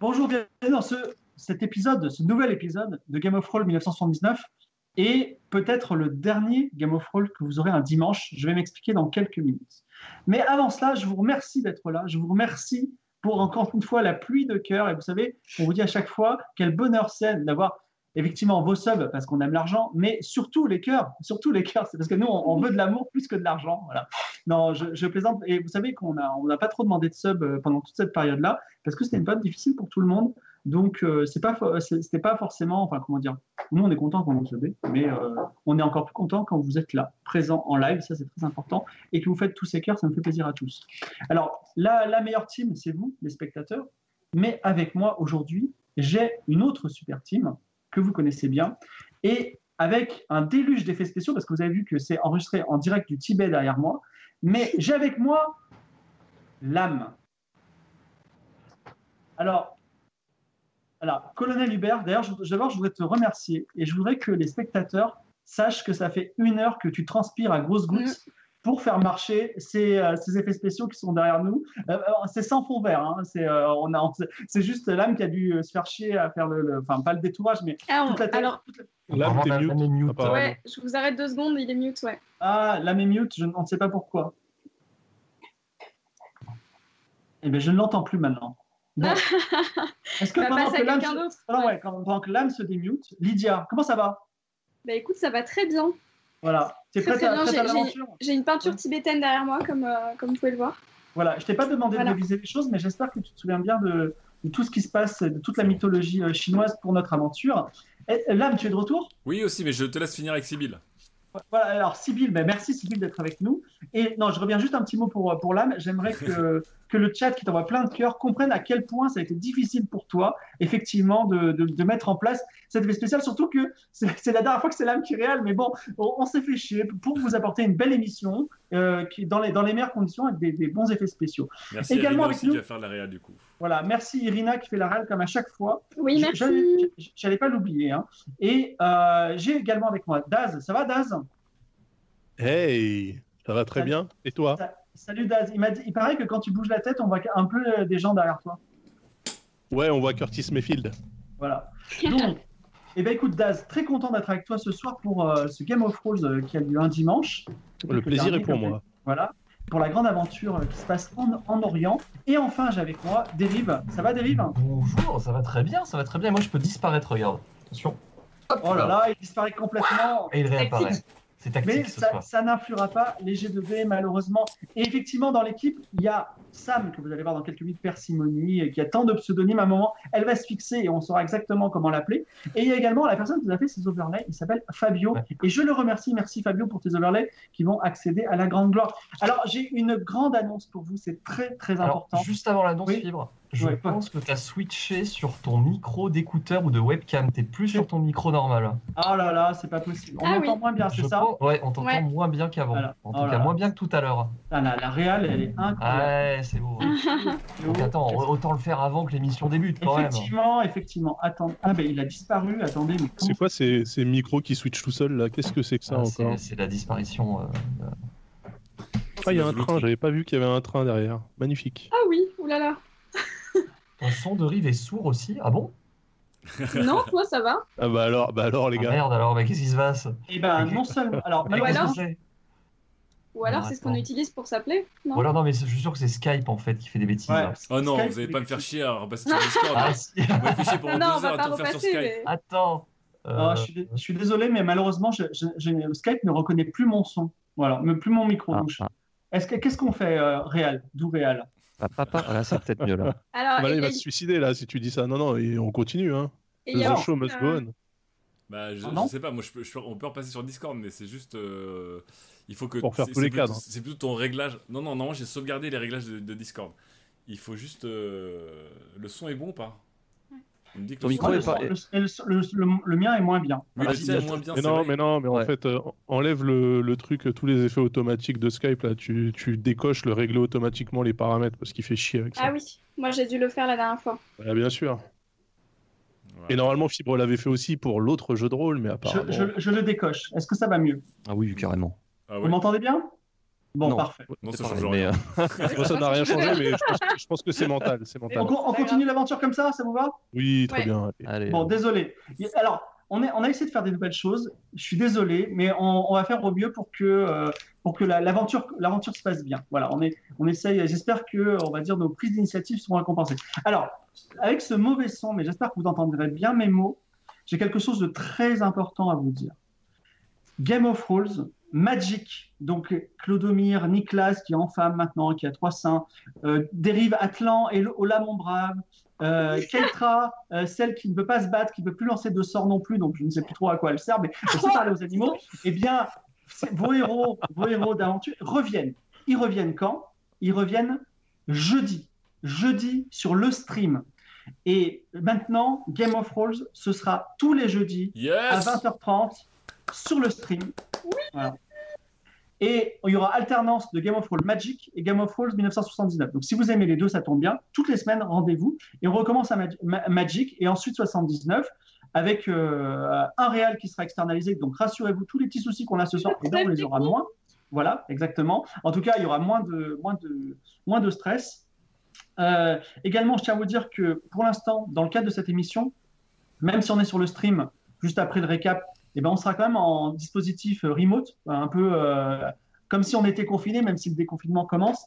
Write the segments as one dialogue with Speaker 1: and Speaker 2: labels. Speaker 1: Bonjour, bienvenue dans ce, cet épisode, ce nouvel épisode de Game of Roll 1979 et peut-être le dernier Game of Roll que vous aurez un dimanche. Je vais m'expliquer dans quelques minutes. Mais avant cela, je vous remercie d'être là. Je vous remercie pour encore une fois la pluie de cœur. Et vous savez, on vous dit à chaque fois quel bonheur c'est d'avoir effectivement vos subs parce qu'on aime l'argent, mais surtout les cœurs. Surtout les cœurs, c'est parce que nous, on, on veut de l'amour plus que de l'argent. Voilà. Non, je, je plaisante. Et vous savez qu'on n'a on a pas trop demandé de sub euh, pendant toute cette période-là, parce que c'était une période difficile pour tout le monde. Donc, euh, c'est pas, fo- c'est- c'était pas forcément, enfin, comment dire, nous, on est content quand vous subez, mais euh, on est encore plus content quand vous êtes là, présent en live, ça, c'est très important, et que vous faites tous ces cœurs, ça me fait plaisir à tous. Alors, la, la meilleure team, c'est vous, les spectateurs, mais avec moi, aujourd'hui, j'ai une autre super team que vous connaissez bien, et avec un déluge d'effets spéciaux, parce que vous avez vu que c'est enregistré en direct du Tibet derrière moi, mais j'ai avec moi l'âme. Alors, alors, colonel Hubert, d'ailleurs, je- d'abord, je voudrais te remercier et je voudrais que les spectateurs sachent que ça fait une heure que tu transpires à grosses gouttes
Speaker 2: Mm.
Speaker 1: pour faire marcher ces, euh, ces effets spéciaux qui sont derrière nous. Euh, alors, c'est sans fond vert, hein, c'est, euh, on a, c'est juste l'âme qui a dû euh, se faire chier à faire le, le- enfin, pas le détourage, mais
Speaker 2: Ah, on-
Speaker 1: toute la tête.
Speaker 2: alors,
Speaker 3: Là, t'es mute. apparemment.
Speaker 2: ouais, je vous arrête deux secondes, il est mute, ouais.
Speaker 1: Ah, la même mute, je ne on ne sais pas pourquoi. Eh bien, je ne l'entends plus maintenant. Bon. Est-ce que
Speaker 2: On va
Speaker 1: pendant
Speaker 2: passer
Speaker 1: que
Speaker 2: à
Speaker 1: l'âme
Speaker 2: quelqu'un
Speaker 1: se...
Speaker 2: d'autre.
Speaker 1: Ah ouais, quand- pendant que l'âme se démute, Lydia, comment ça va
Speaker 2: Bah écoute, ça va très bien.
Speaker 1: Voilà, t'es
Speaker 2: Très,
Speaker 1: prête
Speaker 2: très
Speaker 1: à,
Speaker 2: bien,
Speaker 1: prête à
Speaker 2: j'ai-
Speaker 1: l'aventure
Speaker 2: J'ai une peinture tibétaine derrière moi, comme, euh, comme vous pouvez le voir.
Speaker 1: Voilà, je t'ai pas demandé
Speaker 2: Voilà.
Speaker 1: de réviser les choses, mais j'espère que tu te souviens bien de, de tout ce qui se passe, de toute la mythologie euh, chinoise pour notre aventure. Eh, L'âme, tu es de retour
Speaker 4: Oui aussi, mais je te laisse finir avec Sibyl.
Speaker 1: Voilà, alors Sybille, ben, merci Sybille d'être avec nous. Et non, je reviens juste un petit mot pour, pour l'âme. J'aimerais que, que le chat qui t'envoie plein de cœurs comprenne à quel point ça a été difficile pour toi, effectivement, de, de, de mettre en place cette vie spéciale. Surtout que c'est c'est la dernière fois que c'est l'âme qui réelle, mais bon, on, on s'est fait chier pour vous apporter une belle émission euh, qui, dans, les, dans les meilleures conditions avec des, des bons effets spéciaux.
Speaker 4: Merci
Speaker 1: Également
Speaker 4: Également
Speaker 1: avec
Speaker 4: aussi
Speaker 1: nous.
Speaker 4: qui va faire de la réa du coup.
Speaker 1: Voilà, merci Irina qui fait la réelle comme à chaque fois.
Speaker 2: Oui,
Speaker 1: Je-
Speaker 2: merci.
Speaker 1: j'allais- J'allais pas l'oublier. hein. Et euh, j'ai également avec moi Daz. Ça va, Daz
Speaker 3: Hey, ça va très
Speaker 1: Salut.
Speaker 3: bien. Et toi
Speaker 1: Salut Daz, il, m'a dit- il paraît que quand tu bouges la tête, on voit un peu euh, des gens derrière toi.
Speaker 3: Ouais, on voit Curtis Mayfield.
Speaker 1: Voilà. Donc, eh ben écoute Daz, très content d'être avec toi ce soir pour euh, ce Game of Thrones euh, qui a lieu un dimanche.
Speaker 3: Le plaisir
Speaker 1: dernier,
Speaker 3: est pour
Speaker 1: comme
Speaker 3: moi.
Speaker 1: Voilà. Pour la grande aventure euh, qui se passe en, en Orient. Et enfin, j'ai avec moi Dérive. Ça va Dérive
Speaker 5: Bonjour, ça va très bien, ça va très bien. Moi, je peux disparaître, regarde. Attention. Hop
Speaker 1: Oh là là, il disparaît complètement.
Speaker 5: Et il réapparaît.
Speaker 2: Tactique.
Speaker 5: C'est tactique
Speaker 1: Mais
Speaker 5: ce
Speaker 1: ça,
Speaker 5: soir.
Speaker 1: ça n'influera pas les G2V, malheureusement. Et effectivement, dans l'équipe, il y a Sam, que vous allez voir dans quelques minutes, Persimony, et qui a tant de pseudonymes à un moment. Elle va se fixer et on saura exactement comment l'appeler. Et il y a également la personne qui nous a fait ses overlays. Il s'appelle Fabio.
Speaker 5: Ouais.
Speaker 1: Et je le remercie. Merci Fabio pour tes overlays qui vont accéder à la grande gloire. Alors, j'ai une grande annonce pour vous. C'est très, très
Speaker 5: Alors,
Speaker 1: important.
Speaker 5: juste avant l'annonce,
Speaker 1: Oui.
Speaker 5: Fibre, je
Speaker 1: Ouais.
Speaker 5: pense que tu as switché sur ton micro d'écouteur ou de webcam. T'es plus sur ton micro normal.
Speaker 1: Oh là là, c'est pas possible. On
Speaker 2: Ah
Speaker 1: entend
Speaker 2: oui.
Speaker 1: moins bien, c'est
Speaker 5: Je
Speaker 1: ça
Speaker 5: pense- Ouais, on t'entend
Speaker 2: Ouais.
Speaker 5: moins bien qu'avant.
Speaker 1: Voilà.
Speaker 5: En
Speaker 1: Oh
Speaker 5: tout
Speaker 1: là
Speaker 5: cas,
Speaker 1: là.
Speaker 5: moins bien que tout à l'heure. Ah
Speaker 1: Ah là, La réal, elle est incroyable.
Speaker 5: Ouais, c'est beau. Ah, Donc, attends, autant le faire avant que l'émission débute quand même.
Speaker 1: Effectivement, effectivement. Attends. Ah ben il a disparu. Attendez, mais comment
Speaker 3: C'est quoi ces, ces micros qui switchent tout seuls là Qu'est-ce que c'est que ça
Speaker 5: Ah,
Speaker 3: encore
Speaker 5: c'est c'est la disparition. euh,
Speaker 3: Ah, il y a un
Speaker 4: C'est le
Speaker 3: train,
Speaker 4: Bluetooth.
Speaker 3: j'avais pas vu qu'il y avait un train derrière. Magnifique.
Speaker 2: Ah oui, oulala.
Speaker 5: Ton son de rive est sourd aussi. Ah bon
Speaker 2: Non, toi, ça va.
Speaker 3: Ah bah alors, bah alors les
Speaker 5: Ah,
Speaker 3: gars.
Speaker 5: merde, alors, bah, qu'est-ce qui se passe
Speaker 1: Et ben
Speaker 5: Ok.
Speaker 1: non seulement. Alors,
Speaker 5: Mais
Speaker 2: Ou
Speaker 5: qu'est-ce
Speaker 1: malheureusement,
Speaker 2: alors-
Speaker 5: que c'est
Speaker 2: Ou alors,
Speaker 5: Non,
Speaker 2: c'est ce qu'on
Speaker 5: attends.
Speaker 2: utilise pour s'appeler. Non.
Speaker 5: Ou alors, non, mais je suis sûr que c'est Skype en fait qui fait des bêtises. hein.
Speaker 1: ouais,
Speaker 5: là.
Speaker 4: Oh non,
Speaker 1: Skype,
Speaker 4: vous allez pas me faire
Speaker 1: c'est-
Speaker 4: chier à repasser sur Discord.
Speaker 5: Ah,
Speaker 4: hein.
Speaker 5: si.
Speaker 4: Vous m'avez fait chier
Speaker 2: Non, non, on
Speaker 4: pendant deux heures
Speaker 2: va
Speaker 4: à
Speaker 2: pas
Speaker 4: tout faire sur
Speaker 2: repasser.
Speaker 4: Skype.
Speaker 2: mais-
Speaker 5: Attends.
Speaker 1: Ah,
Speaker 5: Euh,
Speaker 1: je, suis, dé- je suis désolé, mais malheureusement, je- je- je- Skype ne reconnaît plus mon son. Voilà, mais plus mon micro.
Speaker 6: Ah,
Speaker 1: donc je-
Speaker 6: ah,
Speaker 1: Est-ce que- qu'est-ce qu'on fait, euh, Réal D'où Réal
Speaker 5: ah,
Speaker 6: pa- pa- pa- là, c'est peut-être mieux là.
Speaker 3: Ah
Speaker 2: Alors,
Speaker 3: bah là,
Speaker 2: et-
Speaker 3: il va
Speaker 2: et-
Speaker 3: se suicider là si tu dis ça. Non, non, et on continue. Hein.
Speaker 2: et il y a hein.
Speaker 3: The
Speaker 1: alors,
Speaker 3: show must go on.
Speaker 4: Bah, je,
Speaker 1: Ah non
Speaker 4: je sais pas, moi je, peux- je peux- on peut repasser sur Discord, mais c'est juste. euh, il faut que.
Speaker 3: Pour faire
Speaker 4: c'est-
Speaker 3: tous
Speaker 4: c'est
Speaker 3: les
Speaker 4: plutôt-
Speaker 3: cadres.
Speaker 4: C'est plutôt ton réglage. Non, non, non, j'ai sauvegardé les réglages de, de Discord. Il faut juste. euh, le son est bon ou pas On me dit que
Speaker 6: Ton
Speaker 4: le
Speaker 6: micro
Speaker 4: son
Speaker 1: Ouais,
Speaker 6: est
Speaker 1: le,
Speaker 6: pas-
Speaker 1: son- le- le- le- le- le mien est moins bien.
Speaker 4: Oui,
Speaker 1: Voilà.
Speaker 4: le tien est moins bien,
Speaker 3: Mais
Speaker 4: c'est
Speaker 3: non,
Speaker 4: vrai.
Speaker 3: mais non, mais en
Speaker 6: Ouais.
Speaker 3: fait, euh, enlève le, le truc, euh, tous les effets automatiques de Skype là. Tu, tu décoches le régler automatiquement les paramètres parce qu'il fait chier avec ça.
Speaker 2: Ah oui, moi j'ai dû le faire la dernière fois.
Speaker 3: Bah, bien sûr.
Speaker 4: Voilà.
Speaker 3: Et normalement, Fibre l'avait fait aussi pour l'autre jeu de rôle, mais
Speaker 1: Je,
Speaker 3: apparemment.
Speaker 1: je- je le décoche. Est-ce que ça va mieux
Speaker 6: Ah oui, carrément.
Speaker 4: Ah
Speaker 1: Vous
Speaker 4: ouais
Speaker 1: m'entendez bien Bon,
Speaker 6: Non.
Speaker 1: parfait.
Speaker 4: Non, ça
Speaker 6: Pareil,
Speaker 4: change
Speaker 6: mais,
Speaker 4: rien.
Speaker 6: euh,
Speaker 3: Moi, ça n'a rien
Speaker 2: Ah,
Speaker 3: changé, mais je pense que, je pense que c'est mental. C'est mental.
Speaker 1: On,
Speaker 2: bon.
Speaker 1: con- on continue l'aventure comme ça, ça vous va
Speaker 3: Oui, très
Speaker 2: Ouais.
Speaker 3: bien.
Speaker 6: allez,
Speaker 1: Bon,
Speaker 5: hein.
Speaker 6: euh,
Speaker 1: désolé. Y- Alors, on, est- on a essayé de faire des nouvelles choses. Je suis désolé, mais on, on va faire au mieux pour que, euh, pour que la- l'aventure l'aventure se passe bien. Voilà, on, est, on essaye. J'espère que, on va dire, nos prises d'initiative seront récompensées. Alors, avec ce mauvais son, mais j'espère que vous entendrez bien mes mots, j'ai quelque chose de très important à vous dire. Game of Rules, Magic, donc Clodomir, Niklas, qui est en femme maintenant, qui a trois seins, euh, Dérive Atlan et Ola mon brave, euh, Keitra, euh, celle qui ne peut pas se battre, qui ne peut plus lancer de sorts non plus, donc je ne sais plus trop à quoi elle sert, mais je sais parler aux animaux, eh bien, c'est- vos héros, vos héros d'aventure reviennent. Ils reviennent quand Ils reviennent jeudi. Jeudi sur le stream. Et maintenant, Game of Rules, ce sera tous les jeudis à
Speaker 4: Yes
Speaker 1: 20h30 sur le stream. Voilà. Et il y aura alternance de Game of Thrones Magic et Game of Thrones 1979. Donc si vous aimez les deux, ça tombe bien. Toutes les semaines, rendez-vous. Et on recommence à Mag- Ma- Magic et ensuite 79 avec euh, un réal qui sera externalisé. Donc rassurez-vous, tous les petits soucis qu'on a ce soir, eh ben, on les aura moins. Voilà, exactement. En tout cas, il y aura moins de, moins de, moins de stress. Euh, également, je tiens à vous dire que pour l'instant, dans le cadre de cette émission, même si on est sur le stream, juste après le récap, eh ben, on sera quand même en dispositif euh, remote, euh, un peu euh, comme si on était confiné, même si le déconfinement commence.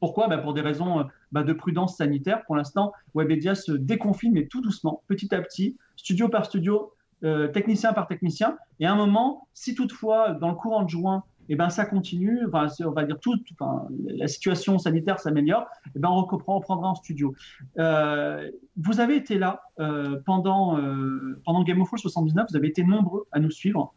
Speaker 1: Pourquoi Bah, Pour des raisons euh, bah, de prudence sanitaire. Pour l'instant, Webedia se déconfine, mais tout doucement, petit à petit, studio par studio, euh, technicien par technicien. Et à un moment, si toutefois, dans le courant de juin, eh ben, ça continue, enfin, c'est- on va dire tout, enfin, la situation sanitaire s'améliore, eh ben, on reprend- on reprendra en studio. Euh, vous avez été là euh, pendant, euh, pendant Game of Thrones 79, vous avez été nombreux à nous suivre.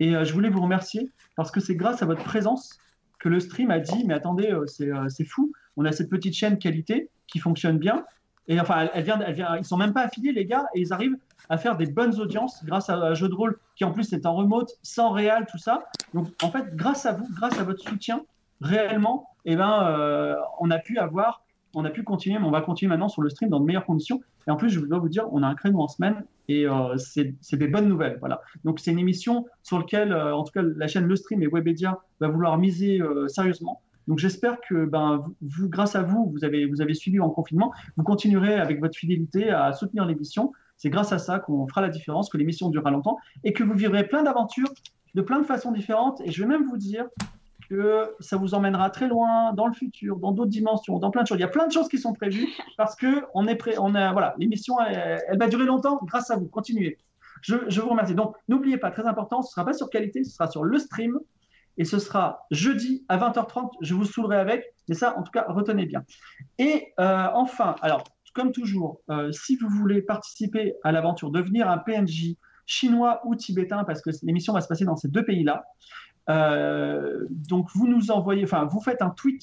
Speaker 1: Et euh, je voulais vous remercier parce que c'est grâce à votre présence que le stream a dit Mais attendez, euh, c'est euh, c'est fou, on a cette petite chaîne qualité qui fonctionne bien. Et enfin, elle, elle vient, elle vient- ils sont même pas affiliés, les gars, et ils arrivent à faire des bonnes audiences grâce à un jeu de rôle qui, en plus, est en remote, sans réel, tout ça. Donc, en fait, grâce à vous, grâce à votre soutien, réellement, eh ben, euh, on a pu avoir, on a pu continuer, mais on va continuer maintenant sur le stream dans de meilleures conditions. Et en plus, je dois vous dire, on a un créneau en semaine et euh, c'est c'est des bonnes nouvelles. Voilà. Donc, c'est une émission sur laquelle, euh, en tout cas, la chaîne Le Stream et Webedia va vouloir miser euh, sérieusement. Donc, j'espère que ben, vous- vous, grâce à vous, vous avez, vous avez suivi en confinement. Vous continuerez avec votre fidélité à soutenir l'émission. C'est grâce à ça qu'on fera la différence, que l'émission durera longtemps et que vous vivrez plein d'aventures de plein de façons différentes. Et je vais même vous dire que ça vous emmènera très loin dans le futur, dans d'autres dimensions, dans plein de choses. Il y a plein de choses qui sont prévues parce que on est prêt, on a, voilà, l'émission, elle, elle va durer longtemps grâce à vous. Continuez. Je, je vous remercie. Donc, n'oubliez pas, très important, ce sera pas sur qualité, ce sera sur le stream et ce sera jeudi à 20h30. Je vous saoulerai avec, mais ça, en tout cas, retenez bien. Et euh, enfin, alors, comme toujours, euh, si vous voulez participer à l'aventure, devenir un PNJ chinois ou tibétain, parce que l'émission va se passer dans ces deux pays-là, euh, donc vous nous envoyez, enfin, vous faites un tweet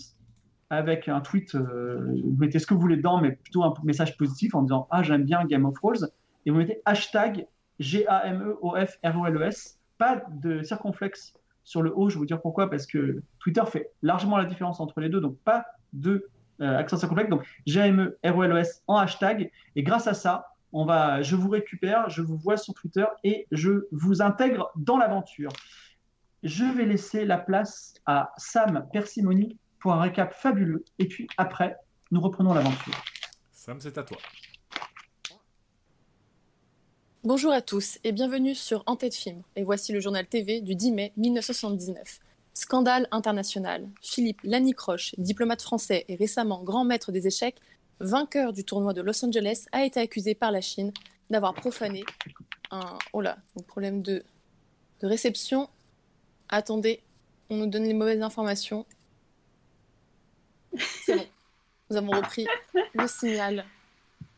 Speaker 1: avec un tweet, euh, vous mettez ce que vous voulez dedans, mais plutôt un message positif en disant Ah, j'aime bien Game of Thrones, et vous mettez hashtag E G-A-M-E-O-F-R-O-L-E-S. Pas de circonflexe sur le O, je vais vous dire pourquoi, parce que Twitter fait largement la différence entre les deux, donc pas de euh, accent circonflexe. Donc E, G-A-M-E-R-O-L-E-S en hashtag, et grâce à ça, on va, je vous récupère, je vous vois sur Twitter et je vous intègre dans l'aventure. Je vais laisser la place à Sam Persimoni pour un récap fabuleux. Et puis après, nous reprenons l'aventure.
Speaker 4: Sam, c'est à toi.
Speaker 7: Bonjour à tous et bienvenue sur En tête film. Et voici le journal TV du 10 mai 1979. Scandale international. Philippe Lanicroche, diplomate français et récemment grand maître des échecs, vainqueur du tournoi de Los Angeles, a été accusé par la Chine d'avoir profané un. Oh là, un problème de, de réception. Attendez, on nous donne les mauvaises informations. C'est bon. Nous avons repris le signal.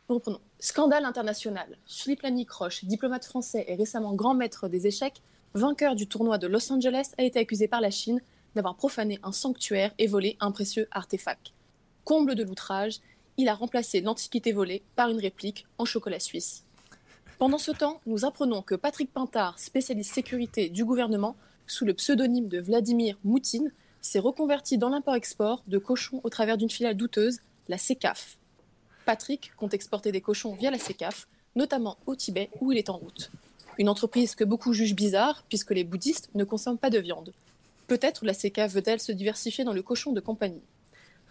Speaker 7: Nous reprenons. Scandale international. Philippe Lanicroche, diplomate français et récemment grand maître des échecs, vainqueur du tournoi de Los Angeles, a été accusé par la Chine d'avoir profané un sanctuaire et volé un précieux artefact. Comble de l'outrage, il a remplacé l'antiquité volée par une réplique en chocolat suisse. Pendant ce temps, nous apprenons que Patrick Pintard, spécialiste sécurité du gouvernement, sous le pseudonyme de Vladimir Moutine, s'est reconverti dans l'import-export de cochons au travers d'une filiale douteuse, la SECAF. Patrick compte exporter des cochons via la SECAF, notamment au Tibet où il est en route. Une entreprise que beaucoup jugent bizarre puisque les bouddhistes ne consomment pas de viande. Peut-être la SECAF veut-elle se diversifier dans le cochon de compagnie.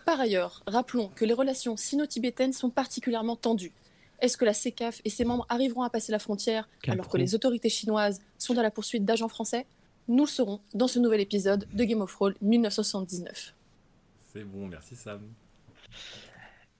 Speaker 7: Par ailleurs, rappelons que les relations sino-tibétaines sont particulièrement tendues. Est-ce que la SECAF et ses membres arriveront à passer la frontière
Speaker 5: Quel
Speaker 7: alors
Speaker 5: trou.
Speaker 7: que les autorités chinoises sont à la poursuite d'agents français Nous le saurons dans ce nouvel épisode de Game of Thrones 1979.
Speaker 4: C'est bon, merci Sam.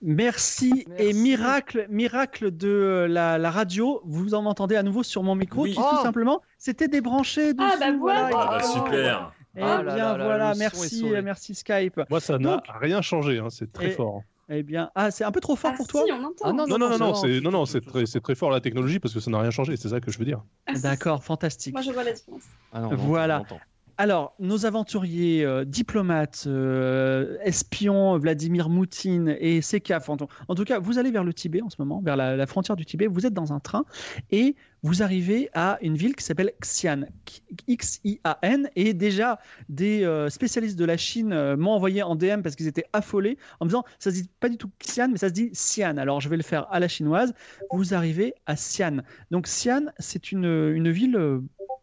Speaker 1: Merci, et
Speaker 8: Merci.
Speaker 1: miracle, miracle de euh, la, la radio, vous en entendez à nouveau sur mon micro
Speaker 4: Oui.
Speaker 1: qui
Speaker 5: Oh.
Speaker 1: tout simplement c'était débranché dessus.
Speaker 2: Ah, bah voilà.
Speaker 4: Ah bah
Speaker 1: il-
Speaker 4: super
Speaker 1: Eh
Speaker 5: Ah là
Speaker 1: bien
Speaker 5: là là,
Speaker 1: voilà,
Speaker 5: le son est
Speaker 1: merci,
Speaker 5: sauvé.
Speaker 1: merci Skype.
Speaker 3: Moi, ça n'a
Speaker 1: Donc-
Speaker 3: rien changé, hein, c'est très
Speaker 1: Et-
Speaker 3: fort.
Speaker 1: Eh bien, ah c'est un peu trop fort
Speaker 2: Ah,
Speaker 1: pour toi.
Speaker 2: si, on entend.
Speaker 5: Ah, non,
Speaker 3: Non, non, non,
Speaker 5: ça
Speaker 3: non,
Speaker 5: va,
Speaker 3: c'est
Speaker 5: on-
Speaker 3: non, non, c'est très, c'est très fort la technologie parce que ça n'a rien changé, c'est ça que je veux dire.
Speaker 2: Ah, si,
Speaker 1: D'accord,
Speaker 2: si.
Speaker 1: fantastique.
Speaker 2: Moi, je vois la différence.
Speaker 5: Ah non, on entend,
Speaker 1: Voilà.
Speaker 5: on entend.
Speaker 1: Alors, nos aventuriers, euh, diplomates, euh, espions, Vladimir Moutine et Sekaf, en, tout- en tout cas, vous allez vers le Tibet en ce moment, vers la, la frontière du Tibet, vous êtes dans un train et vous arrivez à une ville qui s'appelle Xian, Qui- X-I-A-N, et déjà des euh, spécialistes de la Chine euh, m'ont envoyé en DM parce qu'ils étaient affolés en me disant, ça se dit pas du tout Xian, mais ça se dit Xian, alors je vais le faire à la chinoise, vous arrivez à Xian. Donc Xian, c'est une, une ville euh,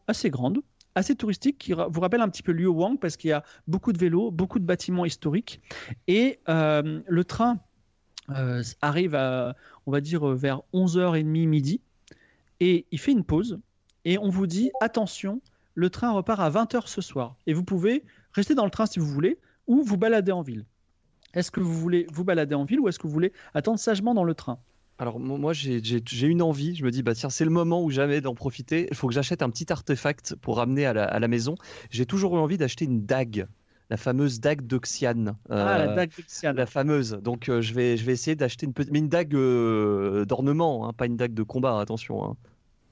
Speaker 1: assez grande assez touristique qui ra- vous rappelle un petit peu Liu Wang parce qu'il y a beaucoup de vélos, beaucoup de bâtiments historiques et euh, le train euh, arrive à on va dire euh, vers 11h30 midi et il fait une pause et on vous dit attention, le train repart à 20h ce soir et vous pouvez rester dans le train si vous voulez ou vous balader en ville. Est-ce que vous voulez vous balader en ville ou est-ce que vous voulez attendre sagement dans le train
Speaker 5: Alors mo- moi j'ai- j'ai j'ai une envie, je me dis bah tiens c'est le moment ou jamais d'en profiter, il faut que j'achète un petit artefact pour ramener à la, à la maison. J'ai toujours eu envie d'acheter une dague, la fameuse dague d'Oxiane.
Speaker 1: Ah la
Speaker 5: Euh,
Speaker 1: dague de Xian.
Speaker 5: la fameuse. Donc euh, je, vais, je vais essayer d'acheter une, petite- mais une dague euh, d'ornement, hein, pas une dague de combat, attention. hein.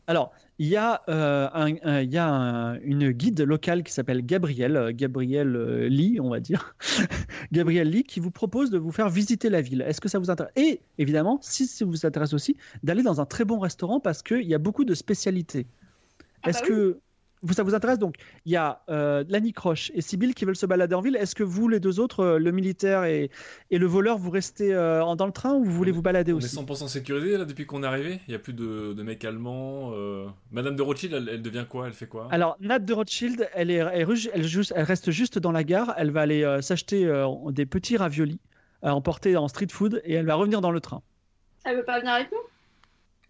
Speaker 1: Alors, il y a, euh, un- un- il y a un- une guide locale qui s'appelle Gabrielle, euh, Gabrielle euh, Lee, on va dire, Gabrielle Lee, qui vous propose de vous faire visiter la ville. Est-ce que ça vous intéresse Et évidemment, si ça vous intéresse aussi, d'aller dans un très bon restaurant parce qu'il y a beaucoup de spécialités.
Speaker 2: Ah
Speaker 1: Est-ce
Speaker 2: bah oui.
Speaker 1: que vous- ça vous intéresse Donc, il y a euh, Lanny Croche et Sibyl qui veulent se balader en ville. Est-ce que vous, les deux autres, euh, le militaire et, et le voleur, vous restez euh, en- dans le train ou vous voulez vous balader
Speaker 4: On est
Speaker 1: aussi
Speaker 4: 100% sécurisé là depuis qu'on est arrivé Il n'y a plus de, de mecs allemands. euh. Madame de Rothschild, elle, elle devient quoi Elle fait quoi
Speaker 1: Alors, Nat de Rothschild, elle, est, elle, ruge- elle juste- elle reste juste dans la gare. Elle va aller euh, s'acheter euh, des petits raviolis à emporter en street food et elle va revenir dans le train.
Speaker 2: Elle veut pas venir avec nous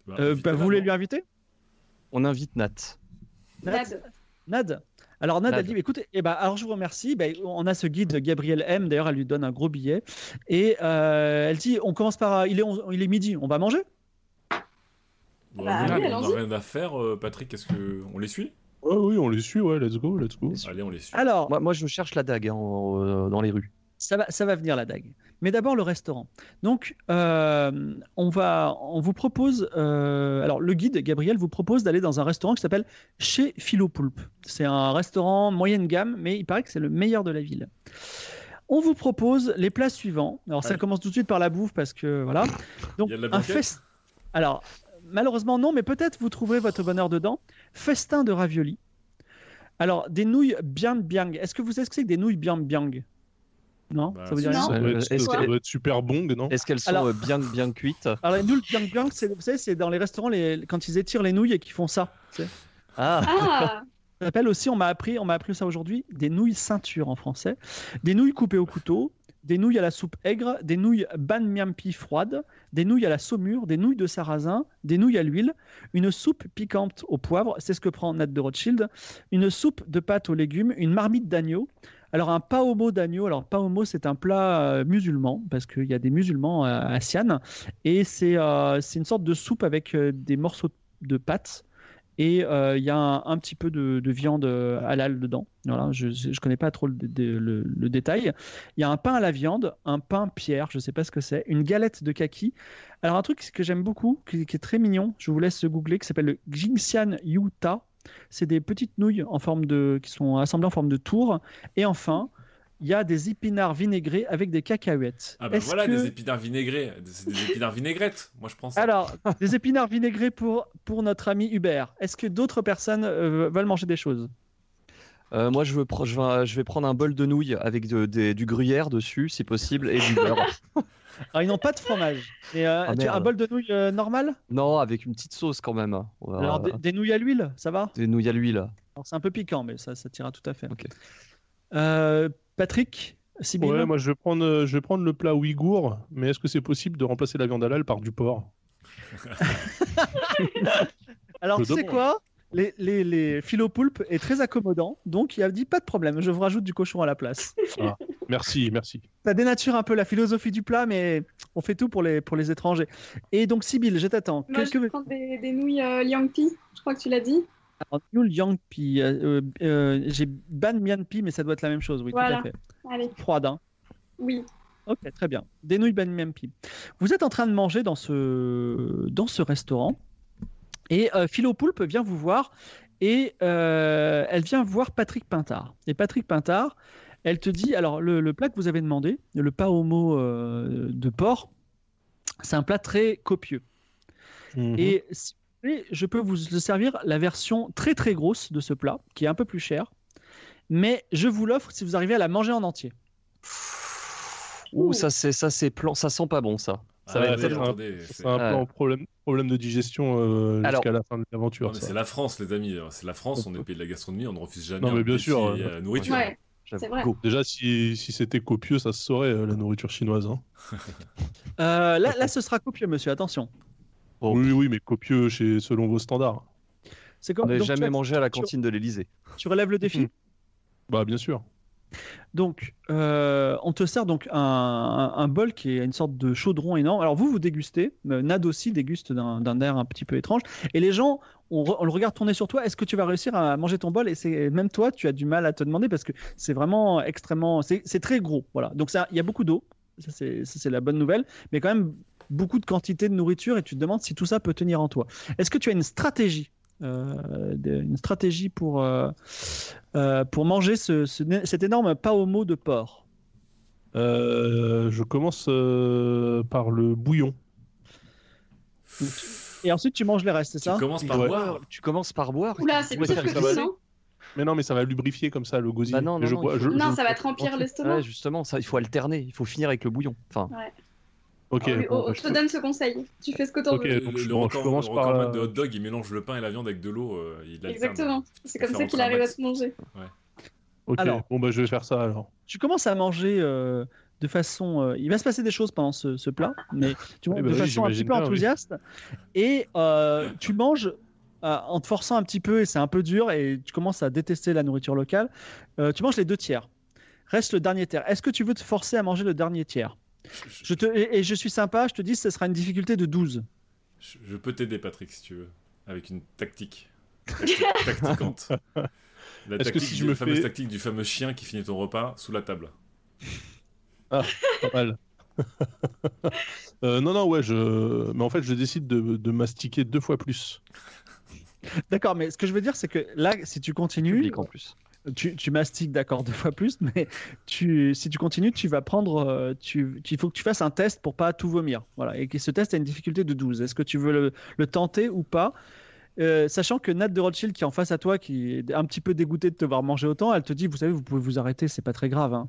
Speaker 4: Bah,
Speaker 1: Euh,
Speaker 4: vite,
Speaker 1: bah,
Speaker 4: là,
Speaker 1: vous voulez
Speaker 4: non.
Speaker 1: lui inviter
Speaker 5: On invite Nat.
Speaker 1: Nat.
Speaker 2: Nad.
Speaker 1: Nad alors Nad, elle
Speaker 5: Nad.
Speaker 1: dit, écoute, eh ben, alors je vous remercie, Ben, on a ce guide Gabriel M, d'ailleurs elle lui donne un gros billet, et euh, elle dit, on commence par, il est, onze- il est midi, on va manger
Speaker 4: Bah,
Speaker 2: Bah,
Speaker 4: oui,
Speaker 2: oui,
Speaker 4: on
Speaker 2: allons-y.
Speaker 4: n'a rien à faire, euh, Patrick. Est-ce que on les suit
Speaker 3: Ouais, oui, on les suit, ouais, let's go, let's go.
Speaker 4: Allez, on les suit.
Speaker 1: Alors,
Speaker 5: Moi, moi je cherche la dague hein, en- euh, dans les rues.
Speaker 1: Ça va, ça va venir la dague. Mais d'abord le restaurant. Donc, euh, on va, on vous propose, euh, alors le guide Gabriel vous propose d'aller dans un restaurant qui s'appelle Chez Philopoulpe. C'est un restaurant moyenne gamme, mais il paraît que c'est le meilleur de la ville. On vous propose les plats suivants. Alors ça
Speaker 4: Allez.
Speaker 1: commence tout de suite par la bouffe parce que voilà. Donc
Speaker 4: Il y a de la
Speaker 1: un
Speaker 4: banquette
Speaker 1: fest. Alors malheureusement non, mais peut-être vous trouverez votre bonheur dedans. Festin de raviolis. Alors des nouilles biang biang. Est-ce que vous savez ce que c'est que des nouilles biang biang Non,
Speaker 4: Bah,
Speaker 1: ça vous dit
Speaker 4: c'est
Speaker 1: rien.
Speaker 2: Non.
Speaker 3: Ça doit
Speaker 5: Euh,
Speaker 3: être,
Speaker 5: est-ce
Speaker 3: ça
Speaker 5: que-
Speaker 3: doit être super bong, non
Speaker 5: Est-ce qu'elles sont
Speaker 1: Alors-
Speaker 5: euh, bien, bien cuites
Speaker 1: Alors les nouilles biang biang, c'est vous savez, c'est dans les restaurants les, quand ils étirent les nouilles et qu'ils font ça. tu sais.
Speaker 5: Ah,
Speaker 2: Ah,
Speaker 1: Ça s'appelle aussi, on m'a appris, on m'a appris ça aujourd'hui, des nouilles ceinture en français, des nouilles coupées au couteau, des nouilles à la soupe aigre, des nouilles ban miampi froides, des nouilles à la saumure, des nouilles de sarrasin, des nouilles à l'huile, une soupe piquante au poivre, c'est ce que prend Nat de Rothschild, une soupe de pâte aux légumes, une marmite d'agneau. Alors un paomo d'agneau, alors paomo c'est un plat euh, musulman, parce qu'il y a des musulmans euh, à Sian, et c'est euh, c'est une sorte de soupe avec euh, des morceaux de pâte, et euh, il y a un, un petit peu de, de viande euh, halal dedans. Voilà, je ne connais pas trop le, dé- dé- le- le détail. Il y a un pain à la viande, un pain pierre, je ne sais pas ce que c'est, une galette de kaki. Alors un truc que j'aime beaucoup, qui, qui est très mignon, je vous laisse googler, qui s'appelle le Jingxian Yuta. C'est des petites nouilles en forme de, qui sont assemblées en forme de tour. Et enfin, il y a des épinards vinaigrés avec des cacahuètes.
Speaker 4: Ah bah
Speaker 1: Est-ce
Speaker 4: voilà,
Speaker 1: que-
Speaker 4: des épinards vinaigrés. C'est des épinards vinaigrettes. Moi, je prends ça.
Speaker 1: alors, des épinards vinaigrés pour, pour notre ami Hubert. Est-ce que d'autres personnes euh, veulent manger des choses
Speaker 5: Euh, moi, je, veux pr- je, vais, je vais prendre un bol de nouilles avec de- des- du gruyère dessus, si possible, et du beurre.
Speaker 1: Alors, ils n'ont pas de fromage. Et, euh,
Speaker 5: Ah,
Speaker 1: tu as un
Speaker 5: merde.
Speaker 1: bol de nouilles euh, normal
Speaker 5: non, avec une petite sauce quand même. On va-
Speaker 1: Alors, des, des nouilles à l'huile, ça va
Speaker 5: des nouilles à l'huile.
Speaker 1: Alors, c'est un peu piquant, mais ça, ça tira tout à fait.
Speaker 5: Ok.
Speaker 1: Euh, Patrick, Sybille
Speaker 3: Ouais, moi je vais prendre, euh, je vais prendre le plat ouïghour, mais est-ce que c'est possible de remplacer la viande halal par du porc
Speaker 1: Alors,
Speaker 3: je
Speaker 1: tu sais
Speaker 3: demande.
Speaker 1: quoi les, les, les philopoulpes est très accommodant, donc il a dit pas de problème, je vous rajoute du cochon à la place.
Speaker 3: Merci, merci.
Speaker 1: Ça dénature un peu la philosophie du plat, mais on fait tout pour les, pour les étrangers. Et donc, Sybille, je t'attends.
Speaker 2: Moi,
Speaker 1: Qu'est-ce
Speaker 2: je
Speaker 1: que-
Speaker 2: prends des, des nouilles euh, liangpi, je crois que tu l'as dit.
Speaker 1: Alors, Yul Yang Pi, euh, euh, j'ai Ban Mian Pi, mais ça doit être la même chose, oui,
Speaker 2: Voilà.
Speaker 1: tout à fait.
Speaker 2: Allez,
Speaker 1: Froide, hein.
Speaker 2: oui.
Speaker 1: Ok, très bien. Des nouilles Ban Mian Pi. Vous êtes en train de manger dans ce, dans ce restaurant, et euh, Philo Poulpe vient vous voir, et euh, elle vient voir Patrick Pintard. Et Patrick Pintard, elle te dit, alors le, le plat que vous avez demandé, le paomo euh, de porc, c'est un plat très copieux.
Speaker 3: Mhm.
Speaker 5: Mhm.
Speaker 1: Et si vous voulez, je peux vous servir la version très très grosse de ce plat, qui est un peu plus cher. Mais je vous l'offre si vous arrivez à la manger en entier.
Speaker 5: Ouh, ça c'est ça c'est plan, ça sent pas bon ça. Ça va
Speaker 4: Ah,
Speaker 5: être
Speaker 4: mais
Speaker 3: très-
Speaker 4: attendez, c'est-
Speaker 3: C'est un
Speaker 5: Ouais.
Speaker 3: peu un problème, problème de digestion euh,
Speaker 5: Alors-
Speaker 3: jusqu'à la fin de
Speaker 4: Non,
Speaker 3: l'aventure.
Speaker 4: mais
Speaker 3: ça.
Speaker 4: c'est la France, les amis. C'est la France, on est le pays de la gastronomie, on ne refuse jamais.
Speaker 3: Non, mais
Speaker 4: un
Speaker 3: bien
Speaker 4: petit,
Speaker 3: sûr,
Speaker 4: euh,
Speaker 3: euh,
Speaker 4: nourriture.
Speaker 2: Ouais,
Speaker 5: J'avoue.
Speaker 2: c'est vrai.
Speaker 5: Go.
Speaker 3: Déjà, si, si c'était copieux, ça se saurait, euh, la nourriture chinoise. hein.
Speaker 1: Euh, là, là, ce sera copieux, monsieur, attention.
Speaker 5: Oh.
Speaker 3: Oui, oui, mais copieux chez, selon vos standards.
Speaker 1: C'est
Speaker 5: On
Speaker 1: comme
Speaker 5: n'a
Speaker 1: donc, tu,
Speaker 5: jamais mangé à la
Speaker 1: tu-
Speaker 5: cantine de l'Elysée.
Speaker 1: tu relèves le défi.
Speaker 3: Bah, bien sûr.
Speaker 1: Donc, euh, on te sert donc un, un- un bol qui est une sorte de chaudron énorme. Alors, vous, vous dégustez. euh, Nad aussi déguste d'un d'un air un petit peu étrange. Et les gens, on, re- on le regarde tourner sur toi. Est-ce que tu vas réussir à manger ton bol Et c'est même toi, tu as du mal à te demander parce que c'est vraiment extrêmement. C'est c'est très gros. Voilà. Donc, ça, il y a beaucoup d'eau. Ça, c'est ça, c'est la bonne nouvelle. Mais quand même, beaucoup de quantité de nourriture. Et tu te demandes si tout ça peut tenir en toi. Est-ce que tu as une stratégie euh, de- une stratégie pour, euh, euh, pour manger ce, ce- cet énorme paomo de porc.
Speaker 3: Euh, je commence euh, par le bouillon.
Speaker 1: Et ensuite, tu manges les restes, c'est
Speaker 4: Tu
Speaker 1: ça
Speaker 4: commences par
Speaker 3: Ouais.
Speaker 4: boire.
Speaker 5: Tu commences par boire.
Speaker 2: Oula,
Speaker 5: tu
Speaker 2: c'est
Speaker 5: pourrais
Speaker 2: pire
Speaker 5: faire
Speaker 2: que
Speaker 3: ça
Speaker 5: une
Speaker 3: va
Speaker 2: tout,
Speaker 3: aller.
Speaker 2: non
Speaker 3: Mais non, mais ça va lubrifier comme ça le gosier.
Speaker 5: Bah non,
Speaker 3: Et
Speaker 5: non,
Speaker 3: je
Speaker 5: non,
Speaker 3: bois-
Speaker 5: il faut-
Speaker 3: je-
Speaker 2: Non,
Speaker 3: je-
Speaker 2: ça va te remplir
Speaker 5: Ouais,
Speaker 2: l'estomac.
Speaker 5: justement, ça, il faut alterner. Il faut finir avec le bouillon. Enfin,
Speaker 3: Ok,
Speaker 2: On lui-
Speaker 3: bon,
Speaker 2: on-
Speaker 3: bah,
Speaker 2: je
Speaker 3: je-
Speaker 2: te donne ce conseil. Tu fais ce que t'en
Speaker 3: Ok,
Speaker 4: Le-
Speaker 3: donc
Speaker 4: le,
Speaker 3: je-
Speaker 4: le
Speaker 3: je
Speaker 4: record,
Speaker 3: commence
Speaker 4: le recordman
Speaker 3: par,
Speaker 4: de
Speaker 3: euh,
Speaker 4: hot dog, il mélange le pain et la viande avec de l'eau. euh, il
Speaker 2: veux.
Speaker 4: alterne.
Speaker 2: Exactement. C'est comme
Speaker 4: Faire
Speaker 2: ça qu'il
Speaker 4: rentrer un
Speaker 2: arrive à
Speaker 4: max.
Speaker 2: se manger.
Speaker 3: ok.
Speaker 1: Alors-
Speaker 3: bon, bah, je vais faire ça alors.
Speaker 1: Tu commences à manger euh, de façon. euh, il va se passer des choses pendant ce, ce plat, mais tu manges
Speaker 3: Eh ben
Speaker 1: de
Speaker 3: oui,
Speaker 1: façon un petit
Speaker 3: j'imagine
Speaker 1: peu
Speaker 3: bien, oui.
Speaker 1: enthousiaste. Et euh, tu manges euh, en te forçant un petit peu, et c'est un peu dur, et tu commences à détester la nourriture locale. Euh, tu manges les deux tiers. Reste le dernier tiers. Est-ce que tu veux te forcer à manger le dernier tiers
Speaker 4: Je,
Speaker 1: je te, et, et je suis sympa, je te dis, ce sera une difficulté de 12.
Speaker 4: je- je peux t'aider, Patrick, si tu veux, avec une tactique. Tactique- Tacticante. La
Speaker 3: Est-ce que
Speaker 4: tactique,
Speaker 3: si je
Speaker 4: du-
Speaker 3: me
Speaker 4: fameuse
Speaker 3: fais-
Speaker 4: tactique du fameux chien qui finit ton repas sous la table.
Speaker 3: Pas mal. Euh, non, non, ouais, je. Mais en fait, je décide de, de mastiquer deux fois plus.
Speaker 1: D'accord, mais ce que je veux dire, c'est que là, si tu continues,
Speaker 5: public en plus.
Speaker 1: tu, tu mastiques d'accord deux fois plus, mais tu, si tu continues, tu vas prendre. euh, tu, tu- il faut que tu fasses un test pour pas tout vomir. Voilà. Et que ce test a une difficulté de 12. Est-ce que tu veux le, le tenter ou pas Euh, Sachant que Nat de Rothschild, qui est en face à toi, qui est un petit peu dégoûtée de te voir manger autant, elle te dit Vous savez, vous pouvez vous arrêter, c'est pas très grave. hein.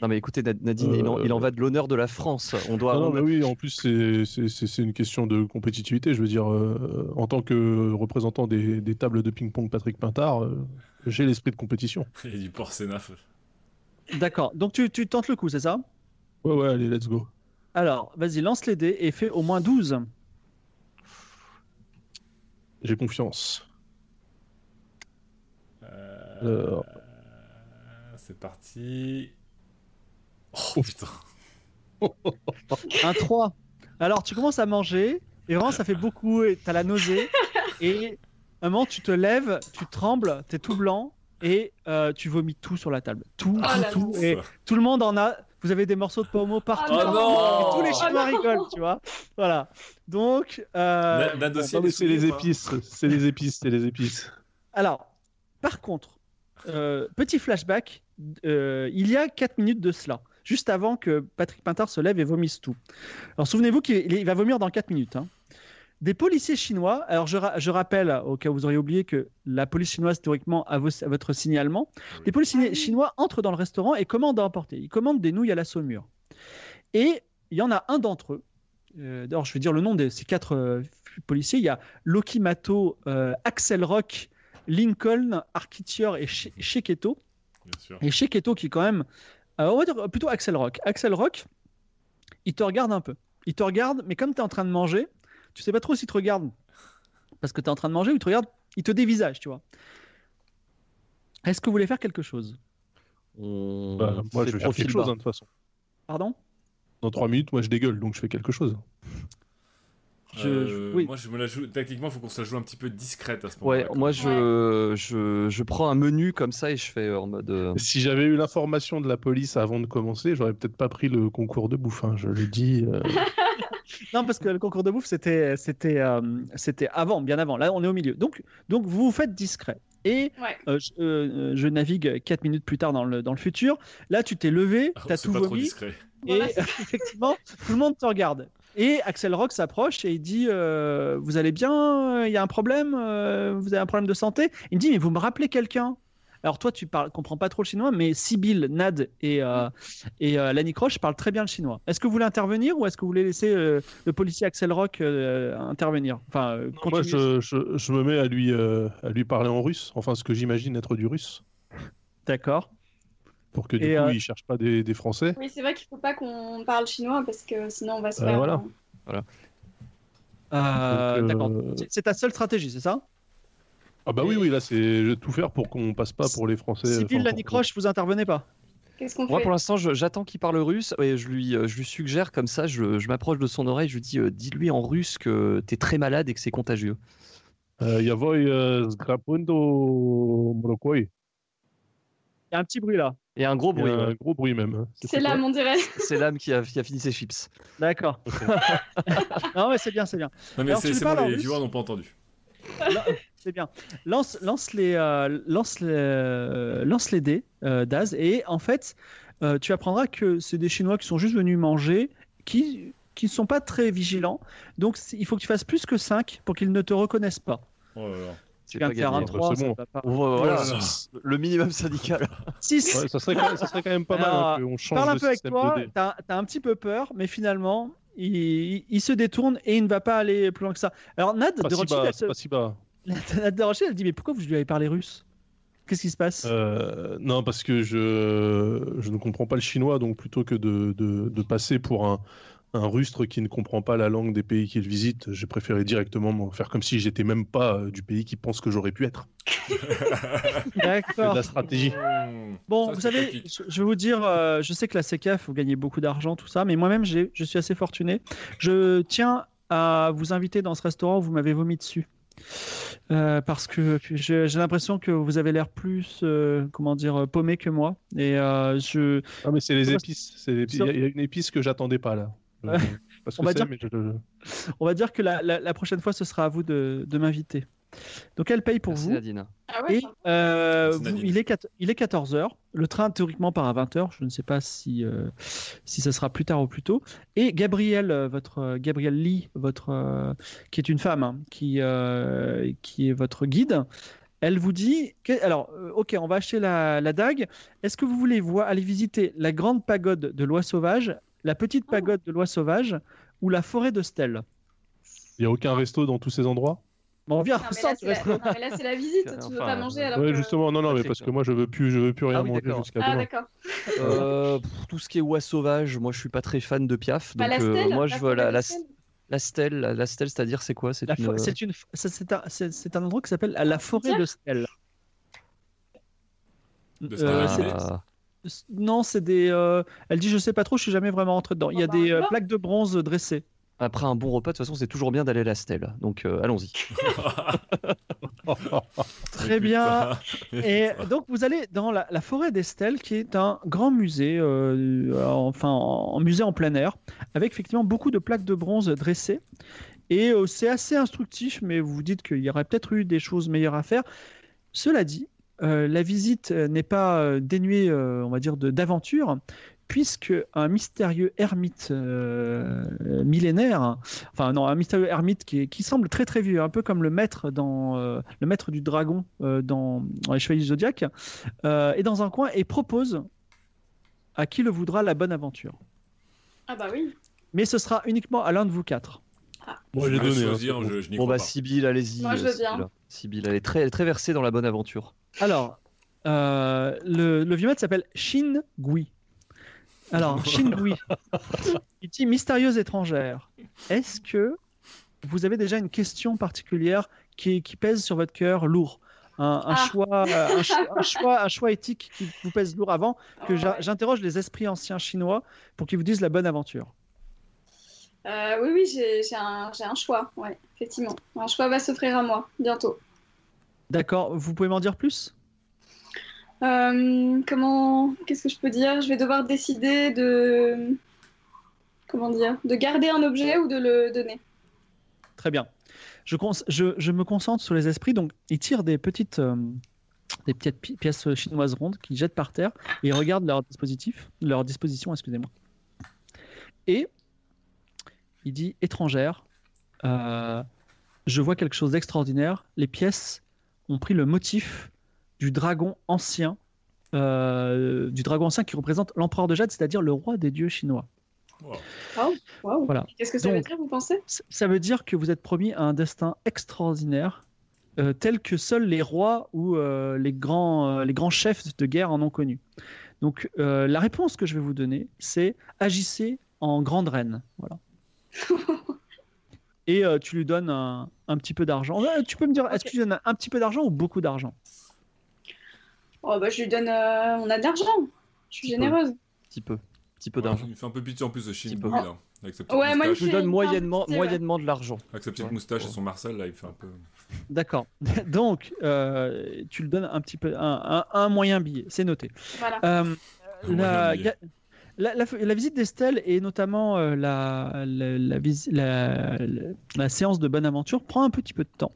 Speaker 5: Non mais écoutez, Nad- Nadine, il, en,
Speaker 3: Euh,
Speaker 5: il en va de l'honneur de la France. On doit.
Speaker 3: non, non,
Speaker 5: on-
Speaker 3: mais oui, en plus, c'est- c'est c'est- c'est une question de compétitivité. Je veux dire, euh, en tant que représentant des, des tables de ping-pong Patrick Pintard, euh, j'ai l'esprit de compétition.
Speaker 4: Et du porc sénaf.
Speaker 1: D'accord. Donc tu, tu tentes le coup, c'est ça
Speaker 3: Ouais, ouais, allez, let's go.
Speaker 1: Alors, vas-y, lance les dés et fais au moins 12.
Speaker 3: J'ai confiance.
Speaker 4: Euh,
Speaker 3: Alors.
Speaker 4: C'est parti. Oh putain.
Speaker 1: Un 3. Alors, tu commences à manger, et vraiment, ça fait beaucoup, et t'as la nausée. Et à un moment, tu te lèves, tu trembles, t'es tout blanc, et euh, tu vomis tout sur la table. Tout,
Speaker 2: Oh la
Speaker 1: tout, tout.
Speaker 2: loose.
Speaker 1: Et tout le monde en a. Vous avez des morceaux de pommeau partout.
Speaker 4: Oh non
Speaker 1: Et tous les Chinois
Speaker 2: Oh non
Speaker 1: rigolent, tu vois. Voilà. Donc, euh,
Speaker 4: Na-
Speaker 3: Non,
Speaker 4: Nadossier, il
Speaker 3: mais
Speaker 4: est
Speaker 3: c'est
Speaker 4: soumis
Speaker 3: les
Speaker 4: ou pas
Speaker 3: épices, c'est les épices, c'est les épices.
Speaker 1: alors, par contre, euh, petit flashback, euh, il y a 4 minutes de cela, juste avant que Patrick Pintard se lève et vomisse tout. Alors, souvenez-vous qu'il il va vomir dans 4 minutes. hein. Des policiers chinois, alors je, ra- je rappelle, au cas où vous auriez oublié que la police chinoise, théoriquement, a vos- à votre signalement,
Speaker 4: oui.
Speaker 1: les policiers
Speaker 2: Ah oui.
Speaker 1: chinois entrent dans le restaurant et commandent à emporter. Ils commandent des nouilles à la saumure. Et il y en a un d'entre eux, euh, d'ailleurs je vais dire le nom de ces quatre euh, policiers, il y a Loki Mato, euh, Axel Rock, Lincoln, Arkitier et Che- Cheketo.
Speaker 4: Bien sûr.
Speaker 1: Et Cheketo qui est quand même, euh, on va dire plutôt Axel Rock. Axel Rock, il te regarde un peu. Il te regarde, mais comme tu es en train de manger, tu sais pas trop s'il te regarde parce que tu es en train de manger ou il te regarde, il te dévisage, tu vois. Est-ce que vous voulez faire quelque chose
Speaker 5: On...
Speaker 3: Bah, moi,
Speaker 5: fait
Speaker 3: je vais faire
Speaker 5: profil
Speaker 3: quelque chose,
Speaker 5: bas.
Speaker 3: hein, de toute façon.
Speaker 1: Pardon
Speaker 3: Dans 3 minutes, moi, je dégueule, donc je fais quelque chose.
Speaker 1: je-
Speaker 4: Euh,
Speaker 1: je- oui.
Speaker 4: Moi, je me la joue. Tactiquement, faut qu'on se la joue un petit peu discrète à ce moment-là.
Speaker 5: Ouais, moi je, je, je prends un menu comme ça et je fais en mode. euh,
Speaker 3: Si j'avais eu l'information de la police avant de commencer, j'aurais peut-être pas pris le concours de bouffe, hein, je le dis. euh.
Speaker 1: Non, parce que le concours de bouffe, c'était c'était euh, c'était avant, bien avant. Là, on est au milieu. Donc, donc vous vous faites discret. Et
Speaker 2: Ouais.
Speaker 1: euh, je, euh, je navigue 4 minutes plus tard dans le, dans le futur. Là, tu t'es levé,
Speaker 4: Ah,
Speaker 1: t'as
Speaker 4: c'est
Speaker 1: tout
Speaker 4: pas trop
Speaker 1: vomi.
Speaker 4: discret.
Speaker 1: Et
Speaker 2: Voilà,
Speaker 1: effectivement, tout le monde te regarde. Et Axel Rock s'approche et il dit euh, Vous allez bien Il y a un problème Euh, Vous avez un problème de santé Il me dit Mais vous me rappelez quelqu'un Alors, toi, tu parles, comprends pas trop le chinois, mais Sibyl, Nad et, euh, et euh, Lanny Croche parlent très bien le chinois. Est-ce que vous voulez intervenir ou est-ce que vous voulez laisser euh, le policier Axel Rock euh, intervenir Enfin, euh,
Speaker 3: Moi,
Speaker 1: continuer.
Speaker 3: je, je- je me mets à lui, euh, à lui parler en russe, enfin, ce que j'imagine être du russe,
Speaker 1: D'accord.
Speaker 3: pour que du
Speaker 1: Et,
Speaker 3: coup,
Speaker 1: euh,
Speaker 3: il cherche pas des, des Français.
Speaker 2: Oui, c'est vrai qu'il faut pas qu'on parle chinois parce que sinon on va se
Speaker 3: Euh,
Speaker 2: faire.
Speaker 3: voilà.
Speaker 1: Euh,
Speaker 3: Donc, euh,
Speaker 1: d'accord. C'est- C'est ta seule stratégie, c'est ça
Speaker 3: Ah, bah oui, oui, là, c'est je vais tout faire pour qu'on passe pas pour les Français.
Speaker 1: Sibyl,
Speaker 3: enfin,
Speaker 1: Lanny
Speaker 3: pour-
Speaker 1: Croche, vous intervenez pas
Speaker 2: Qu'est-ce qu'on
Speaker 5: Moi,
Speaker 2: fait
Speaker 5: pour l'instant, je- j'attends qu'il parle russe et je lui, euh, je lui suggère comme ça, je, je m'approche de son oreille, je lui dis euh, dis-lui en russe que t'es très malade et que c'est contagieux.
Speaker 3: Euh, я вой, euh, сграпунду мрукой.
Speaker 1: Il y a un petit bruit là.
Speaker 5: Et un gros
Speaker 3: Il y
Speaker 5: bruit.
Speaker 1: euh,
Speaker 3: a un
Speaker 5: ouais.
Speaker 3: gros bruit même. hein.
Speaker 2: C'est l'âme, on dirait.
Speaker 5: C'est l'âme qui a, qui a fini ses chips.
Speaker 1: D'accord. non, mais c'est bien, c'est bien.
Speaker 4: Non, mais
Speaker 1: Alors, tu
Speaker 4: c'est
Speaker 1: le
Speaker 4: c'est
Speaker 1: parles en
Speaker 4: bon, les
Speaker 1: russe
Speaker 4: viewers n'ont pas entendu.
Speaker 1: Lan- C'est bien. Lance, lance, les, euh, lance, les, euh, lance les dés, euh, Daz, et en fait, euh, tu apprendras que c'est des Chinois qui sont juste venus manger, qui qui ne sont pas très vigilants. Donc, c- il faut que tu fasses plus que 5 pour qu'ils ne te reconnaissent pas.
Speaker 4: Oh là Oh, là.
Speaker 5: C'est
Speaker 1: Tu viens
Speaker 5: pas
Speaker 1: de faire un
Speaker 5: gagné.
Speaker 3: bah,
Speaker 1: 3,
Speaker 3: c'est bon.
Speaker 4: Ah,
Speaker 5: Le minimum syndical.
Speaker 1: 6
Speaker 3: Ouais, ça, serait quand même, ça serait quand même pas
Speaker 1: Alors,
Speaker 3: mal hein, qu'on change
Speaker 1: Parle un
Speaker 3: de
Speaker 1: peu avec
Speaker 3: système
Speaker 1: toi,
Speaker 3: de dés.
Speaker 1: t'as t'as un petit peu peur, mais finalement, il, il- il se détourne et il ne va pas aller plus loin que ça. Alors, Nad
Speaker 3: Pas
Speaker 1: de
Speaker 3: Ah, si
Speaker 1: Rothschild,
Speaker 3: bas,
Speaker 1: elle se-
Speaker 3: pas si bas.
Speaker 1: Nad de Rothschild, elle dit Mais pourquoi vous lui avez parlé russe Qu'est-ce qui se passe
Speaker 3: Euh, non, parce que je, je ne comprends pas le chinois, donc plutôt que de, de- de passer pour un, un rustre qui ne comprend pas la langue des pays qu'il visite, j'ai préféré directement m'en faire comme si j'étais même pas euh, du pays qui pense que j'aurais pu être.
Speaker 1: Ah.
Speaker 3: C'est de
Speaker 1: D'accord.
Speaker 3: la stratégie.
Speaker 4: Mmh.
Speaker 1: Bon,
Speaker 4: Ça,
Speaker 1: vous
Speaker 4: c'est
Speaker 1: savez,
Speaker 4: tactique.
Speaker 1: je, je vais vous dire, euh, je sais que la CKF, vous gagnez beaucoup d'argent, tout ça, mais moi-même, j'ai- je suis assez fortuné. Je tiens à vous inviter dans ce restaurant où vous m'avez vomi dessus. Euh, parce que je- j'ai l'impression que vous avez l'air plus, euh, comment dire, paumé que moi. Et euh, je,
Speaker 3: Ah, mais c'est les
Speaker 1: Sur-
Speaker 3: épices. c'est les épi- Il
Speaker 1: sur-
Speaker 3: y, a- il y a une épice que j'attendais pas là. Je-
Speaker 1: Ouais.
Speaker 3: je sais pas ce que
Speaker 1: On va
Speaker 3: c'est,
Speaker 1: dire-
Speaker 3: mais je- je-
Speaker 1: on va dire que la, la- la prochaine fois, ce sera à vous de, de m'inviter. Donc, elle paye pour
Speaker 5: Merci,
Speaker 1: vous.
Speaker 5: Nadine.
Speaker 2: Ah ouais,
Speaker 1: Et euh,
Speaker 4: Merci,
Speaker 1: vous-
Speaker 4: Nadine.
Speaker 1: il, est quat- il est 14h. Le train théoriquement part à 20h. Je ne sais pas si, euh, si ça sera plus tard ou plus tôt. Et Gabrielle, euh, votre, euh, Gabrielle Lee, votre, euh, qui est une femme, hein, qui, euh, qui est votre guide, elle vous dit que- alors, euh, ok, on va acheter la, la dague. Est-ce que vous voulez voir, aller visiter la grande pagode de l'Oie Sauvage, la petite
Speaker 2: Oh.
Speaker 1: pagode de l'Oie Sauvage ou la forêt de Stèle
Speaker 3: Il y a aucun resto dans tous ces endroits
Speaker 1: Bon, viens,
Speaker 2: Non, mais
Speaker 1: sors,
Speaker 2: là,
Speaker 1: tu
Speaker 2: c'est la...
Speaker 1: restes-
Speaker 2: non, mais là, c'est la visite, tu veux
Speaker 5: Enfin,
Speaker 2: pas manger alors
Speaker 5: euh,
Speaker 3: Ouais,
Speaker 2: que-
Speaker 3: justement, non, non, mais parce que moi je veux plus, je veux plus rien
Speaker 5: Ah oui,
Speaker 3: manger
Speaker 5: d'accord.
Speaker 3: jusqu'à
Speaker 2: Ah,
Speaker 3: demain.
Speaker 2: d'accord.
Speaker 5: Euh, pff, tout ce qui est oie sauvage, moi je suis pas très fan de Piaf.
Speaker 2: Bah,
Speaker 5: Donc,
Speaker 2: la
Speaker 5: euh,
Speaker 2: stèle,
Speaker 5: moi je veux la, la,
Speaker 2: stèle.
Speaker 5: la stèle, la, la stèle, c'est-à-dire c'est quoi C'est
Speaker 1: La
Speaker 5: une... euh,
Speaker 1: fo- C'est une... ça, c'est un, c'est- c'est un endroit qui s'appelle la forêt de Stèle.
Speaker 4: De
Speaker 1: Euh,
Speaker 4: Stella
Speaker 1: c'est-
Speaker 4: Gillette.
Speaker 5: Ah,
Speaker 1: s- non, c'est des. euh, Elle dit, je sais pas trop, je suis jamais vraiment rentrée dedans. Il y a
Speaker 2: Bon, bah,
Speaker 1: des euh,
Speaker 2: alors.
Speaker 1: plaques de bronze dressées.
Speaker 5: Après un bon repas, de toute façon, c'est toujours bien d'aller à la stèle. Donc euh, allons-y.
Speaker 1: Très bien. Et donc vous allez dans la, la forêt d'Estelle, qui est un grand musée, euh, enfin en, en musée en plein air, avec effectivement beaucoup de plaques de bronze dressées. Et euh, c'est assez instructif, mais vous vous dites qu'il y aurait peut-être eu des choses meilleures à faire. Cela dit, euh, la visite euh, n'est pas euh, dénuée, euh, on va dire, de- d'aventure, puisque un mystérieux ermite euh, euh, millénaire, enfin non, un mystérieux ermite qui, est- qui semble très très vieux, un peu comme le maître dans euh, le maître du dragon euh, dans, dans les Chevaliers du Zodiaque, euh, est dans un coin et propose à qui le voudra la bonne aventure.
Speaker 2: Ah, bah oui.
Speaker 1: Mais ce sera uniquement à l'un de vous quatre.
Speaker 3: Moi j'ai
Speaker 4: Je vais
Speaker 3: donné. hein.
Speaker 4: choisir, je, je n'y
Speaker 5: bon
Speaker 4: crois
Speaker 5: bah
Speaker 4: pas.
Speaker 5: Sibylle, allez-y.
Speaker 2: Moi, je
Speaker 5: euh,
Speaker 2: veux bien.
Speaker 5: Sibylle. Sibylle, elle est très, très versée dans la bonne aventure.
Speaker 1: Alors, euh, le, le vieux maître s'appelle Shin Gui. Alors, Shin Gui, il dit mystérieuse étrangère, est-ce que vous avez déjà une question particulière qui, qui pèse sur votre cœur lourd un, un
Speaker 2: Ah.
Speaker 1: choix, euh, un, choix, un choix- un choix éthique qui vous pèse lourd avant que
Speaker 2: Oh,
Speaker 1: j'a-
Speaker 2: ouais.
Speaker 1: j'interroge les esprits anciens chinois pour qu'ils vous disent la bonne aventure.
Speaker 2: Euh, oui, oui, j'ai j'ai un, j'ai un choix, ouais, effectivement. Un choix va s'offrir à moi, bientôt.
Speaker 1: D'accord, vous pouvez m'en dire plus
Speaker 2: Euh, comment... Qu'est-ce que je peux dire Je vais devoir décider de... Comment dire De garder un objet ou de le donner.
Speaker 1: Très bien. Je, cons- je, je me concentre sur les esprits, donc ils tirent des petites, euh, des petites pi- pièces chinoises rondes qu'ils jettent par terre et ils regardent leur dispositif, leur disposition, excusez-moi. Et il dit étrangère, euh, je vois quelque chose d'extraordinaire. Les pièces ont pris le motif du dragon ancien, euh, du dragon ancien qui représente l'empereur de Jade, c'est-à-dire le roi des dieux chinois.
Speaker 2: Waouh
Speaker 1: Voilà.
Speaker 2: Qu'est-ce que ça veut
Speaker 1: Donc-
Speaker 2: dire, vous pensez
Speaker 1: Ça- Ça veut dire que vous êtes promis à un destin extraordinaire, euh, tel que seuls les rois ou euh, les, grands, euh, les grands chefs de guerre en ont connu. Donc euh, la réponse que je vais vous donner, c'est agissez en grande reine. Voilà. Et euh, tu lui donnes un, un petit peu d'argent. Euh, tu peux me dire, est-ce que tu donnes un, un petit peu d'argent ou beaucoup d'argent
Speaker 2: Oh, bah, je lui donne... euh, On a de l'argent Je suis généreuse.
Speaker 5: Petit peu. Petit peu
Speaker 4: Ouais,
Speaker 5: d'argent.
Speaker 4: Il fait un peu pitié en plus de Chine.
Speaker 5: Petit peu.
Speaker 4: lui, là, Avec sa petite
Speaker 2: Ouais, moi,
Speaker 4: moustache,
Speaker 5: Je lui donne
Speaker 2: Enfin,
Speaker 5: moyennement,
Speaker 2: c'est vrai.
Speaker 5: moyennement de l'argent.
Speaker 4: avec sa petite
Speaker 5: Ouais.
Speaker 4: moustache et son Marcel, là, il fait un peu.
Speaker 1: D'accord. Donc euh, tu lui donnes un petit peu, un- un- un moyen billet. C'est noté.
Speaker 5: Ah,
Speaker 2: Voilà.
Speaker 1: Euh, la,
Speaker 4: Moi, j'ai oublié.
Speaker 1: la- la- la visite d'Estelle et notamment euh, la, la, la visi- la- la- la séance de bonne aventure prend un petit peu de temps.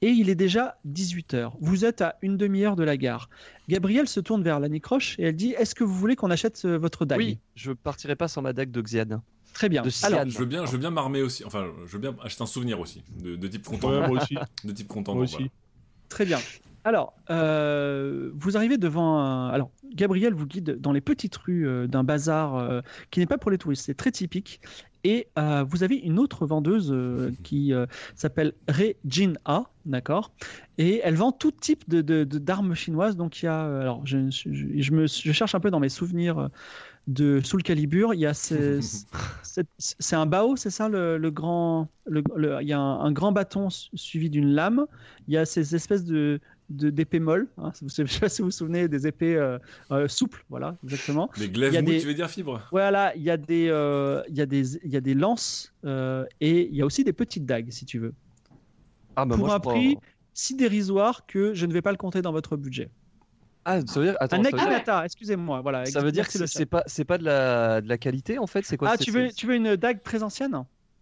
Speaker 1: Et il est déjà 18h. Vous êtes à une demi-heure de la gare. Gabrielle se tourne vers Lanny Croche et elle dit Est-ce que vous voulez qu'on achète euh, votre dague
Speaker 5: Oui, je partirai pas sans ma dague de Xian.
Speaker 1: Très bien.
Speaker 5: De
Speaker 1: Alors,
Speaker 5: Xian.
Speaker 4: Je veux bien, je veux bien m'armer aussi. Enfin, je veux bien acheter un souvenir aussi de, de type content.
Speaker 3: Ouais, moi aussi.
Speaker 4: De type content.
Speaker 3: Moi
Speaker 4: bon,
Speaker 3: aussi.
Speaker 4: voilà.
Speaker 1: Très bien. Alors, euh, vous arrivez devant un... Alors, Gabriel vous guide dans les petites rues euh, d'un bazar euh, qui n'est pas pour les touristes, c'est très typique. Et euh, vous avez une autre vendeuse euh, qui euh, s'appelle Rei Jin A, d'accord Et elle vend tout type de, de- de- d'armes chinoises. Donc, il y a... euh, Alors, je, je, je me, je cherche un peu dans mes souvenirs euh, de Soul Calibur. Il y a... ce- c'est, c'est un bao, c'est ça, le, le grand... le- le- il y a un, un grand bâton su- suivi d'une lame il y a ces espèces de de- d'épées molles, hein, je ne sais pas si vous vous souvenez des épées euh, euh, souples, voilà, exactement.
Speaker 4: Des
Speaker 1: Il y a
Speaker 4: glaives mous,
Speaker 1: des-
Speaker 4: tu veux dire fibre
Speaker 1: Voilà, il y a des, euh, il y a des, il y a des lances euh, et il y a aussi des petites dagues, si tu veux,
Speaker 5: Ah, bah,
Speaker 1: pour
Speaker 5: moi,
Speaker 1: un
Speaker 5: je prends-
Speaker 1: prix si dérisoire que je ne vais pas le compter dans votre budget.
Speaker 5: Ah, ça veut dire. Attends,
Speaker 1: un
Speaker 5: ça veut dire-
Speaker 1: Akinata, excusez-moi, voilà.
Speaker 5: Ça veut dire que
Speaker 1: exactement,
Speaker 5: c'est pas, c'est pas de la, de la qualité en fait, c'est quoi
Speaker 1: Ah,
Speaker 5: c'est-
Speaker 1: tu veux,
Speaker 5: c'est-
Speaker 1: tu veux une dague très ancienne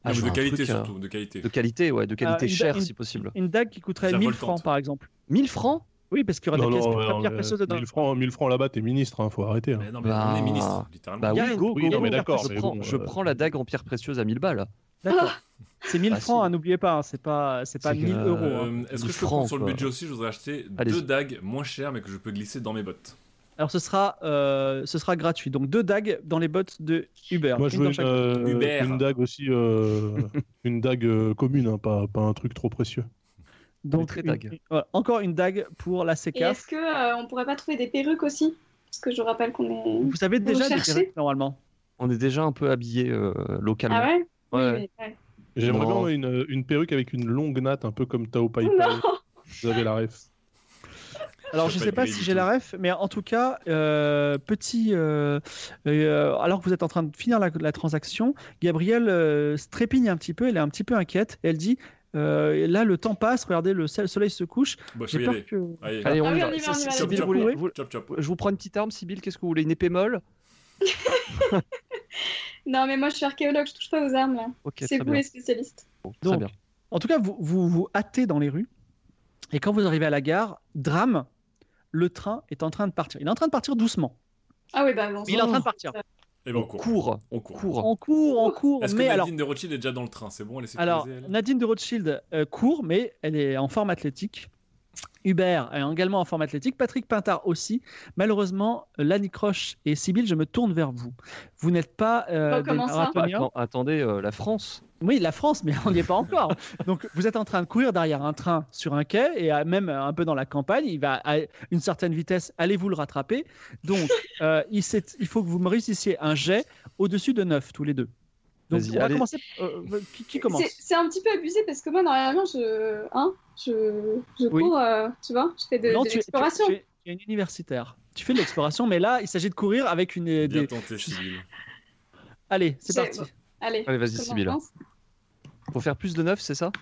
Speaker 5: Ah,
Speaker 4: Non,
Speaker 5: je
Speaker 4: mais
Speaker 5: veux
Speaker 4: De
Speaker 5: un
Speaker 4: qualité
Speaker 5: truc, euh,
Speaker 4: surtout, de qualité.
Speaker 5: De qualité, ouais, de qualité
Speaker 1: Ah, une-
Speaker 5: chère
Speaker 1: une-
Speaker 5: si possible.
Speaker 1: Une dague qui coûterait
Speaker 4: Pierre
Speaker 1: 1000
Speaker 4: voltante.
Speaker 1: francs, par exemple.
Speaker 5: 1000 francs
Speaker 1: Oui, parce qu'il y aura
Speaker 3: Non,
Speaker 1: des pièces
Speaker 3: non,
Speaker 1: de
Speaker 3: non,
Speaker 1: pierre
Speaker 5: euh,
Speaker 3: mais
Speaker 1: précieuse dedans.
Speaker 3: 1000 francs, 1000 francs là-bas, t'es ministre, hein, faut arrêter. hein.
Speaker 4: Mais non, mais
Speaker 5: Bah-
Speaker 4: on est ministre, littéralement.
Speaker 5: Bah
Speaker 1: Il y a
Speaker 5: oui,
Speaker 1: une-
Speaker 5: go,
Speaker 3: oui,
Speaker 5: go,
Speaker 3: non,
Speaker 5: go.
Speaker 3: mais d'accord,
Speaker 5: Je,
Speaker 3: mais
Speaker 5: prends,
Speaker 3: bon,
Speaker 5: je
Speaker 3: euh,
Speaker 5: prends la dague en pierre précieuse à 1000 balles.
Speaker 1: D'accord. C'est 1000
Speaker 5: Ah, si.
Speaker 1: francs, hein, n'oubliez pas, hein, c'est pas, c'est pas
Speaker 5: C'est
Speaker 1: 1000
Speaker 5: que-
Speaker 1: euros. hein.
Speaker 4: Euh, Est-ce que
Speaker 5: Dix
Speaker 4: je peux
Speaker 5: francs,
Speaker 4: prendre sur le
Speaker 5: quoi.
Speaker 4: budget aussi Je voudrais acheter
Speaker 5: Allez-y.
Speaker 4: deux dagues moins chères, mais que je peux glisser dans mes bottes.
Speaker 1: Alors ce sera, euh, ce sera gratuit. Donc deux dagues dans les bottes de Uber.
Speaker 3: Moi je
Speaker 1: Une
Speaker 3: veux
Speaker 1: dans
Speaker 3: une,
Speaker 1: chaque-
Speaker 3: euh,
Speaker 4: Hubert.
Speaker 3: une dague aussi, euh, une dague euh, commune, hein, pas, pas un truc trop précieux.
Speaker 1: Donc,
Speaker 5: très
Speaker 1: une-
Speaker 5: dague.
Speaker 1: voilà, encore une dague pour la
Speaker 2: Et
Speaker 1: CECAF.
Speaker 2: est-ce que euh, on pourrait pas trouver des perruques aussi Parce que je rappelle qu'on est.
Speaker 1: Vous savez déjà des
Speaker 2: cherchez
Speaker 1: perruques, normalement.
Speaker 5: On est déjà un peu habillé euh, localement.
Speaker 2: Ah ouais,
Speaker 5: Ouais,
Speaker 2: Oui, mais- ouais.
Speaker 3: J'aimerais
Speaker 5: Non.
Speaker 3: bien une, euh, une perruque avec une longue natte, un peu comme Tao Pai Pai.
Speaker 2: Non
Speaker 3: Vous avez la ref.
Speaker 1: Alors
Speaker 4: Ça
Speaker 1: je
Speaker 4: va
Speaker 1: sais
Speaker 4: pas
Speaker 1: pas
Speaker 4: être gay
Speaker 1: si
Speaker 4: du
Speaker 1: j'ai
Speaker 4: tout.
Speaker 1: la ref, mais en tout cas, euh, petit, euh, euh, alors que vous êtes en train de finir la, la transaction, Gabrielle euh, trépigne un petit peu, elle est un petit peu inquiète, elle dit, euh, là le temps passe, regardez, le se- le soleil se couche,
Speaker 4: Bon,
Speaker 1: j'ai
Speaker 4: je vais y
Speaker 1: peur
Speaker 4: aller.
Speaker 1: que...
Speaker 4: Allez,
Speaker 5: Allez,
Speaker 2: Ah
Speaker 5: on
Speaker 2: oui,
Speaker 5: y
Speaker 2: on y va, on y va,
Speaker 5: va.
Speaker 2: allez.
Speaker 5: Sybille,
Speaker 4: Chop,
Speaker 5: vous voulez-
Speaker 4: chop,
Speaker 5: vous-
Speaker 4: chop, chop.
Speaker 5: Je vous prends une petite arme, Sybille, qu'est-ce que vous voulez Une épée molle
Speaker 2: Non, mais moi je suis archéologue, je touche pas aux armes là.
Speaker 5: Ok,
Speaker 2: C'est
Speaker 5: très
Speaker 2: vous
Speaker 5: bien.
Speaker 2: les spécialistes.
Speaker 5: Bon, très
Speaker 1: Donc,
Speaker 5: bien.
Speaker 1: En tout cas, vous, vous vous hâtez dans les rues. Et quand vous arrivez à la gare, drame, le train est en train de partir. Il est en train de partir doucement.
Speaker 2: Ah oui, bah bon.
Speaker 1: Il est en train de partir.
Speaker 4: Et ben, on court.
Speaker 5: Cours,
Speaker 4: On court.
Speaker 5: cours.
Speaker 1: On court, on court.
Speaker 4: Est-ce que
Speaker 1: Mais alors,
Speaker 4: Nadine de Rothschild est déjà dans le train C'est bon, elle est
Speaker 1: alors
Speaker 4: sécurisée, elle
Speaker 1: Nadine de Rothschild euh, court, mais elle est en forme athlétique. Hubert est également en forme athlétique. Patrick Pintard aussi. Malheureusement, euh, Lanny Croche et Sybille, je me tourne vers vous. Vous n'êtes pas euh,
Speaker 2: Bon,
Speaker 1: des
Speaker 2: comment ça
Speaker 1: marathoniens.
Speaker 5: Attends- attendez, euh, la France
Speaker 1: Oui, la France, mais on n'y est pas encore. Donc, vous êtes en train de courir derrière un train sur un quai et à- même euh, un peu dans la campagne. Il va à une certaine vitesse. Allez-vous le rattraper Donc, euh, il, s'est- il faut que vous me réussissiez un jet au-dessus de 9, tous les deux. Donc,
Speaker 5: Vas-y,
Speaker 1: on va
Speaker 5: allez.
Speaker 1: commencer. euh, qui, qui commence
Speaker 2: C'est- C'est un petit peu abusé parce que moi normalement je. Hein Je, je
Speaker 1: Oui.
Speaker 2: cours, euh, tu vois, je fais de,
Speaker 1: Non,
Speaker 2: de
Speaker 1: tu, es- tu-
Speaker 2: l'exploration.
Speaker 1: tu es- tu es une universitaire. Tu fais de l'exploration, mais là, il s'agit de courir avec une. euh,
Speaker 4: Bien
Speaker 1: Des...
Speaker 4: tenté, Sybille.
Speaker 1: Allez, c'est
Speaker 2: J'ai-
Speaker 1: parti.
Speaker 2: Allez.
Speaker 5: Allez, vas-y,
Speaker 2: comment on
Speaker 5: Sybille.
Speaker 2: pense
Speaker 1: hein.
Speaker 5: Faut faire plus de neuf, c'est ça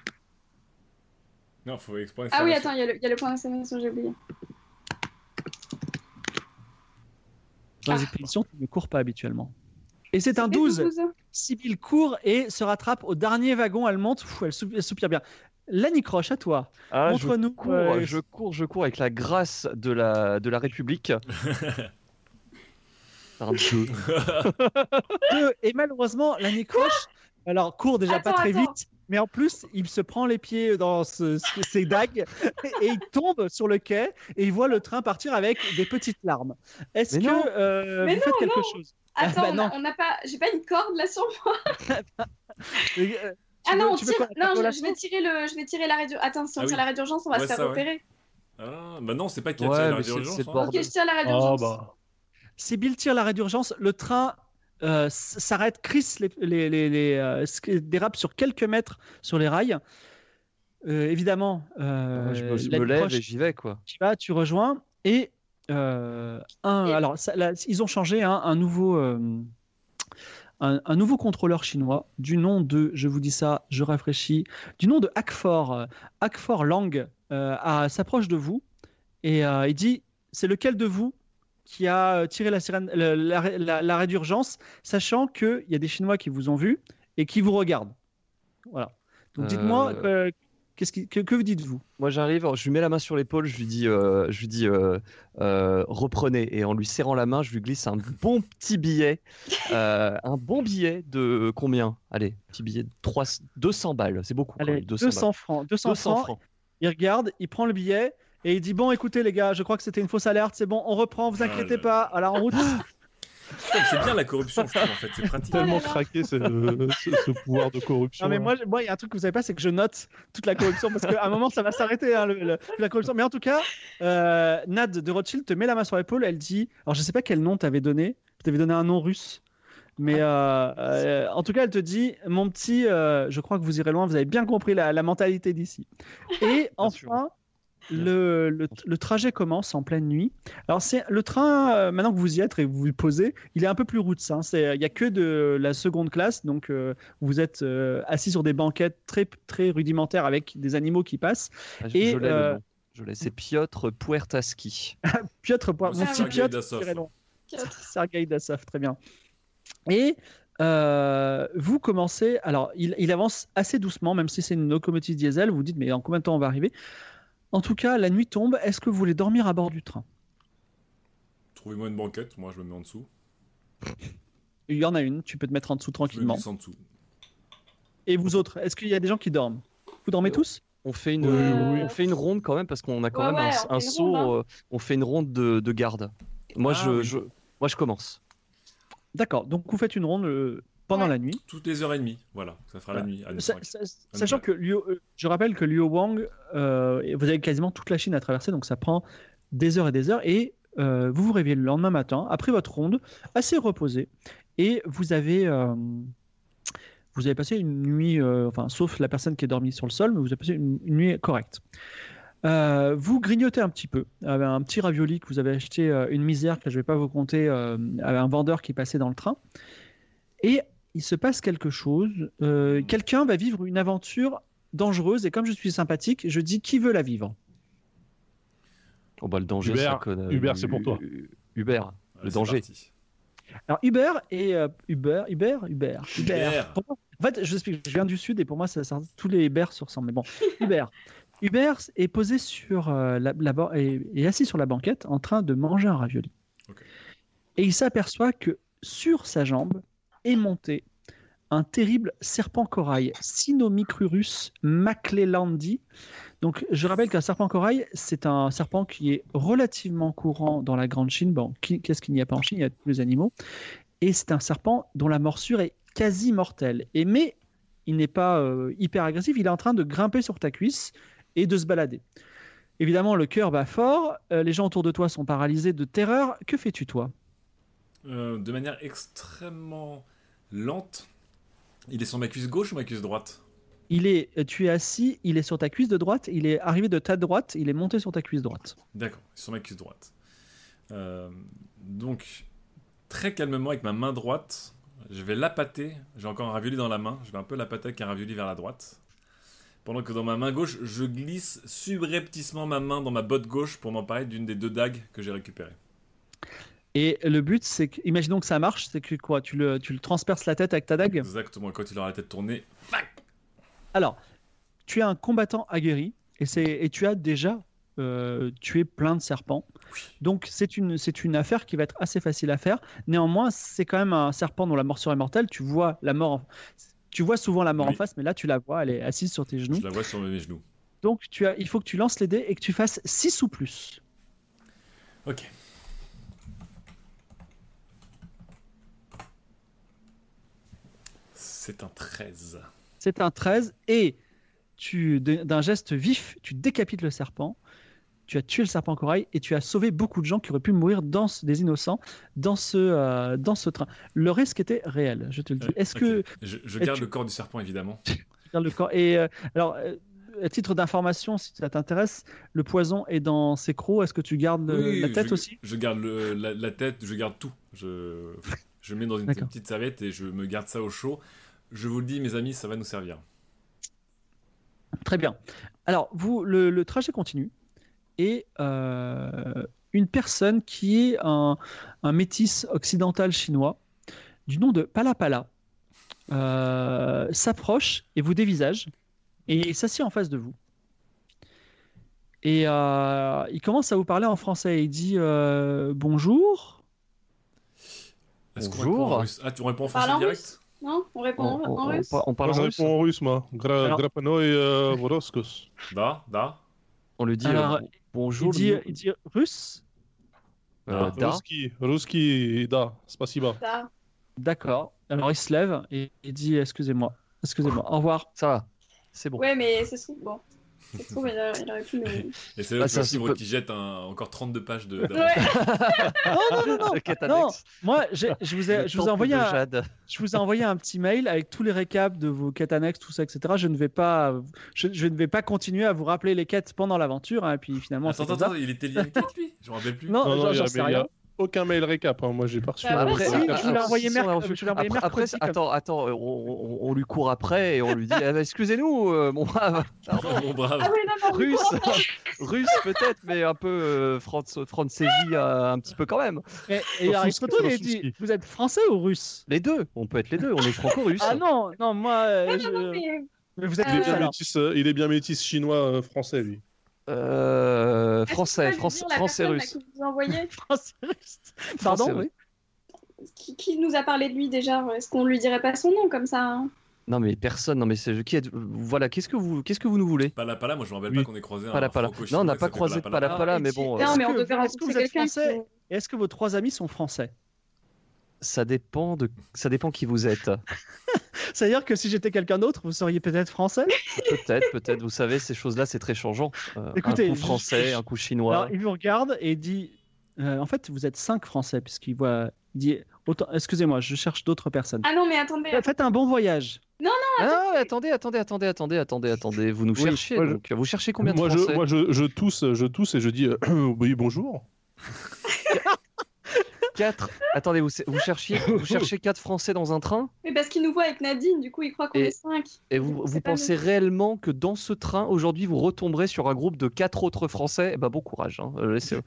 Speaker 4: Non, faut exprimer.
Speaker 2: Ah oui, attends, il y, a le- il y a le point d'exclamation, j'ai oublié.
Speaker 1: Dans les
Speaker 2: Ah.
Speaker 1: expéditions, tu ne cours pas habituellement. Et c'est un
Speaker 2: Et
Speaker 1: 12. Sybille court et se rattrape au dernier wagon. Elle monte, Pfff, elle, sou- elle soupire bien. Lanny Croche, à toi.
Speaker 5: Ah, je
Speaker 1: Montre-nous.
Speaker 5: cours,
Speaker 1: euh,
Speaker 5: je cours, je cours avec la grâce de la, de la République. Par Dieu.
Speaker 1: deux. Et malheureusement, Lanny Croche, alors court déjà pas
Speaker 2: Attends,
Speaker 1: très
Speaker 2: attends.
Speaker 1: vite, mais en plus, il se prend les pieds dans ce- ce- ses dagues et il tombe sur le quai et il voit le train partir avec des petites larmes. Est-ce
Speaker 5: Mais
Speaker 1: que
Speaker 5: non.
Speaker 1: euh,
Speaker 2: Mais
Speaker 1: vous faites quelque chose
Speaker 2: Attends,
Speaker 1: bah
Speaker 2: on
Speaker 1: non.
Speaker 2: a- on n'a pas. J'ai pas une corde là sur moi.
Speaker 1: Et, euh, tu
Speaker 2: Ah
Speaker 1: veux-
Speaker 2: non, on
Speaker 1: tu veux
Speaker 2: tire.
Speaker 1: quoi, la
Speaker 2: Non, je,
Speaker 1: tape
Speaker 2: je vais tirer le, je vais tirer l'arrêt d'urgence. Attends, si on
Speaker 4: Ah
Speaker 2: tire
Speaker 4: oui.
Speaker 2: l'arrêt d'urgence, on va
Speaker 4: Ouais,
Speaker 2: se faire
Speaker 4: ça, ouais.
Speaker 2: opérer.
Speaker 4: Ah, bah non, c'est pas qui a
Speaker 5: Ouais,
Speaker 4: tiré
Speaker 5: mais
Speaker 4: l'arrêt
Speaker 5: c'est-
Speaker 4: d'urgence,
Speaker 5: c'est le
Speaker 4: hein.
Speaker 5: bord.
Speaker 2: Ok, je tire l'arrêt
Speaker 3: Ah
Speaker 2: d'urgence.
Speaker 3: bah.
Speaker 1: Sibyl tire l'arrêt d'urgence, le train euh, s- s'arrête, crisse les, les, les- les, euh, sk- dérape sur quelques mètres sur les rails. Euh, évidemment, euh,
Speaker 5: Ah, je me, je me
Speaker 1: Lenny
Speaker 5: lève
Speaker 1: Croche,
Speaker 5: et j'y vais, quoi.
Speaker 1: tu vas, tu rejoins et euh, un.
Speaker 2: Et-
Speaker 1: Alors, ça- là, ils ont changé hein, un nouveau. euh, un, un nouveau contrôleur chinois du nom de, je vous dis ça, je rafraîchis, du nom de Hackfor, euh, Hackfor Lang euh, à- s'approche de vous et euh, il dit c'est lequel de vous qui a euh, tiré la sirène- le- l'arrêt la- l'arrêt d'urgence, sachant qu'il y a des Chinois qui vous ont vu et qui vous regardent. Voilà. Donc dites-moi, euh, qu'est-ce qui- que, que vous dites-vous
Speaker 5: Moi, j'arrive, je lui mets la main sur l'épaule, je lui dis, euh, je lui dis euh, euh, reprenez. Et en lui serrant la main, je lui glisse un bon petit billet. euh, un bon billet de combien Allez, petit billet de 3, 200 balles, c'est beaucoup. quand
Speaker 1: Allez,
Speaker 5: même,
Speaker 1: 200, francs. 200,
Speaker 5: 200
Speaker 1: francs.
Speaker 5: francs.
Speaker 1: Il regarde, il prend le billet et il dit Bon, écoutez, les gars, je crois que c'était une fausse alerte. C'est bon, on reprend, vous
Speaker 4: Ah
Speaker 1: inquiétez
Speaker 4: là Ah, là.
Speaker 1: pas. Alors, en route.
Speaker 4: Putain, mais C'est bien la corruption, je trouve, en fait. C'est pratique.
Speaker 3: tellement
Speaker 2: là là.
Speaker 3: craqué ce, ce- ce pouvoir de corruption. hein.
Speaker 1: non, mais
Speaker 3: là.
Speaker 1: moi, je- moi, il y a un truc que vous savez pas, c'est que je note toute la corruption parce qu'à un moment, ça va s'arrêter, hein, le- le- la corruption. Mais en tout cas, euh, Nad de Rothschild te met la main sur l'épaule. Elle dit Alors, je sais pas quel nom t'avais donné. T'avais donné un nom russe. Mais euh, euh, en tout cas, elle te dit Mon petit, euh, je crois que vous irez loin. Vous avez bien compris la, la mentalité d'ici. Et
Speaker 5: sûr.
Speaker 1: enfin, le, le- le trajet commence en pleine nuit. Alors c'est le train euh, maintenant que vous y êtes et que vous vous posez, il est un peu plus route. hein. C'est il y a que de la seconde classe, donc euh, vous êtes euh, assis sur des banquettes très très rudimentaires avec des animaux qui passent.
Speaker 5: Ah, je,
Speaker 1: Et,
Speaker 5: je l'ai, le
Speaker 1: euh,
Speaker 5: nom. Je l'ai, c'est Piotr Puertaski.
Speaker 1: Piotr Poir-
Speaker 4: Moi,
Speaker 1: mon
Speaker 2: c'est
Speaker 1: petit
Speaker 2: Sergueï
Speaker 1: Piotr
Speaker 4: Dassov.
Speaker 1: Kirillov.
Speaker 2: Piotr.
Speaker 1: Sergueï Dassov, très bien. Et euh, vous commencez. Alors, il, il avance assez doucement, même si c'est une locomotive diesel. Vous vous dites, mais en combien de temps on va arriver En tout cas, la nuit tombe. Est-ce que vous voulez dormir à bord du train
Speaker 4: Trouvez-moi une banquette, moi je me mets en dessous.
Speaker 1: Il y en a une. Tu peux te mettre en dessous
Speaker 4: Je me
Speaker 1: tranquillement.
Speaker 4: glisse en dessous.
Speaker 1: Et vous autres, est-ce qu'il y a des gens qui dorment Vous dormez
Speaker 5: Euh,
Speaker 1: tous
Speaker 5: On fait une,
Speaker 2: Ouais.
Speaker 5: on fait une ronde quand même parce qu'on a quand
Speaker 2: Ouais,
Speaker 5: même un-
Speaker 2: ouais, on fait
Speaker 5: un,
Speaker 2: une
Speaker 5: saut.
Speaker 2: ronde, hein.
Speaker 5: euh, on fait une ronde de, de garde. Moi,
Speaker 4: Ah,
Speaker 5: je,
Speaker 4: oui.
Speaker 5: je- moi, je commence.
Speaker 1: D'accord, donc vous faites une ronde. euh, pendant
Speaker 2: Ouais.
Speaker 1: la nuit.
Speaker 4: Toutes les heures et demie, voilà, ça
Speaker 5: Bah,
Speaker 4: fera la nuit. à
Speaker 1: Sa-
Speaker 4: 9h15.
Speaker 1: sa- Sachant que Liu- euh, je rappelle que Liu Wang, euh, et vous avez quasiment toute la Chine à traverser, donc ça prend des heures et des heures. Et euh, vous vous réveillez le lendemain matin, après votre ronde, assez reposé, et vous avez, euh, vous avez passé une nuit, euh, enfin, sauf la personne qui est dormie sur le sol, mais vous avez passé une, une nuit correcte. Euh, vous grignotez un petit peu, avec un petit ravioli que vous avez acheté, euh, une misère que je ne vais pas vous compter, euh, avec un vendeur qui passait dans le train. Et il se passe quelque chose. Euh, Quelqu'un va vivre une aventure dangereuse et comme je suis sympathique, je dis qui veut la vivre.
Speaker 5: Oh bah le danger.
Speaker 3: Hubert,
Speaker 5: ça connaît-
Speaker 3: Hubert, c'est pour toi.
Speaker 5: Hu- Hubert.
Speaker 4: Allez,
Speaker 5: le
Speaker 4: c'est
Speaker 5: danger.
Speaker 4: parti.
Speaker 1: Alors Uber et euh, Uber, Uber, Uber, Uber.
Speaker 4: Uber.
Speaker 1: Pour moi- En fait, je vous explique, je viens du sud et pour moi, ça, ça- tous les Uber se ressemblent. Mais bon, Uber. Uber est posé sur euh, la, la ban- est, est assis sur la banquette en train de manger un ravioli.
Speaker 4: Ok.
Speaker 1: Et il s'aperçoit que sur sa jambe est monté un terrible serpent corail, Sinomicrurus maclellandi. Donc, je rappelle qu'un serpent corail, c'est un serpent qui est relativement courant dans la Grande Chine. Bon, qui- qu'est-ce qu'il n'y a pas en Chine Il y a tous les animaux. Et c'est un serpent dont la morsure est quasi mortelle. Et mais il n'est pas euh, hyper agressif, il est en train de grimper sur ta cuisse et de se balader. Évidemment, le cœur bat fort, euh, les gens autour de toi sont paralysés de terreur. Que fais-tu, toi
Speaker 4: Euh, de manière extrêmement lente. Il est sur ma cuisse gauche ou ma cuisse droite
Speaker 1: il est, euh, Tu es assis, il est sur ta cuisse de droite, il est arrivé de ta droite, il est monté sur ta cuisse droite.
Speaker 4: D'accord, il est sur ma cuisse droite. Euh, donc, très calmement, avec ma main droite, je vais l'appâter. J'ai encore un ravioli dans la main. Je vais un peu l'appâter avec un ravioli vers la droite. Pendant que dans ma main gauche, je glisse subrepticement ma main dans ma botte gauche pour m'emparer d'une des deux dagues que j'ai récupérées.
Speaker 1: Et le but, c'est que, imaginons que ça marche, c'est que quoi tu le, tu le transperces la tête avec ta dague
Speaker 4: Exactement, quand il aura la tête tournée.
Speaker 1: Alors, tu es un combattant aguerri et, c'est- et tu as déjà euh, tué plein de serpents. Donc, c'est une, c'est une affaire qui va être assez facile à faire. Néanmoins, c'est quand même un serpent dont la morsure est mortelle. Tu vois la mort. en- Tu vois souvent la mort
Speaker 4: Oui.
Speaker 1: en face, mais là tu la vois, elle est assise sur tes genoux.
Speaker 4: Je la vois sur mes genoux.
Speaker 1: Donc tu as, il faut que tu lances les dés et que tu fasses 6 ou plus.
Speaker 4: Ok. C'est un 13.
Speaker 1: C'est un 13 et tu de- d'un geste vif, tu décapites le serpent. Tu as tué le serpent corail et tu as sauvé beaucoup de gens qui auraient pu mourir dans ce- des innocents dans ce euh, dans ce train. Le risque était réel, je te le dis. Est-ce
Speaker 4: Ok.
Speaker 1: que
Speaker 4: Je, je
Speaker 1: est-ce
Speaker 4: garde
Speaker 1: que-
Speaker 4: le corps du serpent, évidemment.
Speaker 1: dans le corps et euh, alors euh, à titre d'information, si ça t'intéresse, le poison est dans ses crocs. Est-ce que tu gardes le-
Speaker 4: Oui,
Speaker 1: la tête
Speaker 4: je,
Speaker 1: aussi
Speaker 4: Je garde le- la, la tête, je garde tout. Je, je mets dans une
Speaker 1: D'accord.
Speaker 4: petite serviette et je me garde ça au chaud. Je vous le dis, mes amis, ça va nous servir.
Speaker 1: Très bien. Alors, vous, le, le trajet continue et euh, une personne qui est un, un métis occidental chinois du nom de Palapala euh, s'approche et vous dévisage et s'assied en face de vous. Et euh, il commence à vous parler en français. Il dit euh, bonjour.
Speaker 4: Est-ce qu'on
Speaker 5: Bonjour.
Speaker 4: répond en russe Ah, tu réponds en
Speaker 2: Parle
Speaker 4: français
Speaker 2: en
Speaker 4: direct
Speaker 2: Non On répond
Speaker 5: On,
Speaker 2: en, en
Speaker 5: on- on
Speaker 2: russe
Speaker 5: par- on parle
Speaker 3: Moi, je
Speaker 5: en russe.
Speaker 3: réponds en russe, moi. Gra-
Speaker 1: Alors-
Speaker 3: Grapanoi euh, Voroskos.
Speaker 4: Da, da.
Speaker 5: On lui dit
Speaker 1: Alors,
Speaker 5: euh, bonjour.
Speaker 1: il, dit,
Speaker 5: le-
Speaker 1: il dit russe. Ah,
Speaker 4: bah.
Speaker 5: euh, da.
Speaker 3: Ruski, Ruski, da, spasiba.
Speaker 2: Ça.
Speaker 1: D'accord. Alors il se lève et il dit excusez-moi, excusez-moi, au revoir.
Speaker 5: Ça va. C'est bon.
Speaker 2: Ouais, mais c'est trop. Bon. C'est trop, mais il aurait- il aurait pu nous.
Speaker 4: Et c'est là
Speaker 5: Ah,
Speaker 4: que tu vois
Speaker 5: ça, c'est
Speaker 4: Fibre
Speaker 5: pas-
Speaker 4: qui jette un- encore 32 pages de.
Speaker 2: Ouais,
Speaker 1: Non, non, non, non.
Speaker 5: T'inquiète,
Speaker 1: Non,
Speaker 5: Alex.
Speaker 1: Moi, j'ai- je vous ai,
Speaker 5: Le
Speaker 1: je vous ai
Speaker 5: temple
Speaker 1: envoyé
Speaker 5: de
Speaker 1: un,
Speaker 5: Jade.
Speaker 1: je vous ai envoyé un petit mail avec tous les récaps de vos quêtes annexes, tout ça, etc. Je ne vais pas, je, je ne vais pas continuer à vous rappeler les quêtes pendant l'aventure. hein, et puis finalement, c'est
Speaker 4: Attends,
Speaker 1: comme
Speaker 4: attends,
Speaker 1: ça.
Speaker 4: attends, il était lié à une quête, lui Je me rappelle plus.
Speaker 1: Non,
Speaker 3: Non, non,
Speaker 1: Oh, j'en-
Speaker 3: il y a-
Speaker 1: j'en sais
Speaker 3: mais il y a
Speaker 1: rien.
Speaker 3: aucun mail récap. hein. Moi, j'ai pas reçu.
Speaker 2: Bah,
Speaker 3: un
Speaker 2: ouais,
Speaker 3: mail
Speaker 2: si,
Speaker 3: récap.
Speaker 1: Ah je l'ai envoyé
Speaker 5: si, on l'a
Speaker 1: merc-
Speaker 5: reçu.
Speaker 1: je l'ai envoyé
Speaker 5: Après- après,
Speaker 1: mercredi, comme-
Speaker 5: attends, attends, euh, on, on- on lui court après et on lui dit Ah, bah, excusez-nous, euh, mon brave.
Speaker 4: Mon brave.
Speaker 2: ah ouais, non, non,
Speaker 5: Russe, russe peut-être, mais un peu euh, France, francésie, euh, un petit peu quand même.
Speaker 1: Et, et alors, il se retourne et il dit
Speaker 3: Francisqui.
Speaker 1: Vous êtes français ou russe
Speaker 5: Les deux, on peut être les deux, on est franco-russe.
Speaker 1: Ah non, non, moi, euh,
Speaker 2: non, non,
Speaker 1: je...
Speaker 2: mais-
Speaker 1: mais vous êtes
Speaker 3: Il est
Speaker 2: Euh,
Speaker 1: russe
Speaker 3: bien
Speaker 1: alors.
Speaker 3: métis, euh, il est bien métis chinois-français, lui.
Speaker 5: Euh,
Speaker 2: Est-ce que
Speaker 5: français,
Speaker 2: tu peux
Speaker 5: français-
Speaker 2: lui dire la personne, là,
Speaker 5: français-russe.
Speaker 2: Qui nous a envoyé,
Speaker 1: Français, russe. Pardon
Speaker 5: Français-russe.
Speaker 1: oui.
Speaker 2: qui, qui nous a parlé de lui déjà Est-ce qu'on lui dirait pas son nom comme ça hein
Speaker 5: Non mais personne, non mais c'est qui êtes- Voilà, qu'est-ce que vous, qu'est-ce que vous nous voulez
Speaker 4: Pala Pala, moi je me rappelle
Speaker 3: Oui.
Speaker 4: pas qu'on ait croisé un.
Speaker 5: Pala Pala.
Speaker 4: franco-chinois
Speaker 5: Non, on n'a
Speaker 4: qui
Speaker 5: pas
Speaker 4: s'appelle
Speaker 5: croisé
Speaker 4: Pala Pala.
Speaker 5: Palapala,
Speaker 1: Ah,
Speaker 5: mais
Speaker 1: et
Speaker 5: bon.
Speaker 1: si-
Speaker 5: euh,
Speaker 2: Non, mais on
Speaker 1: que-
Speaker 2: devait
Speaker 1: est-ce que vous
Speaker 2: rencontrer
Speaker 1: êtes
Speaker 2: quelqu'un.
Speaker 1: français
Speaker 2: qui-
Speaker 1: Et est-ce que vos trois amis sont français
Speaker 9: ça dépend de ça dépend qui vous êtes.
Speaker 1: C'est-à-dire que si j'étais quelqu'un d'autre, vous seriez peut-être français
Speaker 9: Peut-être, peut-être. Vous savez, ces choses-là, c'est très changeant. Euh,
Speaker 1: Écoutez,
Speaker 9: un coup
Speaker 1: je-
Speaker 9: français,
Speaker 1: je-
Speaker 9: un coup chinois.
Speaker 1: Alors, il vous regarde et dit euh, En fait, vous êtes cinq Français, puisqu'il voit. Il dit autant- Excusez-moi, je cherche d'autres personnes.
Speaker 2: Ah non, mais attendez.
Speaker 1: Euh, Faites un bon voyage.
Speaker 9: Ah, attendez, attendez, attendez, attendez, attendez, attendez. Vous nous
Speaker 3: Oui,
Speaker 9: cherchez.
Speaker 3: moi, je-
Speaker 9: donc. Vous cherchez combien de
Speaker 3: moi,
Speaker 9: Français
Speaker 3: je, moi je, je tousse, je tousse et je dis euh, oui, bonjour.
Speaker 9: Quatre. Attendez, vous, vous cherchiez, vous cherchez quatre Français dans un train
Speaker 2: Mais parce qu'il nous voit avec Nadine, du coup, il croit qu'on
Speaker 9: Et-
Speaker 2: est cinq.
Speaker 9: et vous,
Speaker 2: C'est
Speaker 9: vous
Speaker 2: pas
Speaker 9: pensez réellement que dans ce train aujourd'hui vous retomberez sur un groupe de quatre autres Français Eh ben bon courage. hein, euh, laissez-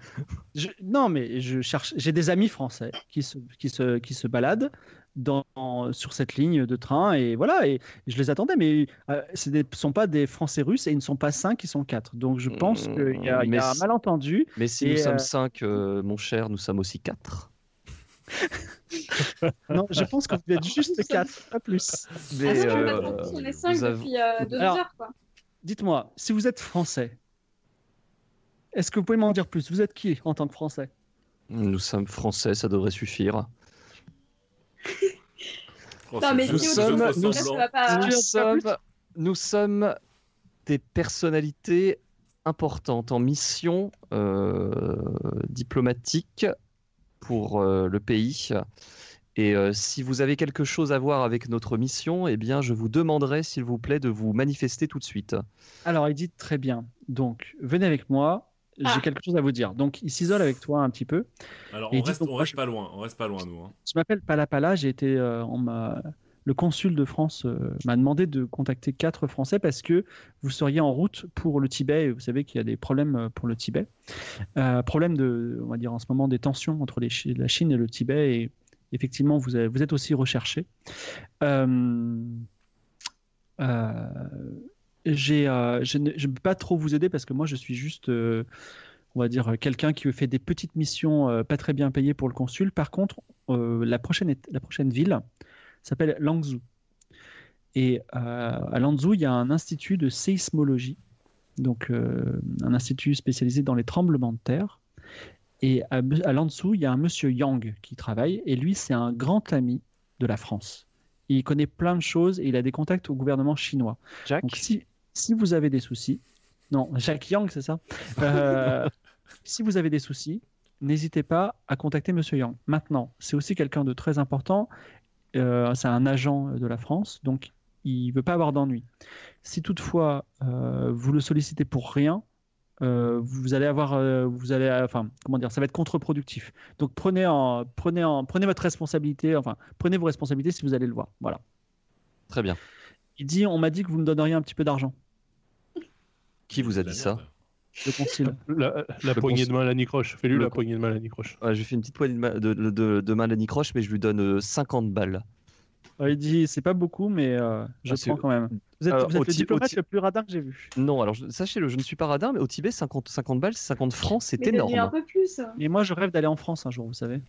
Speaker 1: Je- non, mais je cherche. J'ai des amis français qui se, qui se, qui se baladent dans, sur cette ligne de train et voilà. Et je les attendais, mais euh, ce ne sont pas des Français russes et ils ne sont pas cinq, ils sont quatre. Donc je pense
Speaker 9: Mmh,
Speaker 1: qu'il y a, il y
Speaker 9: mais
Speaker 1: a un
Speaker 9: c'est-
Speaker 1: malentendu.
Speaker 9: Mais si
Speaker 1: Et,
Speaker 9: nous
Speaker 1: euh,
Speaker 9: sommes cinq, euh, mon cher, nous sommes aussi quatre.
Speaker 1: Non, je pense que vous êtes juste quatre, pas plus.
Speaker 2: Ah non,
Speaker 9: Mais,
Speaker 2: mais
Speaker 9: euh,
Speaker 2: pas compris, on est cinq
Speaker 9: vous avez-
Speaker 2: depuis euh, deux
Speaker 1: Alors-
Speaker 2: heures, quoi.
Speaker 1: Dites-moi, si vous êtes français, est-ce que vous pouvez m'en dire plus Vous êtes qui en tant que français
Speaker 9: nous sommes français, ça devrait suffire.
Speaker 4: Oh,
Speaker 2: Non,
Speaker 4: c'est
Speaker 2: mais
Speaker 4: juste
Speaker 2: si
Speaker 4: ce
Speaker 2: on dit
Speaker 9: sommes-
Speaker 4: faux
Speaker 9: nous
Speaker 2: Là, ça
Speaker 4: semblant.
Speaker 2: va pas. hein.
Speaker 9: nous,
Speaker 1: Ah, tu en dis pas
Speaker 9: sommes,
Speaker 1: plus
Speaker 9: nous sommes des personnalités importantes en mission euh, diplomatique pour euh, le pays. Et euh, si vous avez quelque chose à voir avec notre mission, eh bien, je vous demanderai, s'il vous plaît, de vous manifester tout de suite.
Speaker 1: Alors, il dit très bien. Donc, venez avec moi. J'ai
Speaker 2: Ah.
Speaker 1: quelque chose à vous dire. Donc, il s'isole avec toi un petit peu.
Speaker 4: Alors
Speaker 1: Et
Speaker 4: on
Speaker 1: dites
Speaker 4: reste,
Speaker 1: donc,
Speaker 4: on
Speaker 1: moi,
Speaker 4: reste
Speaker 1: je-
Speaker 4: pas loin, on reste pas loin nous. hein.
Speaker 1: Je m'appelle Palapala. J'ai été, euh, on m'a- le consul de France euh, m'a demandé de contacter quatre Français parce que vous seriez en route pour le Tibet. Et vous savez qu'il y a des problèmes euh, pour le Tibet. Euh, problème de, on va dire en ce moment, des tensions entre les Chi- la Chine et le Tibet. Et effectivement, vous, avez- vous êtes aussi recherché. Euh, euh, j'ai, euh, je ne je ne peux pas trop vous aider parce que moi, je suis juste, euh, on va dire, quelqu'un qui fait des petites missions euh, pas très bien payées pour le consul. Par contre, euh, la, prochaine, ét- la prochaine ville s'appelle Langzhou. Et euh, à Langzhou, il y a un institut de séismologie, donc euh, un institut spécialisé dans les tremblements de terre. Et à, à Langzhou, il y a un monsieur Yang qui travaille, et lui, c'est un grand ami de la France. Il connaît plein de choses et il a des contacts au gouvernement chinois.
Speaker 9: Jacques
Speaker 1: Donc, si, si vous avez des soucis, non, Jacques Yang, c'est ça Euh, Si vous avez des soucis, n'hésitez pas à contacter Monsieur Yang. Maintenant, c'est aussi quelqu'un de très important. Euh, c'est un agent de la France, donc il ne veut pas avoir d'ennui. Si toutefois euh, vous le sollicitez pour rien, euh, vous allez avoir, euh, vous allez, enfin, comment dire, ça va être contre-productif. Donc prenez en, prenez en, prenez votre responsabilité, enfin, prenez vos responsabilités si vous allez le voir. Voilà.
Speaker 9: Très bien.
Speaker 1: Il dit, on m'a dit que vous me donneriez un petit peu d'argent.
Speaker 9: Qui vous a
Speaker 4: De la
Speaker 9: dit ça
Speaker 4: merde.
Speaker 1: le concile.
Speaker 3: La, la
Speaker 9: Je
Speaker 3: poignée
Speaker 9: pense-
Speaker 3: de main à la Nicroche. Fais-lui
Speaker 9: Le
Speaker 3: la
Speaker 9: con-
Speaker 3: poignée de main à la Nicroche.
Speaker 9: Ouais, J'ai fait une petite poignée de, ma- de, de- de main à Lanny Croche, mais je lui donne euh, 50 balles.
Speaker 1: Euh, il dit c'est pas beaucoup, mais euh, je
Speaker 9: Ah, c'est-
Speaker 1: prends quand même. Vous êtes,
Speaker 9: Alors,
Speaker 1: vous êtes le
Speaker 9: au Ti- au
Speaker 1: diplomate
Speaker 9: Ti-
Speaker 1: le plus radin que j'ai vu.
Speaker 9: Non, alors je- sachez-le, je ne suis pas radin, mais au Tibet, 50, 50 balles, c'est 50 francs, c'est
Speaker 2: Mais donnez
Speaker 9: énorme.
Speaker 2: un peu plus.
Speaker 1: Mais moi, je rêve d'aller en France un jour, vous savez.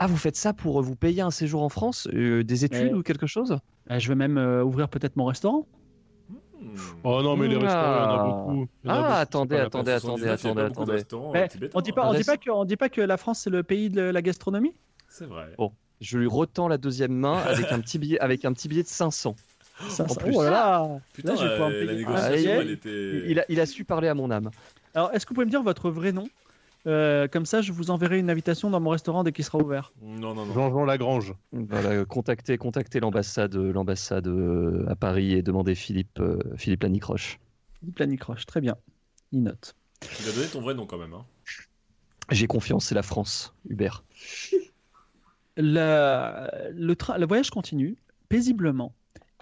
Speaker 9: Ah, vous faites ça pour euh, vous payer un séjour en France, euh, des études
Speaker 1: Ouais.
Speaker 9: ou quelque chose
Speaker 1: Euh, je vais même euh, ouvrir peut-être mon restaurant.
Speaker 4: Hmm.
Speaker 3: Oh non, mais les
Speaker 9: Ah.
Speaker 3: restaurants, il y en a beaucoup. Il y en a
Speaker 9: Ah,
Speaker 3: beaucoup, c'est
Speaker 9: attendez,
Speaker 3: pas la
Speaker 9: attendez,
Speaker 4: Après 79,
Speaker 9: attendez,
Speaker 4: il y a pas beaucoup
Speaker 9: attendez,
Speaker 4: de
Speaker 9: attendez.
Speaker 4: restaurants,
Speaker 1: Eh,
Speaker 4: euh, tibétains,
Speaker 1: on dit pas,
Speaker 4: hein.
Speaker 1: on dit
Speaker 9: Reste-
Speaker 1: pas que, on dit pas que la France c'est le pays de la gastronomie.
Speaker 4: C'est vrai.
Speaker 9: Je lui retends la deuxième main avec un petit billet, avec un petit billet de 500.
Speaker 1: Ça,
Speaker 9: En
Speaker 1: ça-
Speaker 9: plus.
Speaker 1: oh là là.
Speaker 4: Putain,
Speaker 1: Là, je vais pouvoir me
Speaker 4: euh, la
Speaker 1: payer.
Speaker 4: négociation,
Speaker 9: Ah, il y a-
Speaker 4: elle était.
Speaker 9: Il a, il a su parler à mon âme.
Speaker 1: Alors, est-ce que vous pouvez me dire votre vrai nom Euh, Comme ça, je vous enverrai une invitation dans mon restaurant dès qu'il sera ouvert.
Speaker 4: Non, non, non.
Speaker 3: Jean-Jean Lagrange.
Speaker 9: Voilà, euh, contactez, contactez l'ambassade, euh, l'ambassade euh, à Paris et demandez Philippe, euh, Philippe Lannicroche.
Speaker 1: Philippe Lannicroche, très bien. Il note.
Speaker 4: Il a donné ton vrai nom quand même. hein.
Speaker 9: J'ai confiance, c'est la France, Hubert.
Speaker 1: La- le, train- le voyage continue paisiblement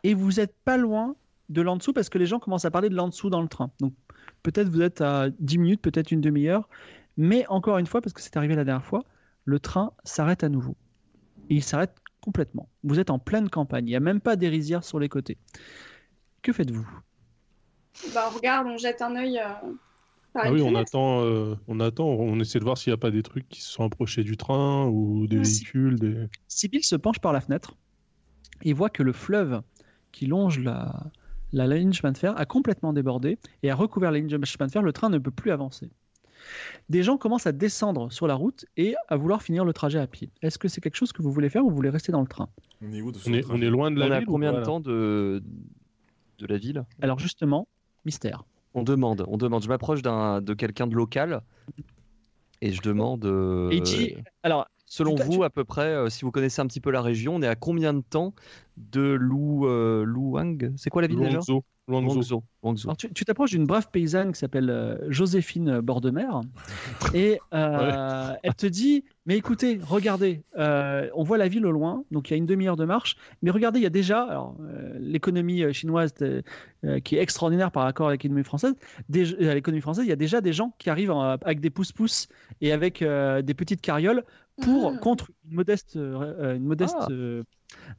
Speaker 1: et vous n'êtes pas loin de l'en-dessous parce que les gens commencent à parler de l'en-dessous dans le train. Donc peut-être vous êtes à 10 minutes, peut-être une demi-heure, mais encore une fois, parce que c'est arrivé la dernière fois, le train s'arrête à nouveau. Et il s'arrête complètement. Vous êtes en pleine campagne, il n'y a même pas des rizières sur les côtés. Que faites-vous
Speaker 2: Bah, on regarde, on jette un œil. euh, par
Speaker 3: Ah
Speaker 2: une
Speaker 3: oui, on
Speaker 2: fenêtre.
Speaker 3: attend, euh, on attend, on essaie de voir s'il n'y a pas des trucs qui se sont approchés du train ou des
Speaker 1: Ah, si.
Speaker 3: véhicules. Des...
Speaker 1: Sibyl se penche par la fenêtre et voit que le fleuve qui longe la, la ligne chemin de fer a complètement débordé et a recouvert la ligne chemin de fer. Le train ne peut plus avancer. Des gens commencent à descendre sur la route et à vouloir finir le trajet à pied. Est-ce que c'est quelque chose que vous voulez faire ou vous voulez rester dans le train
Speaker 4: On est où de ce
Speaker 3: On est,
Speaker 4: train
Speaker 3: on est loin de la
Speaker 5: On a
Speaker 3: ville ou
Speaker 5: combien
Speaker 3: pas,
Speaker 5: de
Speaker 3: là
Speaker 5: temps de, de la ville
Speaker 1: Alors justement, mystère.
Speaker 5: On demande, on demande. Je m'approche d'un- de quelqu'un de local et je demande. euh,
Speaker 1: Et il dit- Alors, Tu
Speaker 5: Selon
Speaker 1: t'as-
Speaker 5: vous, à peu près, euh, si vous connaissez un petit peu la région, on est à combien de temps de Lou, euh, Luang C'est quoi la ville déjà
Speaker 3: Luangzhou. Luangzhou.
Speaker 5: Luangzhou. Luangzhou.
Speaker 1: alors, tu tu t'approches d'une brave paysanne qui s'appelle euh, Joséphine Bordemer et euh, elle te dit mais écoutez regardez euh, on voit la ville au loin donc il y a une demi-heure de marche mais regardez il y a déjà alors, euh, l'économie euh, chinoise euh, euh, qui est extraordinaire par rapport à l'économie française des- euh, à l'économie française il y a déjà des gens qui arrivent en- avec des pouces-pouces et avec euh, des petites carrioles pour
Speaker 2: Ah.
Speaker 1: contre une modeste euh, une modeste
Speaker 5: Ah.
Speaker 1: euh,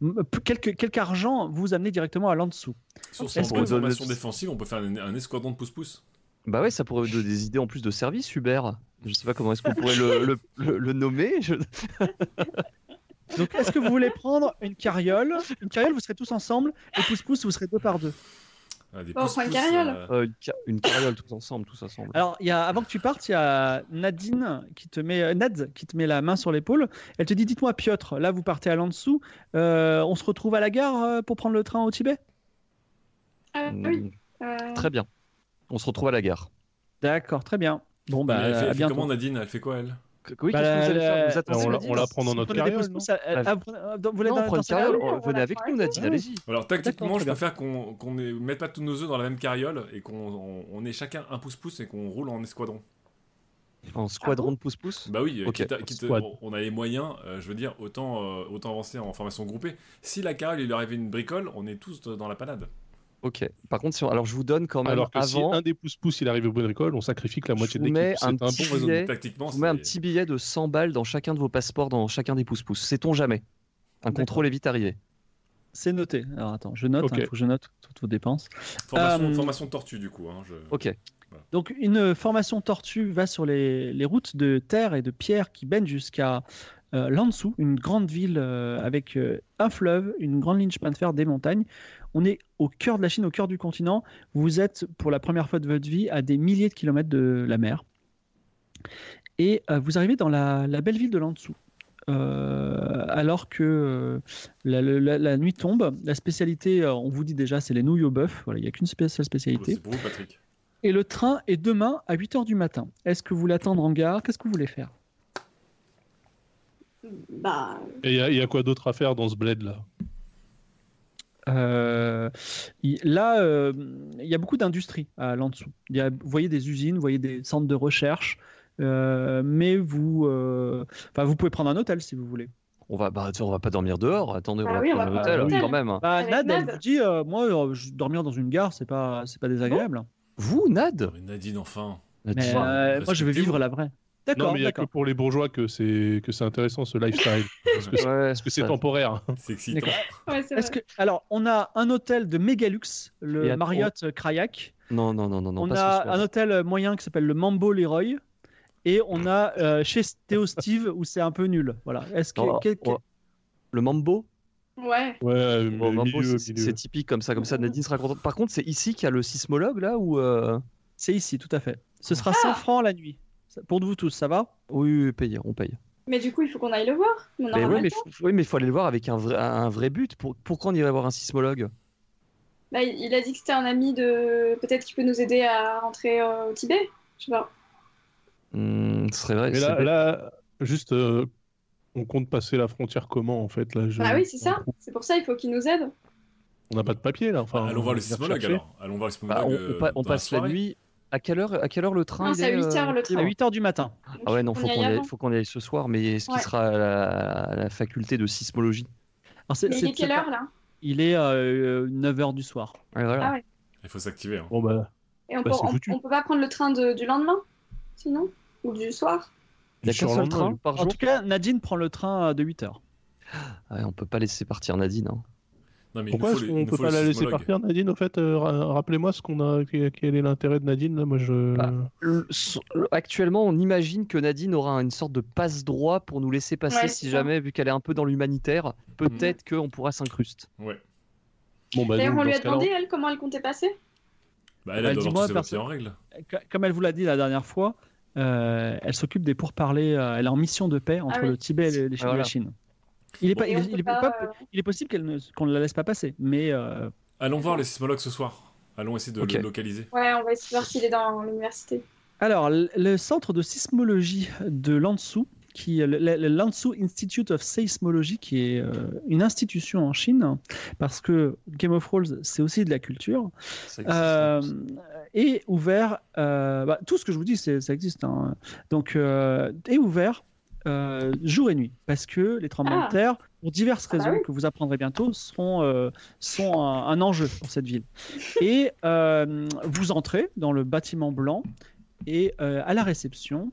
Speaker 1: m- quelque, quelque argent vous amenez directement à l'en dessous
Speaker 4: Sur
Speaker 1: Est-ce
Speaker 4: cette
Speaker 1: qu'on-
Speaker 4: formation défensive, on peut faire un, un escadron de pouce-pouce.
Speaker 5: Bah ouais, ça pourrait donner des idées en plus de service, Hubert. Je sais pas comment est-ce qu'on pourrait le, le- le- le nommer. je-
Speaker 1: Donc, est-ce que vous voulez prendre une carriole Une carriole, vous serez tous ensemble, et pouce-pouce, vous serez deux par deux.
Speaker 4: Ah, des
Speaker 2: Bon, on prend une
Speaker 4: pouce-pouce,
Speaker 2: carriole.
Speaker 4: euh,
Speaker 5: Euh, une, ca- une carriole tous ensemble, tous ensemble.
Speaker 1: Alors, il y a, avant que tu partes, il y a Nadine qui te met, euh, Nad qui te met la main sur l'épaule. Elle te dit Dites-moi, Piotr, là, vous partez à l'en dessous. euh, on se retrouve à la gare euh, pour prendre le train au Tibet
Speaker 2: Ah oui.
Speaker 5: Mm,
Speaker 2: euh,
Speaker 5: Très bien. On se retrouve à la gare.
Speaker 1: D'accord, très bien. Bon,
Speaker 4: mais
Speaker 1: bah,
Speaker 4: elle fait,
Speaker 1: à
Speaker 4: elle fait
Speaker 1: bientôt.
Speaker 4: comment Nadine Elle fait quoi elle
Speaker 5: Qu- Oui,
Speaker 1: Bah,
Speaker 5: qu'est-ce que vous allez
Speaker 1: la-
Speaker 5: faire Vous
Speaker 1: la-
Speaker 5: attendez
Speaker 3: on la-
Speaker 5: Nadine
Speaker 3: on la prend dans
Speaker 1: Vous
Speaker 3: notre
Speaker 1: prenez des
Speaker 3: carriole,
Speaker 1: pouces-pouces, euh, euh,
Speaker 5: Bah,
Speaker 1: ah, vous prenez- euh, vous voulez
Speaker 5: Non,
Speaker 1: dans-
Speaker 5: on prend
Speaker 1: dans
Speaker 5: une
Speaker 1: sa carriole
Speaker 5: carriole.
Speaker 2: carriole,
Speaker 5: on-
Speaker 2: on
Speaker 5: Venez
Speaker 2: la
Speaker 5: avec
Speaker 2: prend
Speaker 5: nous,
Speaker 2: avec
Speaker 5: Nadine,
Speaker 2: nous.
Speaker 5: allez-y.
Speaker 4: Alors techniquement,
Speaker 1: D'accord,
Speaker 4: je
Speaker 1: très
Speaker 4: préfère qu'on qu'on ne mette pas tous nos œufs dans la même carriole et qu'on on, on ait chacun un pouce-pouce et qu'on roule en escadron.
Speaker 5: En squadron de pouce-pouce
Speaker 4: Bah oui, euh,
Speaker 5: Ok,
Speaker 4: quitte à- quitte-
Speaker 3: squad.
Speaker 4: on a les moyens, euh, je veux dire, autant, euh, autant avancer en formation groupée. Si la carriole, il lui arrivait une bricole, on est tous euh, dans la panade.
Speaker 5: Ok. Par contre, si on- alors je vous donne quand même
Speaker 3: Alors que
Speaker 5: avant.
Speaker 3: si un des pouces-pouces il arrive au bon école, on sacrifie que la
Speaker 5: Je
Speaker 3: moitié
Speaker 5: vous
Speaker 3: de l'équipe.
Speaker 5: mets
Speaker 3: C'est
Speaker 5: un
Speaker 3: un,
Speaker 5: petit
Speaker 3: bon raisonnement.
Speaker 5: billet.
Speaker 4: Tactiquement,
Speaker 5: Je vous mets un
Speaker 4: c'est-
Speaker 5: petit billet de 100 balles dans chacun de vos passeports, dans chacun des pouces-pouces. Sait-on jamais Un
Speaker 1: D'accord.
Speaker 5: contrôle est vite arrivé.
Speaker 1: C'est noté. Alors, attends, je note,
Speaker 3: Ok.
Speaker 1: hein, faut que je note toutes vos dépenses.
Speaker 4: formation,
Speaker 1: Euh,
Speaker 4: formation tortue du coup. hein, je-
Speaker 5: Ok.
Speaker 1: Donc une formation tortue va sur les, les routes de terre et de pierre qui baignent jusqu'à euh, Lanzhou, une grande ville euh, avec euh, un fleuve, une grande ligne de chemin de fer, des montagnes. On est au cœur de la Chine, au cœur du continent. Vous êtes pour la première fois de votre vie à des milliers de kilomètres de la mer. Et euh, vous arrivez dans la, la belle ville de Lanzhou. Euh, alors que euh, la, la- la nuit tombe, la spécialité, euh, on vous dit déjà, c'est les nouilles au bœuf. Voilà, il n'y a qu'une spé- seule spécialité.
Speaker 4: C'est pour vous, Patrick.
Speaker 1: Et le train est demain à 8h du matin. Est-ce que vous voulez attendre en gare Qu'est-ce que vous voulez faire
Speaker 2: Bah,
Speaker 3: Et il y a- il y, a quoi d'autre à faire dans ce bled là
Speaker 1: Euh, il- Là, euh, il y a beaucoup d'industries à Lanzhou. Il y a- Vous voyez des usines, vous voyez des centres de recherche, euh, mais vous, euh, enfin, vous pouvez prendre un hôtel si vous voulez.
Speaker 5: On va, bah, attends, on va pas dormir dehors. Attendez,
Speaker 2: Bah
Speaker 5: on va
Speaker 2: oui, on
Speaker 5: prendre
Speaker 2: va
Speaker 5: un
Speaker 3: prendre un
Speaker 5: hôtel
Speaker 3: hôtel.
Speaker 5: quand même. hein.
Speaker 1: Bah,
Speaker 2: Avec
Speaker 1: Nad, elle
Speaker 2: Nad.
Speaker 1: vous dit, euh, moi, euh, je- dormir dans une gare, c'est pas, c'est pas
Speaker 2: Oh.
Speaker 1: désagréable.
Speaker 5: Vous, Nad
Speaker 4: Mais Nadine, enfin.
Speaker 1: mais
Speaker 2: Bah,
Speaker 5: Nadine.
Speaker 1: euh, moi, je veux
Speaker 4: respectez-vous.
Speaker 1: vivre la vraie.
Speaker 3: Non,
Speaker 1: D'accord,
Speaker 3: mais il y a que
Speaker 1: d'accord.
Speaker 3: pour les bourgeois que c'est que c'est intéressant ce lifestyle. Parce que c'est-
Speaker 5: Ouais,
Speaker 3: parce que c'est
Speaker 5: ça-
Speaker 3: temporaire.
Speaker 4: C'est excitant. Bah,
Speaker 2: ouais, c'est
Speaker 1: Est-ce
Speaker 2: vrai.
Speaker 1: que, alors, on a un hôtel de Megalux,
Speaker 5: Et
Speaker 1: le
Speaker 5: attends.
Speaker 1: Marriott euh, Krayak.
Speaker 5: Non, non, non, non, non,
Speaker 1: on
Speaker 5: pas ce
Speaker 1: a
Speaker 5: soir.
Speaker 1: un hôtel moyen qui s'appelle le Mambo Leroy. Et on a euh, chez Théo Steve où c'est un peu nul. Voilà. Est-ce que.
Speaker 5: Non,
Speaker 1: quel- quel-
Speaker 5: on- Oh, Le mambo,
Speaker 2: Ouais.
Speaker 3: Ouais, euh,
Speaker 5: Bon, mambo,
Speaker 3: milieu,
Speaker 5: c'est-
Speaker 3: milieu.
Speaker 5: c'est typique comme ça, comme ça. Nadine sera contente. Par contre, c'est ici qu'il y a le sismologue là ou euh,
Speaker 1: C'est ici, tout à fait. Ce sera
Speaker 2: Ah.
Speaker 1: 100 francs la nuit. Ça- Pour vous tous, ça va
Speaker 5: Oui, oui, payer, on paye.
Speaker 2: Mais du coup, il faut qu'on aille le voir. Mais on
Speaker 5: Mais
Speaker 2: aura
Speaker 5: oui,
Speaker 2: pas
Speaker 5: mais
Speaker 2: le
Speaker 5: faut,
Speaker 2: temps.
Speaker 5: oui, mais faut aller le voir avec un vrai, un vrai but. Pour- pourquoi on irait voir un sismologue
Speaker 2: Bah, il il a dit que c'était un ami de. Peut-être qu'il peut nous aider à rentrer euh, au Tibet. Je sais pas.
Speaker 5: Hmm, Ce serait vrai.
Speaker 3: Mais
Speaker 5: c'est
Speaker 3: là, euh,
Speaker 5: vrai.
Speaker 3: là, juste, euh, on compte passer la frontière comment en fait là je-
Speaker 2: Bah oui, c'est ça. C'est pour ça, il faut qu'il nous aide.
Speaker 3: On n'a pas de papier là. Enfin,
Speaker 4: Bah, Allons
Speaker 3: on
Speaker 4: voir le
Speaker 3: va venir
Speaker 4: sismologue
Speaker 3: chercher.
Speaker 4: alors. Allons voir
Speaker 5: Bah,
Speaker 4: le sismologue.
Speaker 5: on,
Speaker 4: euh,
Speaker 5: on pa- on
Speaker 4: dans la
Speaker 5: passe la,
Speaker 4: soirée.
Speaker 5: nuit. À quelle heure, à quelle heure le train
Speaker 2: Non,
Speaker 5: il
Speaker 2: c'est à
Speaker 5: est,
Speaker 2: 8 heures, le
Speaker 5: Tim
Speaker 1: À
Speaker 2: train.
Speaker 1: 8h du matin.
Speaker 2: Donc,
Speaker 5: Ah ouais, non,
Speaker 2: faut
Speaker 5: faut
Speaker 2: qu'on y
Speaker 5: qu'on y,
Speaker 2: aille
Speaker 5: aille-
Speaker 2: avant.
Speaker 5: faut qu'on y aille ce soir. Mais est-ce qu'il
Speaker 2: Ouais.
Speaker 5: sera à la, à la faculté de sismologie
Speaker 1: Alors, c'est-
Speaker 2: Mais il
Speaker 1: c'est-
Speaker 2: est quelle
Speaker 1: c'est-
Speaker 2: heure là
Speaker 1: Il est 9h du soir.
Speaker 5: Ouais, voilà.
Speaker 2: Ah ouais.
Speaker 4: Il faut s'activer. hein.
Speaker 3: Bon bah,
Speaker 2: Et on,
Speaker 3: Bah,
Speaker 2: peut,
Speaker 3: c'est
Speaker 2: on-
Speaker 3: foutu.
Speaker 2: on peut pas prendre le train de- du lendemain Sinon Ou du soir
Speaker 5: Il y a
Speaker 3: du
Speaker 5: qu'un seul
Speaker 3: surlendemain,
Speaker 5: train par
Speaker 1: En
Speaker 5: jour.
Speaker 1: tout cas, Nadine prend le train euh, de 8h.
Speaker 5: Ouais, on peut pas laisser partir Nadine. hein.
Speaker 4: Non, mais il nous
Speaker 3: Pourquoi
Speaker 4: faut le- il
Speaker 3: on
Speaker 4: nous
Speaker 3: peut
Speaker 4: faut
Speaker 3: pas
Speaker 4: le
Speaker 3: la laisser
Speaker 4: sismologue.
Speaker 3: partir, Nadine Au fait, euh, ra- rappelez-moi ce qu'on a, quel est l'intérêt de Nadine là. Moi, je.
Speaker 5: Bah, Le- so- le- Actuellement, on imagine que Nadine aura une sorte de passe-droit pour nous laisser passer
Speaker 2: Ouais,
Speaker 5: si
Speaker 2: c'est ça.
Speaker 5: jamais, vu qu'elle est un peu dans l'humanitaire, peut-être qu'on pourra s'incruste.
Speaker 4: Ouais.
Speaker 3: Bon bah,
Speaker 2: D'ailleurs,
Speaker 3: donc,
Speaker 2: on lui
Speaker 3: dans
Speaker 2: a
Speaker 3: ce cas-là,
Speaker 2: demandé, elle, comment elle comptait passer
Speaker 4: Bah, elle,
Speaker 1: Bah,
Speaker 4: elle doit
Speaker 1: dis-moi,
Speaker 4: avoir tous ses papiers
Speaker 1: personne-
Speaker 4: en règle.
Speaker 1: Euh, co- Comme elle vous l'a dit la dernière fois, Euh, elle s'occupe des pourparlers. euh, elle est en mission de paix entre
Speaker 2: oui.
Speaker 1: le Tibet et les- les-
Speaker 5: Ah, voilà.
Speaker 1: la Chine. Il est, pas,
Speaker 2: Et
Speaker 1: il,
Speaker 2: on
Speaker 1: Bah, il
Speaker 2: peut
Speaker 1: est
Speaker 2: pas,
Speaker 1: pas-
Speaker 2: euh,
Speaker 1: il est possible qu'elle ne- qu'on ne la laisse pas passer, mais euh,
Speaker 4: Allons voir les sismologues ce soir. Allons essayer de
Speaker 5: Ok.
Speaker 4: le localiser.
Speaker 2: Ouais, on va essayer de voir s'il est dans l'université.
Speaker 1: Alors, l- le centre de sismologie de Lanzhou, qui est le, le- le Lanzhou Institute of Seismology, qui est euh, une institution en Chine, parce que Game of Thrones, c'est aussi de la culture,
Speaker 5: Ça existe,
Speaker 1: euh,
Speaker 5: ça.
Speaker 1: est ouvert. euh, bah, tout ce que je vous dis, c'est- ça existe. hein. Donc, euh, est ouvert euh, jour et nuit, parce que les tremblements
Speaker 2: Ah.
Speaker 1: de terre, pour diverses
Speaker 2: Ah bah
Speaker 1: raisons que vous apprendrez bientôt, sont, euh, sont un, un enjeu pour cette ville. Et euh, vous entrez dans le bâtiment blanc et euh, à la réception,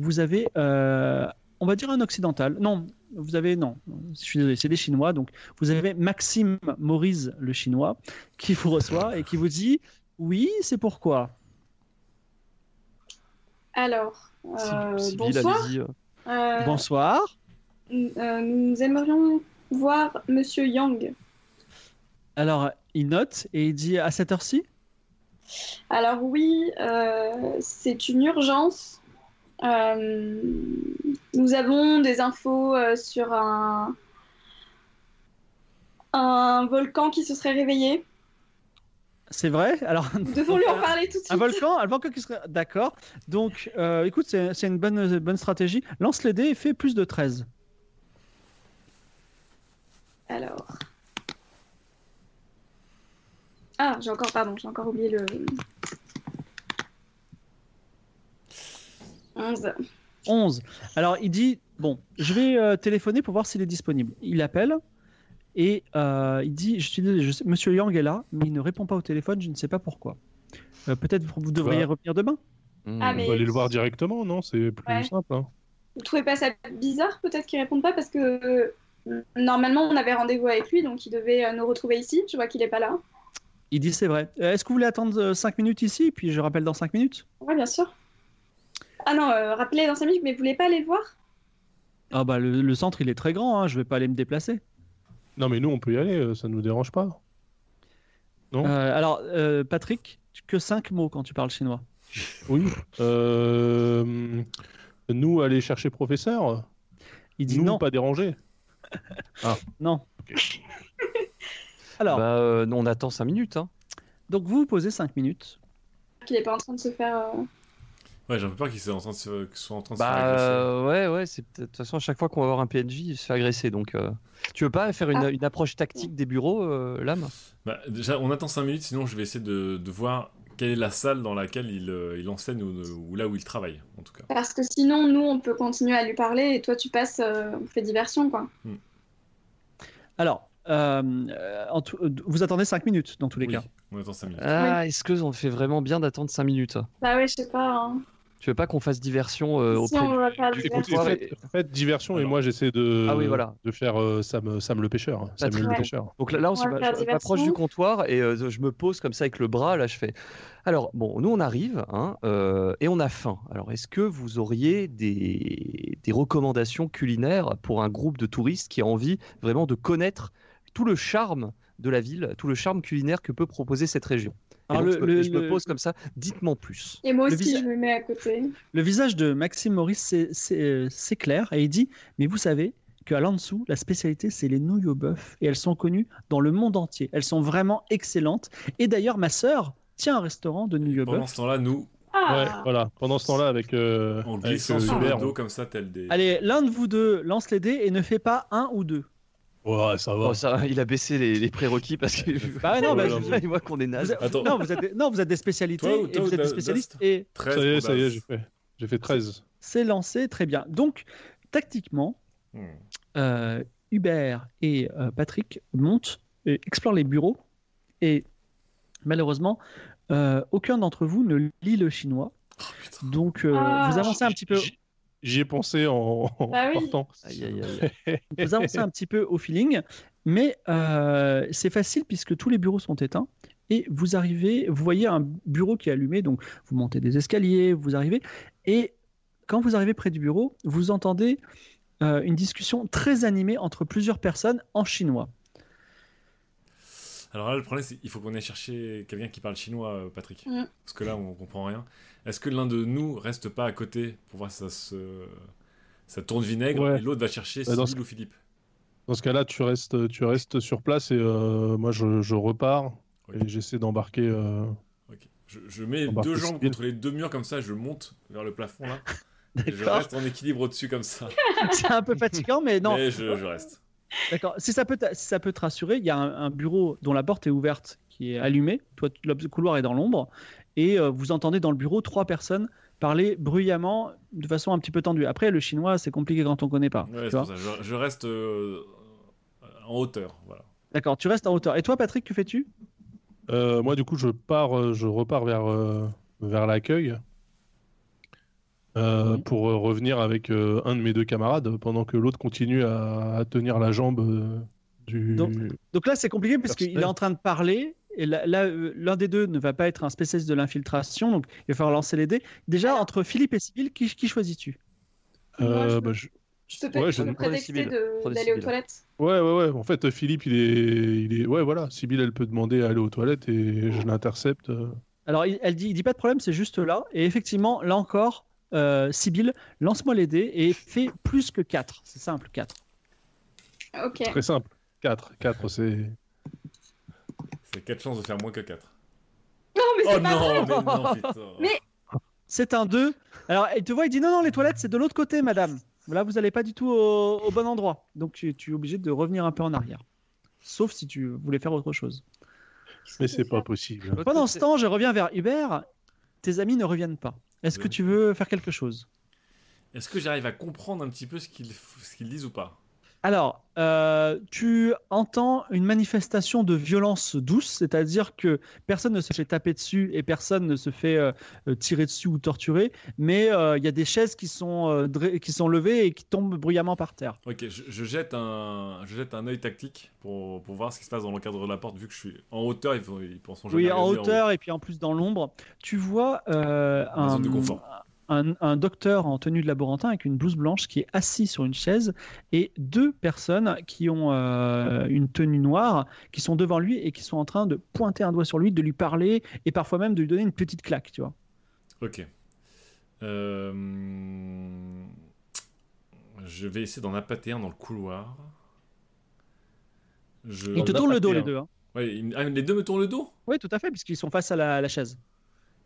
Speaker 1: vous avez, euh, on va dire un occidental. Non, vous avez non. Je suis désolé, c'est des Chinois. Donc vous avez Maxime Maurice, le Chinois, qui vous reçoit et qui vous dit oui, c'est pourquoi.
Speaker 2: Alors,
Speaker 5: Si-
Speaker 2: euh,
Speaker 5: si Bill,
Speaker 2: bonsoir.
Speaker 5: allez-y, euh.
Speaker 2: Euh,
Speaker 1: Bonsoir.
Speaker 2: n- euh, nous aimerions voir Monsieur Yang.
Speaker 1: Alors il note et il dit à cette heure-ci.
Speaker 2: Alors oui, euh, c'est une urgence. Euh, nous avons des infos euh, sur un, un volcan qui se serait réveillé.
Speaker 1: C'est vrai. Alors
Speaker 2: Nous devons lui en parler tout de
Speaker 1: Un
Speaker 2: suite.
Speaker 1: volcan, un volcan qui serait. D'accord. Donc, euh, écoute, c'est c'est une bonne, bonne stratégie. Lance les dés et fais plus de 13.
Speaker 2: Alors. Ah, j'ai encore, pardon, j'ai encore oublié le. 11.
Speaker 1: 11. Alors, il dit Bon, je vais euh, téléphoner pour voir s'il est disponible. Il appelle et euh, il dit Je suis désolé, je sais- monsieur Yang est là, mais il ne répond pas au téléphone, je ne sais pas pourquoi. Euh, Peut-être vous vous devriez
Speaker 3: Bah.
Speaker 1: revenir demain.
Speaker 2: Ah,
Speaker 5: Hmm.
Speaker 2: mais-
Speaker 3: On va aller le voir directement, non C'est plus
Speaker 2: Ouais.
Speaker 3: simple. hein.
Speaker 2: Vous trouvez pas ça bizarre peut-être qu'il réponde pas parce que euh, normalement on avait rendez-vous avec lui donc il devait euh, nous retrouver ici. Je vois qu'il est pas là.
Speaker 1: Il dit C'est vrai. Euh, Est-ce que vous voulez attendre 5 minutes ici Puis je rappelle dans 5 minutes.
Speaker 2: Ouais, bien sûr. Ah non, euh, rappelez dans sa minutes, mais vous voulez pas aller le voir
Speaker 1: Ah, bah, le, le centre, il est très grand, hein, je vais pas aller me déplacer.
Speaker 3: Non, mais nous, on peut y aller, euh, ça nous dérange pas. Bon.
Speaker 1: Euh, alors, euh, Patrick, que 5 mots quand tu parles chinois.
Speaker 3: Oui. Euh, Nous, aller chercher professeur
Speaker 1: Il dit
Speaker 3: Nous,
Speaker 1: Non,
Speaker 3: pas déranger
Speaker 1: non. Alors,
Speaker 5: Bah, euh, non, on attend 5 minutes. hein.
Speaker 1: donc vous vous posez 5 minutes.
Speaker 2: Qu'il est pas en train de se faire. euh,
Speaker 4: Ouais, j'ai un peu peur qu'ils soient en train de se, qu'ils soient en train de se faire
Speaker 5: Bah,
Speaker 4: agresser.
Speaker 5: euh, ouais, ouais. c'est peut-être- De toute façon, à chaque fois qu'on va avoir un PNJ, il se fait agresser. Donc, euh, tu veux pas faire une,
Speaker 2: Ah.
Speaker 5: une approche tactique des bureaux, euh, Lame
Speaker 4: Bah, déjà, on attend 5 minutes, sinon je vais essayer de, de voir quelle est la salle dans laquelle il, euh, il enseigne ou, ou là où il travaille, en tout cas.
Speaker 2: Parce que sinon nous on peut continuer à lui parler et toi tu passes, euh, on fait diversion quoi.
Speaker 1: Alors, euh, euh, en tout- euh, vous attendez 5 minutes dans tous les
Speaker 4: Oui,
Speaker 1: cas.
Speaker 4: on attend 5 minutes.
Speaker 5: Ah, est-ce que on fait vraiment bien d'attendre 5 minutes
Speaker 2: Bah ouais, je sais pas. hein.
Speaker 5: Tu veux pas qu'on fasse diversion euh,
Speaker 2: si
Speaker 5: auprès
Speaker 2: on va faire
Speaker 5: du-
Speaker 2: diversion.
Speaker 3: Écoutez,
Speaker 5: comptoir
Speaker 3: faites,
Speaker 5: et-
Speaker 3: faites diversion et
Speaker 4: Alors.
Speaker 3: moi, j'essaie de,
Speaker 5: Ah oui, voilà.
Speaker 3: de faire euh, Sam, Sam le pêcheur. hein. Samuel
Speaker 5: Patrick.
Speaker 3: le
Speaker 2: Ouais.
Speaker 3: pêcheur.
Speaker 5: Donc là, là, on,
Speaker 2: On
Speaker 5: se-
Speaker 2: va faire
Speaker 5: je- je m'approche
Speaker 2: diversion.
Speaker 5: du comptoir et euh, je me pose comme ça avec le bras. Là, je fais. Alors, bon, nous, on arrive hein, euh, et on a faim. Alors, est-ce que vous auriez des, des recommandations culinaires pour un groupe de touristes qui a envie vraiment de connaître tout le charme de la ville, tout le charme culinaire que peut proposer cette région Et
Speaker 1: Alors, le,
Speaker 5: donc, je, me,
Speaker 1: le-
Speaker 5: je me
Speaker 1: le-
Speaker 5: pose comme ça. Dites-moi plus.
Speaker 2: Et moi
Speaker 1: Le
Speaker 2: aussi
Speaker 1: visa-
Speaker 2: je me mets à côté.
Speaker 1: le visage de Maxime Maurice s'é- s'é- euh, s'éclaire et il dit Mais vous savez qu'à Lanzhou, la spécialité, c'est les nouilles au bœuf et elles sont connues dans le monde entier. Elles sont vraiment excellentes. Et d'ailleurs, ma sœur tient un restaurant de nouilles au
Speaker 4: Pendant
Speaker 1: bœuf.
Speaker 4: ce temps-là, nous,
Speaker 3: Ouais,
Speaker 2: Ah
Speaker 3: voilà. Pendant ce temps-là, avec, euh,
Speaker 4: on
Speaker 3: avec
Speaker 4: glissant
Speaker 3: euh,
Speaker 4: sur le
Speaker 3: Hubert,
Speaker 4: dos comme ça, tel des...
Speaker 1: Allez, l'un de vous deux lance les dés et ne fait pas un ou deux.
Speaker 3: on- Ouais, ça va.
Speaker 5: Oh, ça, il a baissé les, les prérequis parce que
Speaker 1: Bah non,
Speaker 3: Oh
Speaker 1: bah,
Speaker 3: là
Speaker 1: je-
Speaker 3: là.
Speaker 5: il voit qu'on est naze.
Speaker 1: vous êtes-
Speaker 4: Attends,
Speaker 1: non, vous êtes des, non, vous êtes des spécialités
Speaker 4: Toi ou-
Speaker 1: et
Speaker 4: toi ou
Speaker 1: vous êtes des
Speaker 4: Da-
Speaker 1: spécialistes
Speaker 4: Dust
Speaker 1: et
Speaker 4: 13
Speaker 3: ça y est,
Speaker 4: pour
Speaker 3: ça y est,
Speaker 4: Daz.
Speaker 3: j'ai fait. J'ai fait 13.
Speaker 1: c'est lancé très bien. Donc, tactiquement,
Speaker 4: Hmm.
Speaker 1: euh, Hubert et euh, Patrick montent, et explorent les bureaux et malheureusement, euh, aucun d'entre vous ne lit le chinois.
Speaker 4: Oh, putain.
Speaker 1: Donc, euh,
Speaker 2: Ah.
Speaker 1: vous avancez un petit peu.
Speaker 3: J'y- J'y ai pensé en, en
Speaker 2: Bah oui.
Speaker 3: partant.
Speaker 5: Aïe, aïe, aïe.
Speaker 1: vous avancez un petit peu au feeling, mais euh, c'est facile puisque tous les bureaux sont éteints et vous arrivez, vous voyez un bureau qui est allumé, donc vous montez des escaliers, vous arrivez, et quand vous arrivez près du bureau, vous entendez euh, une discussion très animée entre plusieurs personnes en chinois.
Speaker 4: Alors là, le problème, c'est qu'il faut qu'on aille chercher quelqu'un qui parle chinois, euh, Patrick.
Speaker 2: Mm.
Speaker 4: Parce que là, on comprend rien. Est-ce que l'un de nous reste pas à côté pour voir si ça se. Ça tourne vinaigre
Speaker 3: Ouais.
Speaker 4: et l'autre va chercher
Speaker 3: Bah, dans
Speaker 4: Cyril ou Philippe.
Speaker 3: Dans ce cas-là, tu restes, tu restes sur place et euh, moi je, je repars
Speaker 4: Ok.
Speaker 3: et j'essaie d'embarquer. euh,
Speaker 4: Ok. Je, je mets
Speaker 3: On va
Speaker 4: deux
Speaker 3: faire
Speaker 4: jambes
Speaker 3: Cyril.
Speaker 4: contre les deux murs comme ça, je monte vers le plafond là. et je
Speaker 1: D'accord.
Speaker 4: reste en équilibre au-dessus comme ça.
Speaker 1: C'est un peu fatigant, mais non.
Speaker 4: Mais je, je reste.
Speaker 1: D'accord. Si ça peut, t'a- si ça peut te rassurer, il y a un, un bureau dont la porte est ouverte, qui est allumée. Toi, tu- le couloir est dans l'ombre, et euh, vous entendez dans le bureau trois personnes parler bruyamment, de façon un petit peu tendue. Après, le chinois, c'est compliqué quand on connaît pas.
Speaker 4: Ouais,
Speaker 1: tu
Speaker 4: c'est pour
Speaker 1: vois.
Speaker 4: ça. Je, je reste euh, en hauteur. Voilà.
Speaker 1: D'accord. Tu restes en hauteur. Et toi, Patrick, que fais-tu
Speaker 3: Euh, moi, du coup, je pars, euh, je repars vers, euh, vers l'accueil euh,
Speaker 1: Mhm.
Speaker 3: pour euh, revenir avec euh, un de mes deux camarades pendant que l'autre continue à, à tenir la jambe euh, du.
Speaker 1: Donc- Donc là, c'est compliqué parce
Speaker 3: Personnel.
Speaker 1: qu'il est en train de parler. Et là, là, euh, l'un des deux ne va pas être un spécialiste de l'infiltration, donc il va falloir lancer les dés. Déjà, entre Philippe et Sibyl, qui, qui choisis-tu
Speaker 3: Euh,
Speaker 2: Moi, je-
Speaker 3: bah, je-
Speaker 2: Je peux peut-être
Speaker 3: Ouais, je-
Speaker 2: me
Speaker 5: Prenez
Speaker 2: prétexter
Speaker 5: Sibyl.
Speaker 2: de-
Speaker 5: Prenez
Speaker 2: d'aller aux
Speaker 5: Sibyl.
Speaker 2: toilettes.
Speaker 3: ouais, ouais, ouais. En fait, Philippe, il est, il est, ouais, voilà. Sibyl, elle peut demander à aller aux toilettes et je l'intercepte. euh.
Speaker 1: Alors, il, elle dit, il dit pas de problème, c'est juste là. Et effectivement, là encore, euh, Sibyl, lance-moi les dés et fais plus que 4. C'est simple, 4.
Speaker 2: Ok.
Speaker 3: Très simple. 4 4 c'est.
Speaker 4: C'est 4 chances de faire moins que 4.
Speaker 2: Non, mais
Speaker 4: Oh
Speaker 2: c'est pas
Speaker 4: non, mais non, putain.
Speaker 2: Mais-
Speaker 1: C'est un 2. Alors, il te voit, il dit, non, non, les toilettes, c'est de l'autre côté, madame. Là, vous n'allez pas du tout au, au bon endroit. Donc, tu, tu es obligé de revenir un peu en arrière. Sauf si tu voulais faire autre chose.
Speaker 3: Mais c'est
Speaker 2: Bah,
Speaker 3: pas possible.
Speaker 1: Pendant ce temps, je reviens vers Hubert. Tes amis ne reviennent pas. Est-ce que
Speaker 4: Oui.
Speaker 1: tu veux faire quelque chose
Speaker 4: Est-ce que j'arrive à comprendre un petit peu ce qu'ils f- ce qu'ils disent ou pas
Speaker 1: Alors, euh, tu entends une manifestation de violence douce, c'est-à-dire que personne ne se fait taper dessus et personne ne se fait euh, euh, tirer dessus ou torturer, mais euh, il y a des chaises qui sont, euh, dra- qui sont levées et qui tombent bruyamment par terre.
Speaker 4: Ok, je, je jette un je jette un œil tactique pour, pour voir ce qui se passe dans l'encadre de la porte vu que je suis en hauteur ils, vont- ils penseront jamais
Speaker 1: Oui, en
Speaker 4: regarder
Speaker 1: hauteur et puis en plus dans l'ombre. Tu vois euh,
Speaker 4: La
Speaker 1: un,
Speaker 4: zone de confort.
Speaker 1: un- un docteur en tenue de laborantin avec une blouse blanche qui est assis sur une chaise et deux personnes qui ont euh, une tenue noire qui sont devant lui et qui sont en train de pointer un doigt sur lui, de lui parler et parfois même de lui donner une petite claque, tu vois.
Speaker 4: Ok. Euh, Je vais essayer d'en appâter un dans le couloir. Je...
Speaker 1: Ils te tournent le dos les deux. hein.
Speaker 4: Ouais, ils- ah, les deux me tournent le dos
Speaker 1: Oui, tout à fait, puisqu'ils sont face à la, la chaise.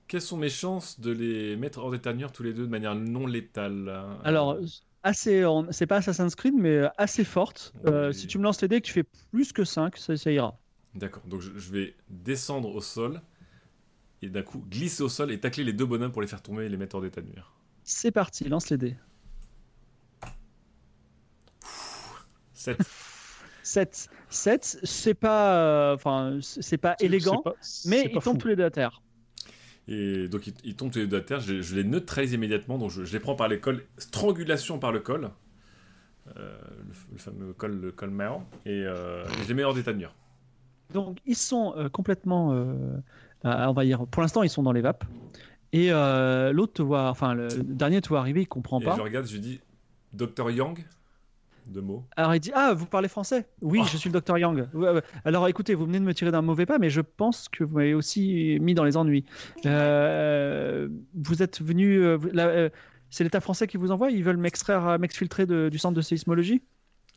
Speaker 4: Quelles sont mes chances de les mettre hors des tanières tous les deux de manière non létale hein
Speaker 1: Alors, assez, on- c'est pas Assassin's Creed, mais assez forte. Euh,
Speaker 4: Oui.
Speaker 1: si tu me lances les dés et que tu fais plus que 5, ça, ça ira.
Speaker 4: D'accord, donc je, je vais descendre au sol et d'un coup glisser au sol et tacler les deux bonhommes pour les faire tomber et les mettre hors d'état de nuire.
Speaker 1: C'est parti, lance les dés.
Speaker 4: 7.
Speaker 1: 7. 7, c'est pas, euh, enfin, c'est c'est pas élégant,
Speaker 3: C'est pas- c'est
Speaker 1: mais
Speaker 3: pas
Speaker 1: ils tombent
Speaker 3: fou.
Speaker 1: tous les deux à terre.
Speaker 4: Et donc ils, ils tombent tous les deux à terre, je, je les neutralise immédiatement, donc je, je les prends par les cols, strangulation par le col, Euh, le, f- le fameux col, le col Mao, et euh, je les mets hors d'état de nuire.
Speaker 1: Donc ils sont euh, complètement, euh, euh, on va dire, pour l'instant ils sont dans les vapes. Et euh, l'autre te voit, enfin le dernier te voit arriver, il comprend
Speaker 4: Et
Speaker 1: pas.
Speaker 4: je regarde, je lui dis Docteur Yang, deux mots.
Speaker 1: Alors il dit ah vous parlez français Oui,
Speaker 4: Oh.
Speaker 1: je suis le docteur Yang. Ouais, ouais. Alors écoutez, vous venez de me tirer d'un mauvais pas, mais je pense que vous m'avez aussi mis dans les ennuis. Euh, vous êtes venu, euh, vous- la- euh, c'est l'État français qui vous envoie Ils veulent m'extraire, euh, m'exfiltrer de- du centre de séismologie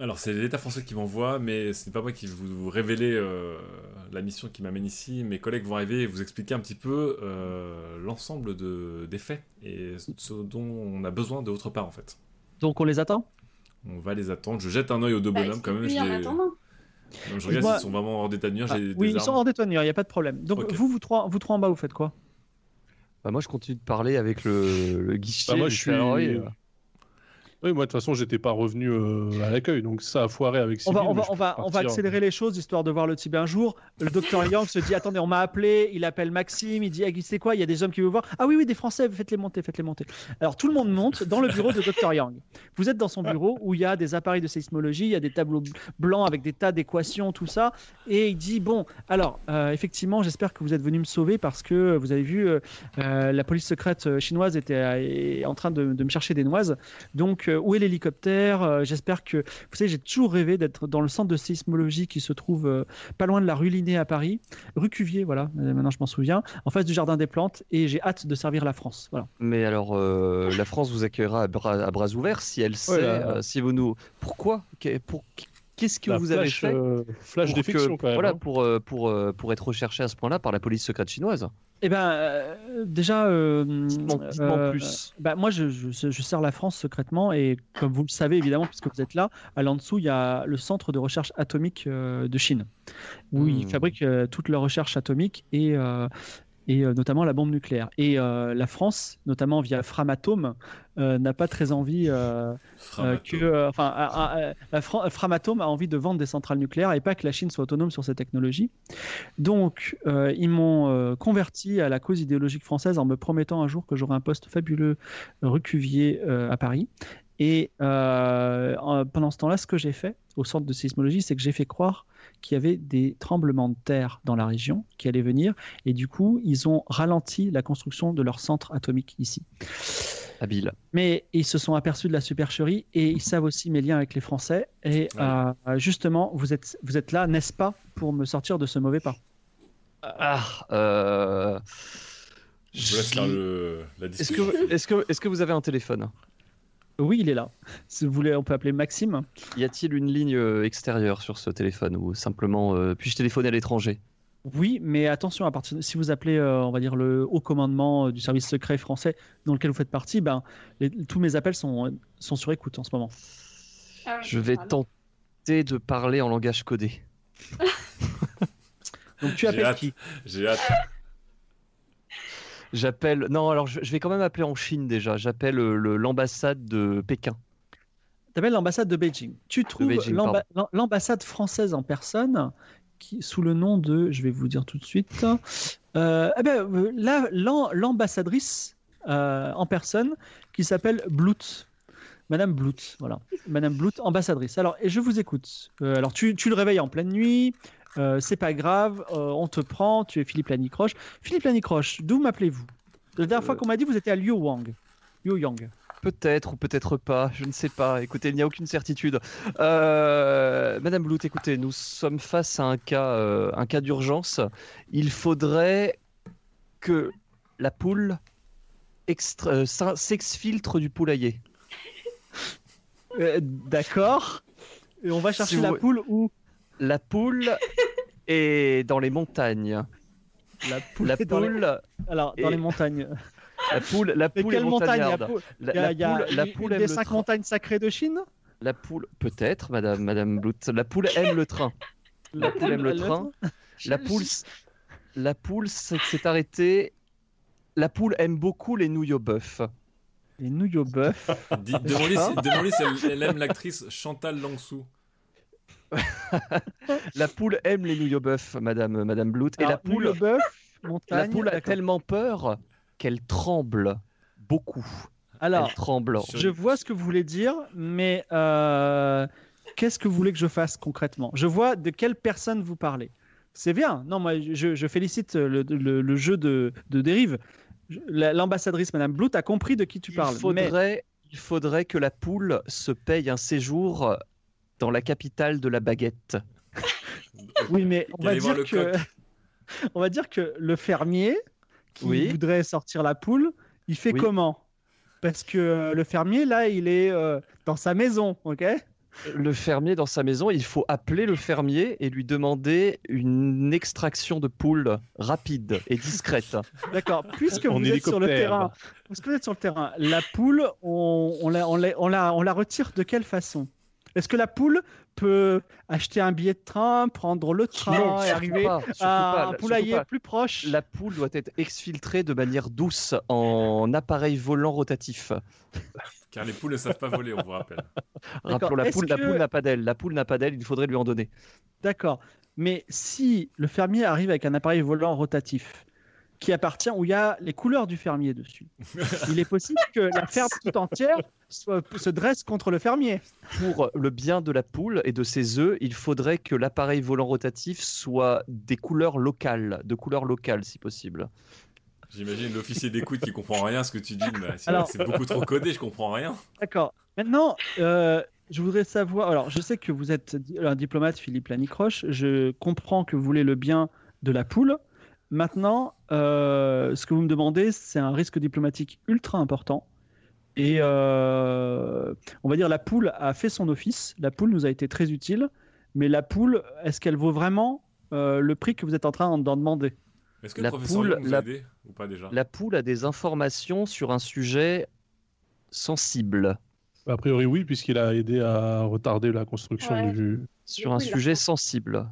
Speaker 4: Alors c'est l'État français qui m'envoie, mais ce n'est pas moi qui vais vous, vous révéler euh, la mission qui m'amène ici. Mes collègues vont arriver et vous expliquer un petit peu euh, l'ensemble de- des faits et ce dont on a besoin de votre part en fait.
Speaker 1: Donc on les attend
Speaker 4: On va les attendre. Je jette un œil aux deux
Speaker 2: Bah,
Speaker 4: bonhommes quand même.
Speaker 2: explique-lui
Speaker 4: je
Speaker 2: en
Speaker 4: les-
Speaker 2: attendant.
Speaker 4: Non, je regarde
Speaker 1: Moi-
Speaker 4: s'ils sont vraiment hors d'état de nuire.
Speaker 1: Ah,
Speaker 4: j'ai des
Speaker 1: oui, ils
Speaker 4: armes.
Speaker 1: sont hors d'étoignure, il n'y a pas de problème. Donc
Speaker 4: Ok.
Speaker 1: vous, vous trois, vous trois en bas, vous faites quoi
Speaker 5: Bah, moi, je continue de parler avec le, le guichetier.
Speaker 3: Bah, moi,
Speaker 5: j'ai
Speaker 3: je
Speaker 5: fait,
Speaker 3: suis.
Speaker 5: alors, oui, euh,
Speaker 3: Oui, moi, de toute façon, j'étais pas revenu euh, à l'accueil, donc ça a foiré avec
Speaker 1: on
Speaker 3: Sibyl.
Speaker 1: va, on,
Speaker 3: mais
Speaker 1: va,
Speaker 3: je
Speaker 1: on, va, on va
Speaker 3: partir.
Speaker 1: accélérer les choses histoire de voir le type un jour. Le docteur Yang se dit Attendez, on m'a appelé. Il appelle Maxime. Il dit Ah, c'est quoi Il y a des hommes qui veulent voir. Ah oui, oui, des Français, faites-les monter, faites-les monter. Alors tout le monde monte dans le bureau de docteur Yang. Vous êtes dans son bureau où il y a des appareils de séismologie, il y a des tableaux blancs avec des tas d'équations, tout ça. Et il dit Bon, alors, euh, effectivement, j'espère que vous êtes venu me sauver parce que euh, vous avez vu, euh, euh, la police secrète euh, chinoise était euh, est en train de, de me chercher des noises. Donc, euh, où est l'hélicoptère Euh, J'espère que. Vous savez, j'ai toujours rêvé d'être dans le centre de séismologie qui se trouve euh, pas loin de la rue Linné à Paris, rue Cuvier, voilà, euh, maintenant je m'en souviens, en face du Jardin des Plantes, et j'ai hâte de servir la France. Voilà.
Speaker 5: Mais alors, euh, la France vous accueillera à bras, à bras ouverts si elle sait,
Speaker 3: là.
Speaker 5: euh, si vous nous. Pourquoi Qu'est- pour- Qu'est-ce que
Speaker 3: La
Speaker 5: vous avez
Speaker 3: flash,
Speaker 5: fait
Speaker 3: euh, flash
Speaker 5: pour
Speaker 3: de
Speaker 5: que-
Speaker 3: fiction, quand même.
Speaker 5: Voilà,
Speaker 3: hein.
Speaker 5: pour, euh, pour, euh, pour être recherché à ce point-là par la police secrète chinoise.
Speaker 1: Eh ben, euh, déjà. euh,
Speaker 5: Dites-moi dites-moi
Speaker 1: euh,
Speaker 5: plus.
Speaker 1: Bah, moi, je, je, je sers la France secrètement et comme vous le savez évidemment, puisque vous êtes là, à l'en-dessous, il y a le centre de recherche atomique euh, de Chine, où ils
Speaker 5: Hmm.
Speaker 1: fabriquent euh, toute leur recherche atomique et, euh, et euh, notamment la bombe nucléaire. Et euh, la France, notamment via Framatome, euh, n'a pas très envie euh,
Speaker 4: bah,
Speaker 1: euh, que, euh, enfin, à- à- à- la Fran- Framatome a envie de vendre des centrales nucléaires et pas que la Chine soit autonome sur ces technologies. Donc, euh, ils m'ont euh, converti à la cause idéologique française en me promettant un jour que j'aurais un poste fabuleux rue Cuvier euh, à Paris. Et euh, en- pendant ce temps-là, ce que j'ai fait au centre de sismologie, c'est que j'ai fait croire qu'il y avait des tremblements de terre dans la région qui allaient venir. Et du coup, ils ont ralenti la construction de leur centre atomique ici.
Speaker 5: Habile.
Speaker 1: Mais ils se sont aperçus de la supercherie et ils savent aussi mes liens avec les Français. Et
Speaker 4: Ouais.
Speaker 1: euh, justement, vous êtes, vous êtes là, n'est-ce pas, pour me sortir de ce mauvais pas
Speaker 5: Ah, euh,
Speaker 4: Je vous laisse faire le- la
Speaker 5: Est-ce
Speaker 4: discussion.
Speaker 3: euh.
Speaker 5: que, est que, est que vous avez un téléphone
Speaker 1: Oui, il est là. Si vous voulez, on peut appeler Maxime.
Speaker 5: Y a-t-il une ligne euh, extérieure sur ce téléphone ou simplement euh, puis-je téléphoner à l'étranger
Speaker 1: Oui, mais attention, à partir de- si vous appelez, euh, on va dire, le haut commandement euh, du service secret français dans lequel vous faites partie, ben, les- tous mes appels sont, euh, sont sur écoute en ce moment.
Speaker 2: Ah ouais,
Speaker 5: Je vais
Speaker 2: alors.
Speaker 5: tenter de parler en langage codé.
Speaker 1: Donc tu
Speaker 4: J'ai
Speaker 1: appelles
Speaker 4: hâte.
Speaker 1: qui
Speaker 4: J'ai hâte.
Speaker 5: J'appelle. Non, alors je, je vais quand même appeler en Chine déjà. J'appelle euh, le- l'ambassade de Pékin.
Speaker 1: T'appelles l'ambassade de Beijing. Tu trouves
Speaker 5: Beijing,
Speaker 1: l'amba- l'am- l'ambassade française en personne, qui, sous le nom de, je vais vous dire tout de suite, euh, eh ben, euh, la- l'am- l'ambassadrice euh, en personne qui s'appelle Blut. Madame Blut, voilà. Madame Blut, ambassadrice. Alors, et je vous écoute. Euh, alors, tu, tu le réveilles en pleine nuit. euh, c'est pas grave, euh, on te prend. Tu es Philippe Lanicroche. Philippe Lanicroche, d'où m'appelez-vous La dernière fois qu'on m'a dit, vous étiez à Liu Wang. Liu Yang.
Speaker 5: Peut-être ou peut-être pas, je ne sais pas. Écoutez, il n'y a aucune certitude. Euh, Madame Blouth, écoutez, nous sommes face à un cas, euh, un cas d'urgence. Il faudrait que la poule extra- euh, s'in- s'exfiltre du poulailler.
Speaker 1: Euh, D'accord. Et on va chercher
Speaker 5: Si
Speaker 1: la
Speaker 5: vous-
Speaker 1: poule où
Speaker 5: La poule est dans les montagnes.
Speaker 1: La poule.
Speaker 5: La
Speaker 1: est dans les-
Speaker 5: poule,
Speaker 1: Alors, dans
Speaker 5: et-
Speaker 1: les montagnes.
Speaker 5: la poule, la
Speaker 1: Mais
Speaker 5: poule est
Speaker 1: quelle montagne Il y a
Speaker 5: montagnarde.
Speaker 1: poule-
Speaker 5: La,
Speaker 1: il y a-
Speaker 5: la
Speaker 1: il y a
Speaker 5: poule, la
Speaker 1: une-
Speaker 5: poule
Speaker 1: une
Speaker 5: aime
Speaker 1: des
Speaker 5: le
Speaker 1: cinq
Speaker 5: train.
Speaker 1: montagnes sacrées de Chine
Speaker 5: La poule, peut-être, Madame, Madame Blouth. La poule aime le train. La poule aime le train. La poule, s- la poule s- s'est arrêtée. La poule aime beaucoup les nouilles au bœuf.
Speaker 1: Les nouilles au bœuf.
Speaker 4: Dis- Demandez
Speaker 1: Hein
Speaker 4: si, demandez si elle, elle aime l'actrice Chantal Langsou.
Speaker 5: La poule aime les nouilles au bœuf, Madame, Madame Blouth. Et
Speaker 1: Alors,
Speaker 5: la
Speaker 1: nouilles
Speaker 5: poule,
Speaker 1: au bœuf,
Speaker 5: la
Speaker 1: montagne.
Speaker 5: poule a
Speaker 1: d'accord.
Speaker 5: tellement peur qu'elle tremble beaucoup.
Speaker 1: Alors,
Speaker 5: elle tremble.
Speaker 1: je vois ce que vous voulez dire, mais euh, qu'est-ce que vous voulez que je fasse concrètement Je vois de quelle personne vous parlez. C'est bien. Non, moi, je, je félicite le, le- le jeu de, de dérive. Je- la- L'ambassadrice, Madame Blouth, a compris de qui tu parles.
Speaker 5: Il
Speaker 1: mais-
Speaker 5: faudrait, il faudrait que la poule se paye un séjour dans la capitale de la baguette.
Speaker 1: Oui, mais on va
Speaker 4: Allez voir
Speaker 1: dire
Speaker 4: le
Speaker 1: que on va dire que le fermier qui
Speaker 5: Oui.
Speaker 1: voudrait sortir la poule, il fait
Speaker 5: Oui.
Speaker 1: comment Parce que euh, le fermier là, il est euh, dans sa maison, ok
Speaker 5: Le fermier dans sa maison, il faut appeler le fermier et lui demander une extraction de poule rapide et discrète.
Speaker 1: D'accord. Puisque
Speaker 3: En
Speaker 1: vous êtes sur le
Speaker 3: hélicoptère.
Speaker 1: terrain, puisque vous êtes sur le terrain, la poule, on, on la, on la- on la- on la retire de quelle façon Est-ce que la poule peut acheter un billet de train, prendre le train et
Speaker 5: surtout
Speaker 1: arriver
Speaker 5: pas, surtout pas,
Speaker 1: à un
Speaker 5: surtout
Speaker 1: poulailler
Speaker 5: pas.
Speaker 1: plus proche
Speaker 5: La poule doit être exfiltrée de manière douce en appareil volant rotatif.
Speaker 4: Car les poules ne savent pas voler, on vous rappelle.
Speaker 5: Rappelons la
Speaker 1: Est-ce
Speaker 5: poule, la
Speaker 1: que-
Speaker 5: poule n'a pas d'aile. La poule n'a pas d'aile, il faudrait lui en donner.
Speaker 1: D'accord. Mais si le fermier arrive avec un appareil volant rotatif qui appartient où il y a les couleurs du fermier dessus, il est possible que la ferme tout entière soit- se dresse contre le fermier.
Speaker 5: Pour le bien de la poule et de ses œufs, il faudrait que l'appareil volant rotatif soit des couleurs locales, de couleurs locales si possible.
Speaker 4: J'imagine l'officier d'écoute qui comprend rien à ce que tu dis. mais c'est-
Speaker 1: Alors-
Speaker 4: C'est beaucoup trop codé, je comprends rien.
Speaker 1: D'accord. Maintenant, euh, je voudrais savoir. Alors, je sais que vous êtes di- un diplomate, Philippe Lanicroche. Je comprends que vous voulez le bien de la poule. Maintenant, euh, ce que vous me demandez, c'est un risque diplomatique ultra important. Et euh, on va dire, la poule a fait son office. La poule nous a été très utile. Mais la poule, est-ce qu'elle vaut vraiment euh, le prix que vous êtes en train d'en demander
Speaker 4: Est-ce que
Speaker 5: La
Speaker 4: le professeur
Speaker 5: poule,
Speaker 4: Young nous
Speaker 5: la-
Speaker 4: a aidé ou pas déjà
Speaker 5: La poule a des informations sur un sujet sensible.
Speaker 3: A priori, oui, puisqu'il a aidé à retarder la construction
Speaker 2: Ouais.
Speaker 3: du.
Speaker 5: Sur un
Speaker 2: Oui, la
Speaker 5: sujet
Speaker 2: poule.
Speaker 5: sensible.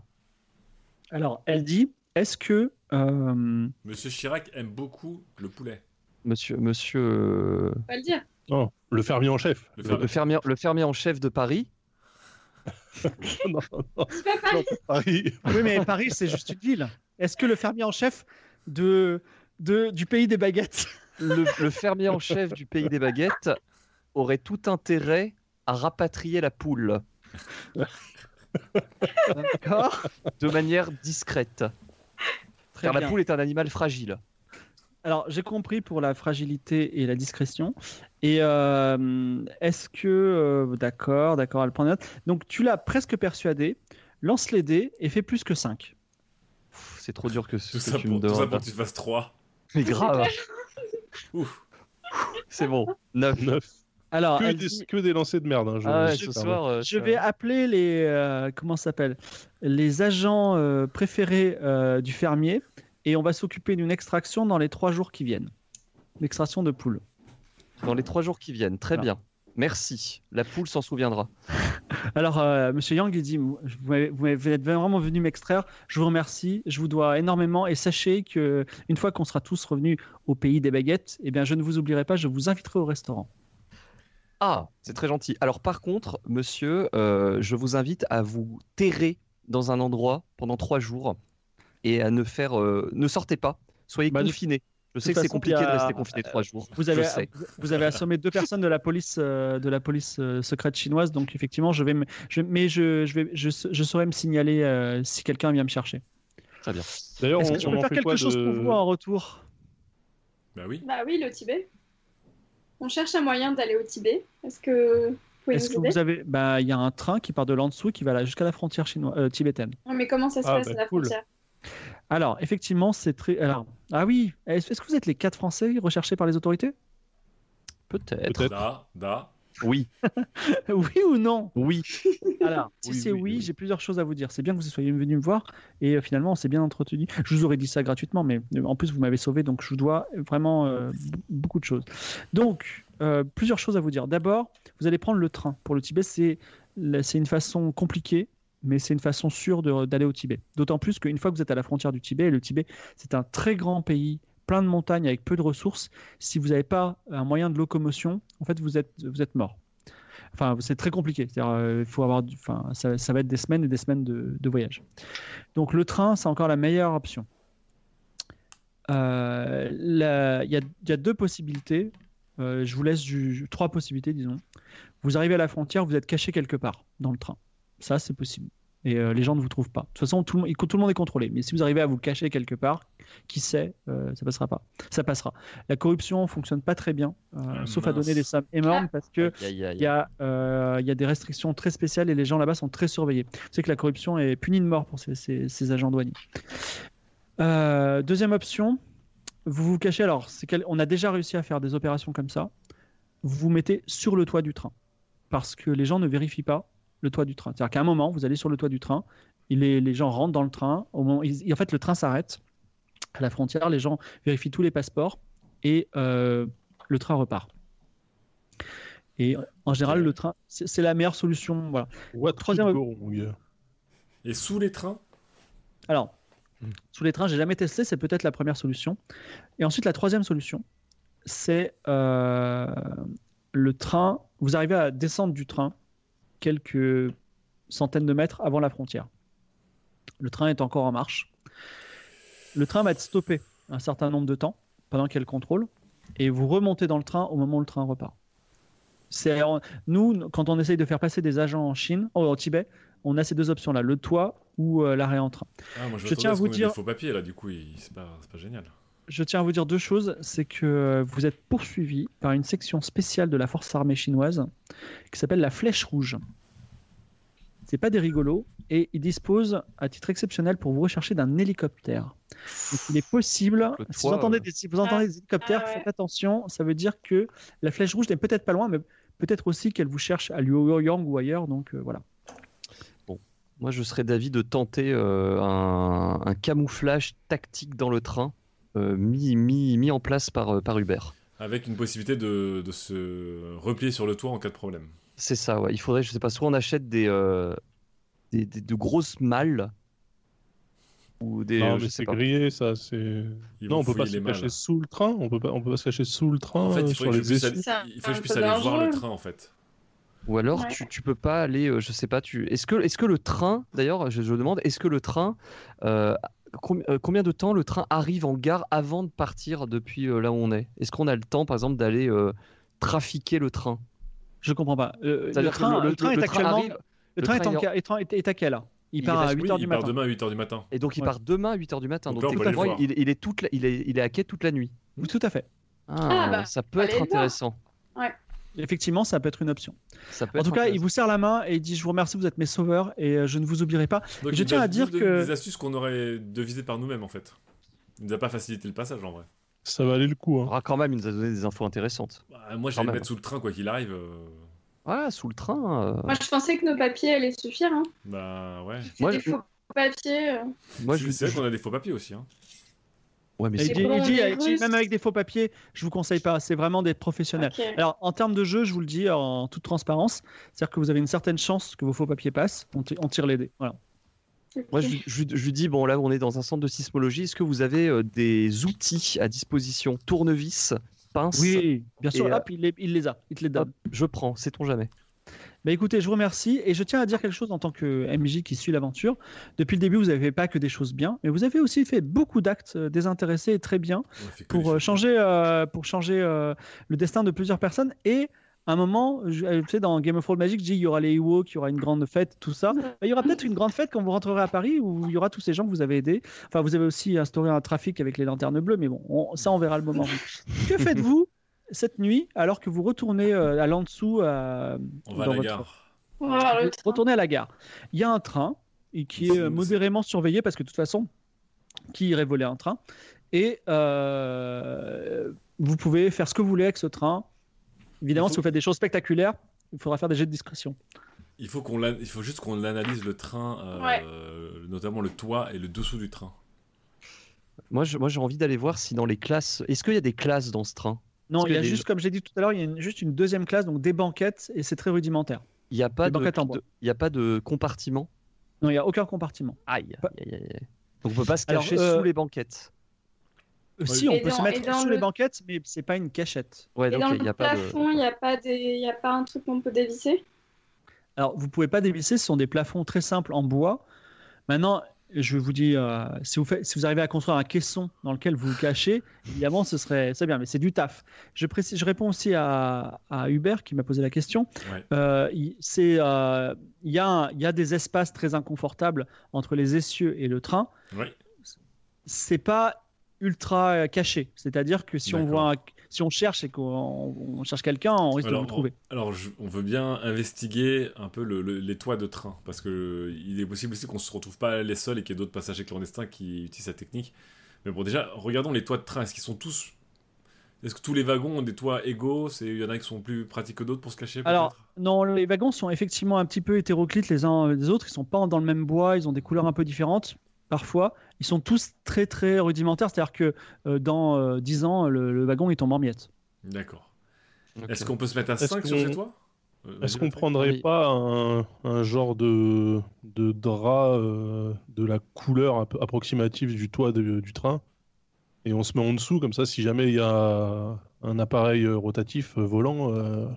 Speaker 1: Alors, elle dit est-ce que. euh,
Speaker 4: Monsieur Chirac aime beaucoup le poulet.
Speaker 5: Monsieur, monsieur euh,
Speaker 2: Faut pas le dire.
Speaker 3: Oh, le fermier en chef.
Speaker 4: Le
Speaker 5: le,
Speaker 4: fermier.
Speaker 5: fermier, le fermier en chef de Paris.
Speaker 3: Non, non, non,
Speaker 2: Dis pas Paris.
Speaker 3: non, Paris.
Speaker 1: Oui, mais Paris, c'est juste une ville. Est-ce que le fermier en chef de, de, du pays des baguettes
Speaker 5: le, le fermier en chef du pays des baguettes aurait tout intérêt à rapatrier la poule. D'accord De manière discrète.
Speaker 1: Très
Speaker 5: Car la
Speaker 1: bien.
Speaker 5: poule est un animal fragile.
Speaker 1: Alors, j'ai compris pour la fragilité et la discrétion. Et euh, est-ce que. euh, d'accord, d'accord, elle prend note. Donc, tu l'as presque persuadé. Lance les dés et fais plus que 5.
Speaker 5: Pff, C'est trop dur que ce
Speaker 4: Tout
Speaker 5: que
Speaker 4: ça,
Speaker 5: tu me
Speaker 4: pour, tout ça
Speaker 5: demandes.
Speaker 1: hein.
Speaker 4: pour que tu fasses 3.
Speaker 5: Mais grave,
Speaker 4: Ouf.
Speaker 5: c'est bon. 9.
Speaker 3: Neuf.
Speaker 1: Alors,
Speaker 3: Que,
Speaker 1: Ah, elle
Speaker 3: des,
Speaker 1: dit,
Speaker 3: que des lancers de merde. hein, je-
Speaker 5: Ah ouais,
Speaker 3: je-
Speaker 5: ce
Speaker 3: pardon.
Speaker 5: soir, euh,
Speaker 1: je
Speaker 5: ça-
Speaker 1: vais appeler les. euh, comment ça s'appelle Les agents euh, préférés euh, du fermier. Et on va s'occuper d'une extraction dans les trois jours qui viennent. L'extraction de poules.
Speaker 5: dans les trois jours qui viennent. Très
Speaker 1: Voilà.
Speaker 5: bien. Merci. La poule s'en souviendra.
Speaker 1: Alors, euh, Monsieur Yang, il dit, vous m'avez- vous m'avez- vous êtes vraiment venu m'extraire. Je vous remercie. Je vous dois énormément. Et sachez que une fois qu'on sera tous revenus au pays des baguettes, eh bien, je ne vous oublierai pas. Je vous inviterai au restaurant.
Speaker 5: Ah, c'est très gentil. Alors par contre, monsieur, euh, je vous invite à vous terrer dans un endroit pendant trois jours et à ne faire, euh, ne sortez pas, soyez
Speaker 1: Bah, de-
Speaker 5: confinés. Je sais
Speaker 1: toute
Speaker 5: que c'est
Speaker 1: façon,
Speaker 5: compliqué
Speaker 1: il y
Speaker 5: de
Speaker 1: a- euh,
Speaker 5: rester confiné trois jours.
Speaker 1: Vous avez,
Speaker 5: Je sais.
Speaker 1: vous avez assommé deux personnes de la police, euh, de la police euh, secrète chinoise. Donc, effectivement, je vais, me- je, mais je, je vais, je, je saurai me signaler euh, si quelqu'un vient me chercher.
Speaker 5: Très bien.
Speaker 3: D'ailleurs,
Speaker 1: Est-ce
Speaker 3: on,
Speaker 1: que je
Speaker 3: on
Speaker 1: peux
Speaker 3: en
Speaker 1: faire
Speaker 3: fait quoi
Speaker 1: quelque chose
Speaker 3: de-
Speaker 1: pour vous hein en retour
Speaker 4: Bah oui.
Speaker 2: Bah oui, le Tibet. On cherche un moyen d'aller au Tibet. Est-ce que vous pouvez
Speaker 1: Est-ce
Speaker 2: nous
Speaker 1: que
Speaker 2: aider
Speaker 1: vous avez, bah, il y a un train qui part de Lanzhou qui va là jusqu'à la frontière chinoise, euh, tibétaine.
Speaker 2: Non, Mais comment ça se
Speaker 3: Ah,
Speaker 2: passe
Speaker 3: bah,
Speaker 2: à la
Speaker 3: cool.
Speaker 2: frontière
Speaker 1: Alors, effectivement, c'est très. Alors, ah oui, est-ce est-ce que vous êtes les quatre Français recherchés par les autorités
Speaker 5: Peut-être.
Speaker 3: Peut-être.
Speaker 4: Da, da.
Speaker 5: oui,
Speaker 1: Oui ou non
Speaker 5: oui.
Speaker 1: Alors, si
Speaker 3: Oui,
Speaker 1: c'est
Speaker 3: oui,
Speaker 1: oui,
Speaker 3: oui.
Speaker 1: j'ai plusieurs choses à vous dire. C'est bien que vous soyez venu me voir et euh, finalement, on s'est bien entretenu. Je vous aurais dit ça gratuitement, mais euh, en plus, vous m'avez sauvé, donc je vous dois vraiment euh, b- beaucoup de choses. Donc, euh, plusieurs choses à vous dire. D'abord, vous allez prendre le train. Pour le Tibet, c'est la- c'est une façon compliquée. Mais c'est une façon sûre de- d'aller au Tibet. D'autant plus qu'une fois que vous êtes à la frontière du Tibet, et le Tibet, c'est un très grand pays, plein de montagnes, avec peu de ressources. Si vous n'avez pas un moyen de locomotion, en fait, vous êtes, vous êtes mort enfin c'est très compliqué C'est-à-dire, euh, il faut avoir du- enfin ça, ça va être des semaines et des semaines de, de voyage donc le train c'est encore la meilleure option Euh, la- il y, a- il y a deux possibilités Euh, je vous laisse ju- trois possibilités disons vous arrivez à la frontière vous êtes caché quelque part dans le train ça c'est possible et euh, les gens ne vous trouvent pas. De toute façon, tout le, monde- tout le monde est contrôlé. Mais si vous arrivez à vous cacher quelque part, qui sait, euh, ça passera pas. Ça passera. La corruption fonctionne pas très bien, euh,
Speaker 4: Ah,
Speaker 1: sauf à
Speaker 4: mince.
Speaker 1: donner des sommes énormes parce que
Speaker 5: Aïe, aïe, aïe.
Speaker 1: il y, a, euh, il y a des restrictions très spéciales et les gens là-bas sont très surveillés. C'est que la corruption est punie de mort pour ces, ces- ces agents douaniers. Euh, deuxième option, vous vous cachez. Alors, c'est quel- on a déjà réussi à faire des opérations comme ça. Vous vous mettez sur le toit du train parce que les gens ne vérifient pas le toit du train. C'est-à-dire qu'à un moment, vous allez sur le toit du train, et les, les gens rentrent dans le train. Au moment, ils- ils- en fait, le train s'arrête à la frontière. Les gens vérifient tous les passeports et euh, le train repart. Et en général, le train, c'est c'est la meilleure solution. Voilà.
Speaker 3: What
Speaker 1: Troisième-
Speaker 3: could go wrong
Speaker 4: Et sous les trains
Speaker 1: Alors, sous les trains, j'ai jamais testé, c'est peut-être la première solution. Et ensuite, la troisième solution, c'est euh, le train. Vous arrivez à descendre du train quelques centaines de mètres avant la frontière. Le train est encore en marche. Le train va être stoppé un certain nombre de temps pendant qu'elle contrôle, et vous remontez dans le train au moment où le train repart. C'est nous quand on essaye de faire passer des agents en Chine, oh, en Tibet, on a ces deux options-là, le toit ou euh, l'arrêt en train.
Speaker 4: Ah, moi, je
Speaker 1: Je
Speaker 4: m'attendais
Speaker 1: tiens à
Speaker 4: ce
Speaker 1: vous
Speaker 4: qu'on ait
Speaker 1: dire-
Speaker 4: Des faux papiers là, du coup, il- c'est pas, c'est pas génial.
Speaker 1: je tiens à vous dire deux choses. C'est que vous êtes poursuivi par une section spéciale de la force armée chinoise qui s'appelle la Flèche Rouge. C'est pas des rigolos et ils disposent, à titre exceptionnel, pour vous rechercher d'un hélicoptère. Donc, il est possible,
Speaker 5: Le
Speaker 1: si vous
Speaker 5: toit,
Speaker 1: entendez
Speaker 5: euh.
Speaker 1: des, si vous entendez des hélicoptères,
Speaker 2: Ah ouais.
Speaker 1: faites attention. Ça veut dire que la Flèche Rouge n'est peut-être pas loin, mais peut-être aussi qu'elle vous cherche à Luoyang ou ailleurs. Donc euh, voilà.
Speaker 5: Moi, je serais d'avis de tenter euh, un, un camouflage tactique dans le train euh, mis, mis, mis en place par, euh, par Uber.
Speaker 4: Avec une possibilité de, de se replier sur le toit en cas de problème.
Speaker 5: C'est ça, ouais. Il faudrait, je sais pas, soit on achète des, euh, des, des- de grosses malles ou des.
Speaker 3: non,
Speaker 5: euh, je
Speaker 3: mais
Speaker 5: sais
Speaker 3: c'est
Speaker 5: pas.
Speaker 3: grillé, ça. C'est.
Speaker 4: Ils
Speaker 3: Non,
Speaker 4: vont
Speaker 3: on peut pas
Speaker 4: fouiller
Speaker 3: se
Speaker 4: les malles.
Speaker 3: cacher sous le train. On peut pas, on peut pas se cacher sous le train
Speaker 4: En fait,
Speaker 3: euh,
Speaker 4: il
Speaker 3: sur
Speaker 4: faudrait que je
Speaker 3: les
Speaker 4: puisse
Speaker 3: essais.
Speaker 4: aller,
Speaker 2: C'est un-
Speaker 4: il faut que je
Speaker 2: un
Speaker 4: puisse
Speaker 2: peu
Speaker 4: aller voir le
Speaker 2: dangereux.
Speaker 4: train en fait.
Speaker 5: Ou alors,
Speaker 2: Ouais.
Speaker 5: tu, tu peux pas aller, euh, je sais pas, tu. Est-ce que, est-ce que le train, d'ailleurs, je, je demande, est-ce que le train. euh, com- euh, combien de temps le train arrive en gare avant de partir depuis euh, là où on est Est-ce qu'on a le temps, par exemple, d'aller euh, trafiquer le train
Speaker 1: Je comprends pas. Euh, le
Speaker 5: C'est-à-dire que
Speaker 1: train, le train est actuellement.
Speaker 5: arrive-
Speaker 1: Le
Speaker 5: le
Speaker 1: train est
Speaker 5: train
Speaker 1: en- est en- est- est à quelle heure Il
Speaker 5: Il
Speaker 1: part à
Speaker 5: reste-
Speaker 1: 8h
Speaker 4: Oui,
Speaker 1: du
Speaker 4: il part
Speaker 1: matin.
Speaker 4: demain à 8h du matin.
Speaker 5: Et donc il
Speaker 1: Ouais.
Speaker 5: part demain à 8h du matin.
Speaker 4: Donc
Speaker 5: Donc,
Speaker 4: là, on peut aller
Speaker 5: techniquement,
Speaker 4: le
Speaker 5: il, il est toute la- il, est, il est à quai toute la nuit.
Speaker 1: Oui, Tout à fait.
Speaker 5: Ah,
Speaker 2: Ah, bah,
Speaker 5: ça peut
Speaker 2: allez
Speaker 5: être
Speaker 2: le voir.
Speaker 5: intéressant.
Speaker 1: Effectivement, ça peut être une option.
Speaker 5: Ça peut
Speaker 1: En
Speaker 5: être
Speaker 1: tout cas, il
Speaker 5: intéressant.
Speaker 1: vous serre la main et il dit Je vous remercie, vous êtes mes sauveurs et euh, je ne vous oublierai pas.
Speaker 4: Donc,
Speaker 1: Je
Speaker 4: il
Speaker 1: tiens
Speaker 4: nous a
Speaker 1: à dire
Speaker 4: dit de-
Speaker 1: que-
Speaker 4: Des astuces qu'on aurait devisées par nous-mêmes en fait. Il nous a pas facilité le passage en vrai.
Speaker 3: Ça valait le coup. hein.
Speaker 5: Ah, quand même, il nous a donné des infos intéressantes.
Speaker 4: Bah, moi, je
Speaker 5: Quand
Speaker 4: vais le
Speaker 5: même.
Speaker 4: mettre sous le train quoi qu'il arrive. euh,
Speaker 5: Ah, sous le train. euh,
Speaker 2: Moi, je pensais que nos papiers allaient suffire. Hein.
Speaker 4: Bah ouais.
Speaker 5: Moi,
Speaker 2: des
Speaker 5: je-
Speaker 2: faux papiers. euh.
Speaker 5: Moi,
Speaker 4: C'est-
Speaker 5: je lui
Speaker 4: c'est vrai qu'on a des faux papiers aussi. hein.
Speaker 5: Ouais, mais
Speaker 1: Et il
Speaker 5: c'est
Speaker 1: dit,
Speaker 2: bon,
Speaker 1: il dit-
Speaker 2: les
Speaker 1: il dit,
Speaker 2: Russes-
Speaker 1: Même avec des faux papiers, je vous conseille pas. C'est vraiment d'être professionnel.
Speaker 2: Ok.
Speaker 1: Alors, en termes de jeu, je vous le dis en toute transparence c'est-à-dire que vous avez une certaine chance que vos faux papiers passent. On, ti- on tire les dés. Voilà.
Speaker 5: Moi, je, lui- je lui- je lui dis, bon, là, on est dans un centre de sismologie. Est-ce que vous avez euh, des outils à disposition Tournevis, pince
Speaker 1: Oui, bien sûr.
Speaker 5: Et, euh,
Speaker 1: Hop, il les, il les a. Il te les donne.
Speaker 5: Hop, je prends, sait-on jamais.
Speaker 1: Bah écoutez, je vous remercie et je tiens à dire quelque chose en tant que MJ qui suit l'aventure. Depuis le début, vous n'avez fait pas que des choses bien, mais vous avez aussi fait beaucoup d'actes euh, désintéressés et très bien
Speaker 4: On a fait que
Speaker 1: pour
Speaker 4: des
Speaker 1: euh,
Speaker 4: choses.
Speaker 1: changer, euh, pour changer euh, le destin de plusieurs personnes. Et à un moment, je, euh, tu sais, dans Game of Thrones Magic, je dis il y aura les Ewoks, il y aura une grande fête, tout ça. Bah, il y aura peut-être une grande fête quand vous rentrerez à Paris où il y aura tous ces gens que vous avez aidés. Enfin, vous avez aussi instauré un trafic avec les lanternes bleues, mais bon, on- ça, on verra le moment. que faites-vous cette nuit alors que vous retournez euh, à Lanzhou à
Speaker 4: On va à
Speaker 1: dans
Speaker 4: la
Speaker 1: votre-
Speaker 4: gare.
Speaker 2: On va voir le train.
Speaker 1: retourner à la gare. Il y a un train et qui est
Speaker 4: C'est-
Speaker 1: euh, modérément surveillé parce que de toute façon, qui irait voler un train Et euh, vous pouvez faire ce que vous voulez avec ce train. Évidemment,
Speaker 4: Il faut-
Speaker 1: si vous faites des choses spectaculaires, il faudra faire des jets de discrétion.
Speaker 4: Il faut, qu'on l'an- il faut juste qu'on analyse le train, euh, notamment le toit et le dessous du train.
Speaker 5: Moi, je- moi, j'ai envie d'aller voir si dans les classes. Est-ce qu'il y a des classes dans ce train
Speaker 1: Non,
Speaker 5: Parce que
Speaker 1: il y a
Speaker 5: les-
Speaker 1: juste, comme j'ai dit tout à l'heure, il y a une- juste une deuxième classe, donc des banquettes, et c'est très rudimentaire.
Speaker 5: Il n'y a, pas
Speaker 1: Des
Speaker 5: de,
Speaker 1: banquettes en bois.
Speaker 5: de- il y a pas de compartiment
Speaker 1: Non, il n'y a aucun compartiment.
Speaker 5: Aïe,
Speaker 1: Pas-
Speaker 5: aïe, aïe, aïe. Donc on peut pas se
Speaker 1: Alors,
Speaker 5: cacher
Speaker 1: euh,
Speaker 5: sous les banquettes.
Speaker 1: Euh, Si, on
Speaker 2: Et
Speaker 1: peut
Speaker 2: dans-
Speaker 1: se
Speaker 2: et
Speaker 1: mettre
Speaker 2: dans
Speaker 1: sous
Speaker 2: le-
Speaker 1: les banquettes, mais c'est pas une cachette.
Speaker 5: Ouais,
Speaker 2: Et
Speaker 5: donc
Speaker 2: dans
Speaker 5: il y
Speaker 2: le
Speaker 5: a pas de.
Speaker 2: plafond, il n'y a, pas des- il y a pas un truc qu'on peut dévisser
Speaker 1: Alors, vous pouvez pas dévisser, ce sont des plafonds très simples en bois. Maintenant, je vous dis, euh, si, vous faites, si vous arrivez à construire un caisson dans lequel vous vous cachez, évidemment, ce serait c'est bien, mais c'est du taf. Je, précise, je réponds aussi à, à Hubert qui m'a posé la question.
Speaker 4: Ouais.
Speaker 1: Euh, il c'est, euh, il y, a un- il y a des espaces très inconfortables entre les essieux et le train.
Speaker 4: Ouais.
Speaker 1: C'est pas ultra euh, caché, c'est-à-dire que si on
Speaker 4: D'accord.
Speaker 1: voit, un- si on cherche et qu'on on cherche quelqu'un, on risque de
Speaker 4: Alors,
Speaker 1: le trouver.
Speaker 4: on- alors, je- on veut bien investiguer un peu le- le- les toits de train, parce que il est possible aussi qu'on se retrouve pas les seuls et qu'il y ait d'autres passagers clandestins qui utilisent cette technique. Mais bon, déjà, regardons les toits de train. Est-ce qu'ils sont tous, est-ce que tous les wagons ont des toits égaux C'est- Il y en a qui sont plus pratiques que d'autres pour se cacher.
Speaker 1: Alors,
Speaker 4: peut-être
Speaker 1: non, les wagons sont effectivement un petit peu hétéroclites les uns des autres. Ils sont pas dans le même bois, ils ont des couleurs un peu différentes parfois. Ils sont tous très très rudimentaires, c'est-à-dire que euh, dans euh, 10 ans, le, le wagon il tombe en miettes.
Speaker 4: d'accord.
Speaker 5: Ok.
Speaker 4: Est-ce qu'on peut se mettre à
Speaker 3: Est-ce
Speaker 4: 5 sur
Speaker 3: qu'on-
Speaker 4: ces toits Euh,
Speaker 3: Est-ce
Speaker 4: vas-y,
Speaker 3: qu'on
Speaker 4: Patrick.
Speaker 3: prendrait
Speaker 5: Oui.
Speaker 3: pas un, un genre de, de drap euh, de la couleur un peu approximative du toit de- du train et on se met en dessous comme ça si jamais il y a un appareil euh, rotatif euh, volant euh,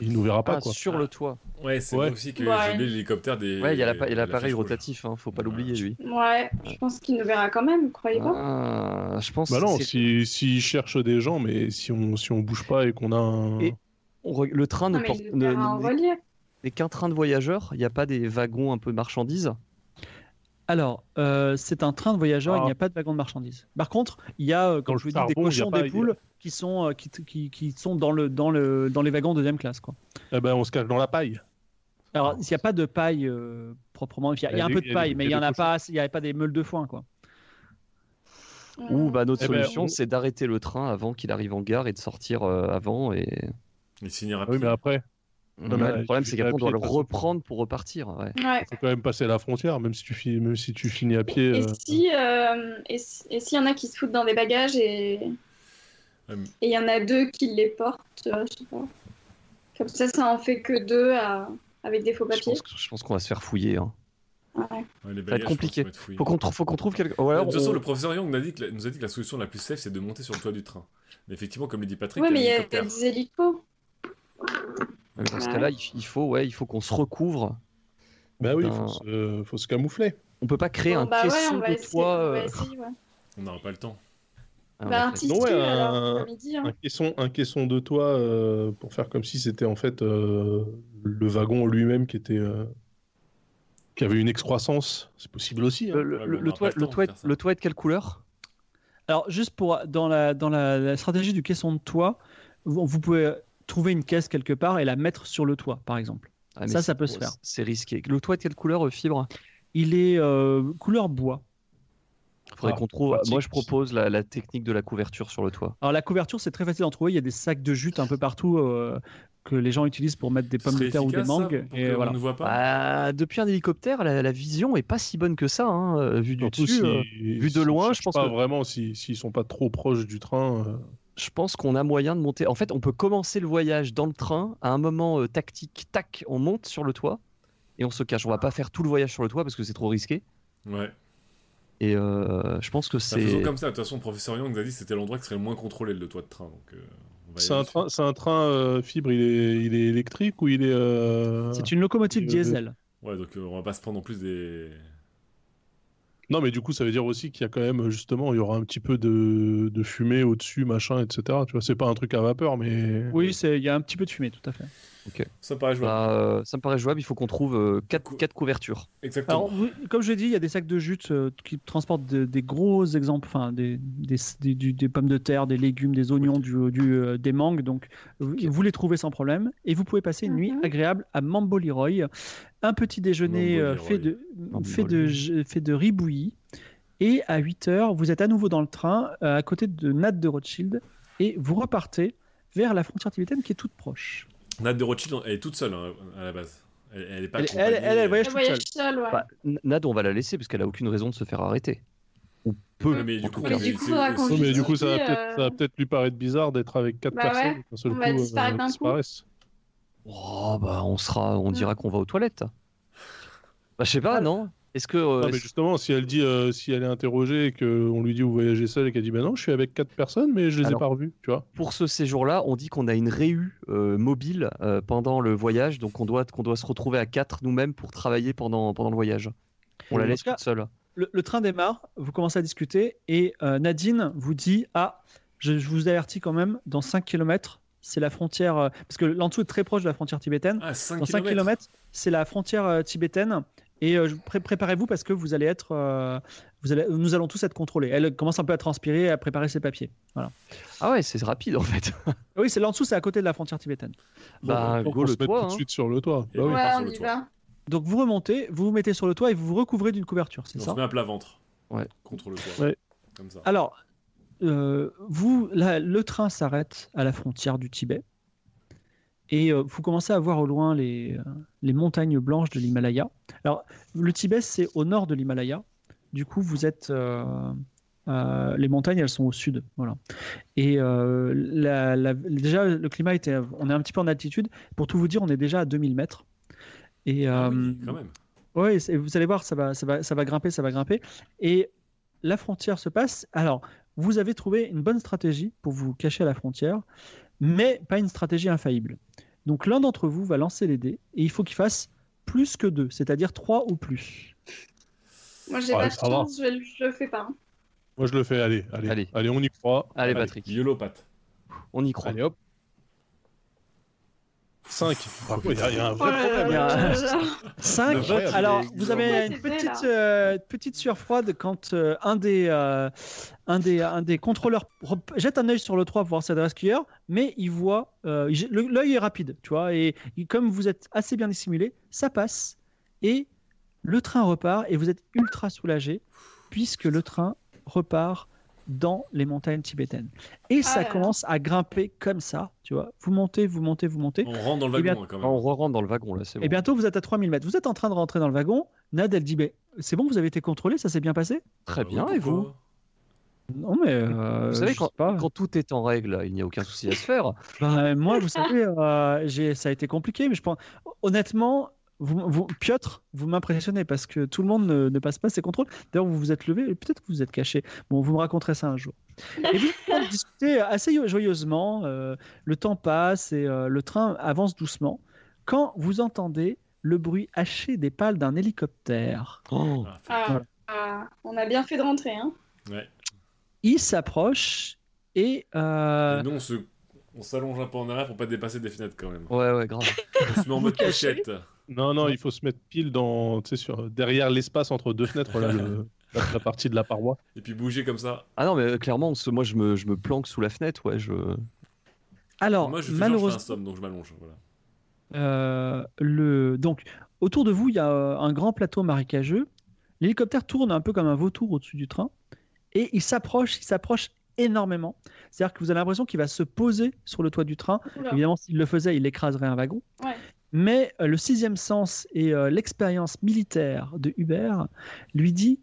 Speaker 3: il nous verra pas
Speaker 5: Ah,
Speaker 3: quoi.
Speaker 5: sur le toit.
Speaker 4: Ouais, c'est
Speaker 3: Ouais.
Speaker 4: vrai aussi que
Speaker 2: Ouais.
Speaker 4: j'ai oublié l'hélicoptère des.
Speaker 5: Ouais, il y a l'appa-
Speaker 4: de
Speaker 5: il y a
Speaker 4: la
Speaker 5: l'appareil
Speaker 4: flèche rouge.
Speaker 5: rotatif, hein, faut pas
Speaker 4: Ouais.
Speaker 5: l'oublier lui.
Speaker 2: Ouais, je pense qu'il nous verra quand même, croyez pas
Speaker 5: Ah, je pense.
Speaker 3: Bah non,
Speaker 5: que c'est-
Speaker 3: si, si cherche des gens mais si on si on bouge pas et qu'on a un
Speaker 5: Et- on re- le train
Speaker 2: Non,
Speaker 5: Ah, ne
Speaker 2: mais
Speaker 5: porte-
Speaker 2: il
Speaker 5: ne-
Speaker 2: nous verra en
Speaker 5: ne-
Speaker 2: relief.
Speaker 5: n'est qu'un train de voyageurs. Il n'y a pas des wagons un peu marchandises.
Speaker 1: Alors, euh, c'est un train de voyageurs,
Speaker 3: Ah.
Speaker 1: il n'y a pas de wagon de marchandises. Par contre, il y a, euh,
Speaker 3: Dans
Speaker 1: comme
Speaker 3: le
Speaker 1: je vous dis,
Speaker 3: charbon,
Speaker 1: des
Speaker 3: il y a
Speaker 1: cochons,
Speaker 3: pas-
Speaker 1: des poules qui sont, euh, qui, qui, qui sont dans, le, dans, le, dans les wagons de deuxième classe. Quoi.
Speaker 3: Eh ben, on se cache dans la paille.
Speaker 1: Alors, il n'y a pas de paille euh, proprement. Il y a, Ah. il y a un
Speaker 3: Elle
Speaker 1: peu
Speaker 3: est-
Speaker 1: de
Speaker 3: elle est-
Speaker 1: paille, mais il
Speaker 3: elle
Speaker 1: n'y
Speaker 3: est
Speaker 1: en a
Speaker 3: cochon.
Speaker 1: pas, assez- il y avait pas des meules de foin. Quoi.
Speaker 5: Ou bah, notre
Speaker 3: Eh ben,
Speaker 5: solution,
Speaker 3: on-
Speaker 5: c'est d'arrêter le train avant qu'il arrive en gare et de sortir euh, avant. Et...
Speaker 4: Il signera
Speaker 3: Ah Oui, mais après,
Speaker 5: Ouais,
Speaker 3: mais
Speaker 5: le problème,
Speaker 3: tu
Speaker 5: c'est
Speaker 3: vas à
Speaker 5: qu'après, on doit
Speaker 3: pied,
Speaker 5: le
Speaker 3: de toute façon.
Speaker 5: reprendre pour repartir. ouais.
Speaker 2: Ouais.
Speaker 3: faut quand même passer la frontière, même si tu, fi- même si tu finis à pied.
Speaker 2: Et
Speaker 3: euh,
Speaker 2: si, euh, et si- et s'il y en a qui se foutent dans des bagages et et
Speaker 4: Hum.
Speaker 2: il y en a deux qui les portent, euh, je sais pas. Comme ça, ça en fait que deux à- avec des faux
Speaker 5: Je
Speaker 2: papiers.
Speaker 5: pense, que- je pense qu'on va se faire fouiller. hein.
Speaker 2: Ouais.
Speaker 4: Ouais, les
Speaker 5: va être
Speaker 4: bagages, je pense,
Speaker 5: compliqué.
Speaker 4: vont être fouillés.
Speaker 5: Faut qu'on tr- faut qu'on trouve quelque. ou
Speaker 4: De
Speaker 5: alors
Speaker 4: toute façon,
Speaker 5: on-
Speaker 4: le professeur Young nous a, dit que la, nous a dit que la solution la plus safe, c'est de monter sur le toit du train. Mais effectivement, comme le dit Patrick,
Speaker 2: Ouais,
Speaker 4: il
Speaker 2: mais
Speaker 4: y a
Speaker 2: il y a
Speaker 4: l'hélicoptère.
Speaker 2: des hélicos.
Speaker 5: Mais Dans ce cas-là, il il faut, ouais, il faut qu'on se recouvre.
Speaker 3: Bah oui,
Speaker 5: Ben-
Speaker 3: faut se, euh, faut se camoufler.
Speaker 5: On peut pas créer
Speaker 2: Bon,
Speaker 5: un
Speaker 2: bah ouais,
Speaker 5: caisson
Speaker 2: on va
Speaker 5: de
Speaker 2: essayer,
Speaker 5: toit.
Speaker 2: on va
Speaker 5: euh,
Speaker 2: essayer, ouais.
Speaker 4: On n'aura pas le temps.
Speaker 5: ah, on
Speaker 2: Bah,
Speaker 5: va
Speaker 2: un
Speaker 5: faire-
Speaker 2: tissu,
Speaker 3: Non, ouais,
Speaker 2: alors,
Speaker 3: un-
Speaker 2: après-midi, hein.
Speaker 3: Un caisson, un caisson de toit euh, pour faire comme si c'était en fait euh, le wagon lui-même qui était. euh, qui avait une excroissance. C'est possible aussi. hein.
Speaker 5: Le, le- le
Speaker 4: Ouais, bon, on aura
Speaker 5: toit,
Speaker 4: pas le
Speaker 5: le,
Speaker 4: temps de
Speaker 5: toit,
Speaker 4: faire ça.
Speaker 5: le toit est de quelle couleur
Speaker 1: Alors, juste pour, dans, la, dans la, la stratégie du caisson de toit, vous, vous pouvez trouver une caisse quelque part et la mettre sur le toit, par exemple.
Speaker 5: Ah, mais
Speaker 1: Ça,
Speaker 5: c'est-
Speaker 1: ça peut se faire.
Speaker 5: C'est risqué. Le toit est de quelle couleur, euh, fibre
Speaker 1: Il est euh, couleur bois.
Speaker 5: Faudrait
Speaker 3: Ah,
Speaker 5: qu'on trouve.
Speaker 3: pratique.
Speaker 5: Moi, je propose la, la technique de la couverture sur le toit.
Speaker 1: Alors la couverture, c'est très facile d'en trouver. Il y a des sacs de jute un peu partout euh, que les gens utilisent pour mettre des
Speaker 4: Ce
Speaker 1: pommes de
Speaker 4: serait
Speaker 1: terre ou des
Speaker 4: efficace, ça,
Speaker 1: mangues.
Speaker 4: pour
Speaker 1: Et
Speaker 4: qu'on
Speaker 1: voilà.
Speaker 4: ne voit pas.
Speaker 5: Bah, depuis un hélicoptère, la, la vision est pas si bonne que ça, hein, euh, vu du
Speaker 3: Surtout
Speaker 5: dessus.
Speaker 3: si-
Speaker 5: euh, vu de
Speaker 3: si on
Speaker 5: loin,
Speaker 3: cherche
Speaker 5: je pense
Speaker 3: pas
Speaker 5: que-
Speaker 3: vraiment si- s'ils sont pas trop proches du train. euh,
Speaker 5: je pense qu'on a moyen de monter. En fait, on peut commencer le voyage dans le train à un moment euh, tactique. Tac, on monte sur le toit et on se cache. On va pas faire tout le voyage sur le toit parce que c'est trop risqué.
Speaker 4: Ouais.
Speaker 5: Et euh, je pense que
Speaker 4: Bah, faisons
Speaker 5: c'est.
Speaker 4: comme ça. De toute façon, le professeur Young nous a dit que c'était l'endroit qui serait le moins contrôlé, le toit de train. Donc, euh, on va y
Speaker 3: C'est
Speaker 4: aller
Speaker 3: un
Speaker 4: dessus.
Speaker 3: train, c'est un train euh, fibre, il est, il est électrique ou il est. euh,
Speaker 1: C'est une locomotive
Speaker 3: Euh,
Speaker 1: diesel.
Speaker 4: Ouais, donc euh, on va pas se prendre en plus des.
Speaker 3: Non, mais du coup, ça veut dire aussi qu'il y a quand même, justement, il y aura un petit peu de, de fumée au-dessus, machin, etc. Tu vois, c'est pas un truc à vapeur, mais.
Speaker 1: Oui, c'est- il y a un petit peu de fumée, tout à fait.
Speaker 4: Ça paraît jouable.
Speaker 5: Bah, euh, ça me paraît jouable. Il faut qu'on trouve euh, quatre,
Speaker 4: Cou-
Speaker 5: quatre couvertures.
Speaker 4: Exactement.
Speaker 1: Alors, vous- comme je l'ai dit, il y a des sacs de jute euh, qui transportent de- des gros exemples, enfin des, des, des- du- des pommes de terre, des légumes, des oignons, du, du, euh, des mangues. Donc, vous, vous les trouvez sans problème et vous pouvez passer une nuit
Speaker 2: Mhm.
Speaker 1: agréable à Mambo Leroy. Un petit déjeuner
Speaker 4: Mambo
Speaker 1: euh,
Speaker 4: Leroy.
Speaker 1: fait de,
Speaker 5: Mambo
Speaker 1: fait, de,
Speaker 5: Leroy.
Speaker 1: j- fait de riz bouilli. Et à 8 heures, vous êtes à nouveau dans le train euh, à côté de Nat de Rothschild et vous repartez vers la frontière tibétaine qui est toute proche.
Speaker 4: Nat de Rothschild, elle est toute seule hein, à la base. Elle, elle est pas
Speaker 1: Elle-
Speaker 4: accompagnée.
Speaker 1: elle- elle, elle voyage-
Speaker 2: Elle voyage seule, ouais.
Speaker 5: Bah, N- Nad, on va la laisser parce qu'elle a aucune raison de se faire arrêter. Ou
Speaker 4: Ouais,
Speaker 5: peu.
Speaker 4: mais
Speaker 5: en
Speaker 4: du
Speaker 5: tout
Speaker 4: coup,
Speaker 2: Mais
Speaker 5: cas.
Speaker 2: du
Speaker 4: c'est-
Speaker 2: coup,
Speaker 4: c'est-
Speaker 2: faudra qu'on
Speaker 3: Non, mais du coup, ça va
Speaker 2: justifie,
Speaker 3: peut-être
Speaker 2: euh,
Speaker 3: ça va peut-être lui paraître bizarre d'être avec quatre
Speaker 2: Bah
Speaker 3: personnes
Speaker 2: ouais,
Speaker 3: d'un seul
Speaker 2: on
Speaker 3: coup,
Speaker 2: va disparaître
Speaker 3: euh,
Speaker 2: d'un
Speaker 3: qui
Speaker 2: coup.
Speaker 3: disparaissent.
Speaker 5: Oh, bah, on sera, on
Speaker 2: Mm.
Speaker 5: dira qu'on va aux toilettes. Bah, je sais pas, non Est-ce que euh,
Speaker 3: Non, mais justement, si elle dit, euh, si elle est interrogée et qu'on lui dit vous voyagez seul et qu'elle dit bah non, je suis avec quatre personnes, mais je les ai
Speaker 5: Alors-
Speaker 3: pas revues, tu vois.
Speaker 5: pour ce séjour-là, on dit qu'on a une réu euh, mobile euh, pendant le voyage, donc on doit, qu'on doit se retrouver à quatre nous-mêmes pour travailler pendant, pendant le voyage. On la
Speaker 1: En
Speaker 5: laisse
Speaker 1: tout cas,
Speaker 5: toute seule.
Speaker 1: le, le train démarre, vous commencez à discuter et euh, Nadine vous dit Ah, je, je vous avertis quand même, dans 5 km, c'est la frontière. euh, parce que l'en dessous est très proche de la frontière tibétaine.
Speaker 4: Ah, 5
Speaker 1: dans 5
Speaker 4: km.
Speaker 1: km, c'est la frontière euh, tibétaine. Et euh, je- pré- préparez-vous parce que vous allez être. euh, vous allez, nous allons tous être contrôlés. Elle commence un peu à transpirer et à préparer ses papiers.
Speaker 5: Ah ouais, c'est rapide en fait.
Speaker 1: Ah Oui, c'est l'en dessous, c'est à côté de la frontière tibétaine.
Speaker 5: Bah,
Speaker 3: Donc, on
Speaker 5: go
Speaker 3: se
Speaker 5: le
Speaker 3: met
Speaker 5: toit,
Speaker 3: tout de
Speaker 5: hein.
Speaker 3: suite sur le toit.
Speaker 4: Et
Speaker 3: Bah oui.
Speaker 4: on
Speaker 2: ouais,
Speaker 4: part sur
Speaker 2: on
Speaker 4: le
Speaker 2: y
Speaker 4: toit.
Speaker 2: va.
Speaker 1: Donc vous remontez, vous vous mettez sur le toit et vous vous recouvrez d'une couverture, c'est
Speaker 4: On
Speaker 1: ça
Speaker 4: se met à plat ventre.
Speaker 5: Ouais.
Speaker 4: Contre le toit.
Speaker 3: Ouais.
Speaker 4: Comme ça.
Speaker 1: Alors, euh, vous, là, le train s'arrête à la frontière du Tibet et euh, vous commencez à voir au loin les, euh, les montagnes blanches de l'Himalaya. Alors, le Tibet, c'est au nord de l'Himalaya. Du coup, vous êtes. euh, euh, les montagnes, elles sont au sud, voilà. Et euh, la- la- déjà, le climat était, on est un petit peu en altitude. Pour tout vous dire, on est déjà à 2000 mètres. Et
Speaker 4: Ah oui,
Speaker 1: euh,
Speaker 4: quand même.
Speaker 1: oui, vous allez voir, ça va, ça, va, ça va grimper, ça va grimper. Et la frontière se passe. Alors, vous avez trouvé une bonne stratégie pour vous cacher à la frontière, mais pas une stratégie infaillible. Donc, l'un d'entre vous va lancer les dés et il faut qu'il fasse plus que deux, c'est-à-dire trois ou plus.
Speaker 2: Moi, j'ai
Speaker 3: Ouais,
Speaker 2: pas de
Speaker 3: ça va.
Speaker 2: chance, je, je le fais pas. hein.
Speaker 3: Moi, je le fais. Allez, allez, allez,
Speaker 5: Allez.
Speaker 3: on y croit.
Speaker 5: Allez, Patrick,
Speaker 4: YOLO, Pat.
Speaker 5: on y croit.
Speaker 3: Allez, hop. 5. Par contre, il y a- il y a un vrai
Speaker 2: Oh là là
Speaker 3: problème.
Speaker 1: là
Speaker 2: là là là.
Speaker 1: 5.
Speaker 3: Le vrai,
Speaker 1: Alors,
Speaker 3: mais-
Speaker 1: vous avez une
Speaker 2: Pourquoi c'était
Speaker 1: petite, euh, petite sueur froide quand euh, un, des, euh, un, des, un des contrôleurs rep- jette un œil sur le 3 pour voir s'il y a des rescueurs, mais il voit. euh, il- le- L'œil est rapide, tu vois, et il- comme vous êtes assez bien dissimulé, ça passe et le train repart et vous êtes ultra soulagé puisque le train repart dans les montagnes tibétaines. Et
Speaker 2: Ah
Speaker 1: ça
Speaker 2: là là.
Speaker 1: commence à grimper comme ça, tu vois. Vous montez, vous montez, vous montez.
Speaker 4: On rentre dans le
Speaker 1: Eh bien,
Speaker 4: wagon hein, quand
Speaker 5: Bah, on
Speaker 4: même.
Speaker 5: re-rentre dans le wagon là, c'est bon.
Speaker 1: Et Eh bientôt, vous êtes à 3000 mètres. Vous êtes en train de rentrer dans le wagon. Nad, elle dit, mais c'est bon, vous avez été contrôlé, ça s'est bien passé
Speaker 5: Très
Speaker 4: Bah
Speaker 5: bien,
Speaker 4: oui,
Speaker 5: et vous
Speaker 4: pourquoi
Speaker 1: Non, mais... euh,
Speaker 5: Vous savez,
Speaker 1: je
Speaker 5: quand,
Speaker 1: sais pas.
Speaker 5: quand tout est en règle, il n'y a aucun souci à se faire.
Speaker 1: Ben, moi, vous savez, euh, j'ai- ça a été compliqué, mais je pense... Honnêtement, vous, vous- Piotr, vous m'impressionnez parce que tout le monde ne, ne passe pas ses contrôles. D'ailleurs, vous vous êtes levé, et peut-être que vous vous êtes caché. Bon, vous me raconterez ça un jour. Et vous vous discutez assez joyeusement. euh, le temps passe et euh, le train avance doucement. Quand vous entendez le bruit haché des pales d'un hélicoptère,
Speaker 5: Oh,
Speaker 4: Ah, fait-
Speaker 2: Ah, ah, on a bien fait de rentrer. Hein.
Speaker 4: ouais.
Speaker 1: il s'approche et euh,
Speaker 5: Ah.
Speaker 4: Et Nous, on se- on s'allonge un peu en arrière pour pas dépasser des fenêtres quand même.
Speaker 5: ouais, ouais, grave.
Speaker 4: On se met en mode
Speaker 1: cachez
Speaker 4: cachette.
Speaker 3: Non, non, il faut se mettre pile dans, tu sais, sur, derrière l'espace entre deux fenêtres, là, le- la, la partie de la paroi.
Speaker 4: Et puis bouger comme ça.
Speaker 5: Ah non, mais euh, clairement, on se- moi je me, je me planque sous la fenêtre, ouais. Je...
Speaker 1: alors
Speaker 4: Moi, je fais genre, je fais un
Speaker 1: malheureusement
Speaker 4: somme, donc je m'allonge. Voilà.
Speaker 1: euh, le donc autour de vous il y a euh, un grand plateau marécageux. L'hélicoptère tourne un peu comme un vautour au-dessus du train et il s'approche, il s'approche énormément. C'est-à-dire que vous avez l'impression qu'il va se poser sur le toit du train.
Speaker 2: Oula.
Speaker 1: Évidemment, s'il le faisait, il écraserait un wagon.
Speaker 2: Ouais.
Speaker 1: Mais euh, le sixième sens et euh, l'expérience militaire de Hubert lui dit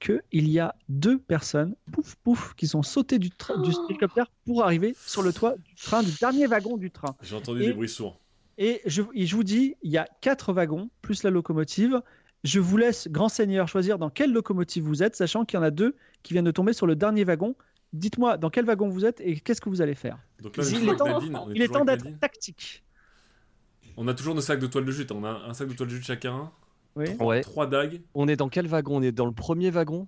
Speaker 1: que il y a deux personnes, pouf pouf, qui sont sautées du, train du
Speaker 2: Oh.
Speaker 1: hélicoptère pour arriver sur le toit du train, du dernier wagon du train.
Speaker 4: J'ai entendu
Speaker 1: Et-
Speaker 4: des bruits sourds.
Speaker 1: Et je, et je vous dis, il y a quatre wagons plus la locomotive. Je vous laisse, grand seigneur, choisir dans quelle locomotive vous êtes, sachant qu'il y en a deux qui viennent de tomber sur le dernier wagon. Dites-moi dans quel wagon vous êtes et qu'est-ce que vous allez faire.
Speaker 4: Donc là, on
Speaker 1: Il
Speaker 4: est
Speaker 1: est
Speaker 4: toujours avec
Speaker 1: temps-
Speaker 4: Nadine, on est
Speaker 1: Il est
Speaker 4: toujours
Speaker 1: temps
Speaker 4: avec
Speaker 1: d'être
Speaker 4: Nadine.
Speaker 1: tactique.
Speaker 4: On a toujours nos sacs de toile de jute. hein. On a un sac de toile de jute chacun.
Speaker 1: Oui.
Speaker 5: Ouais.
Speaker 4: Trois dagues.
Speaker 5: On est dans quel wagon On est dans le premier wagon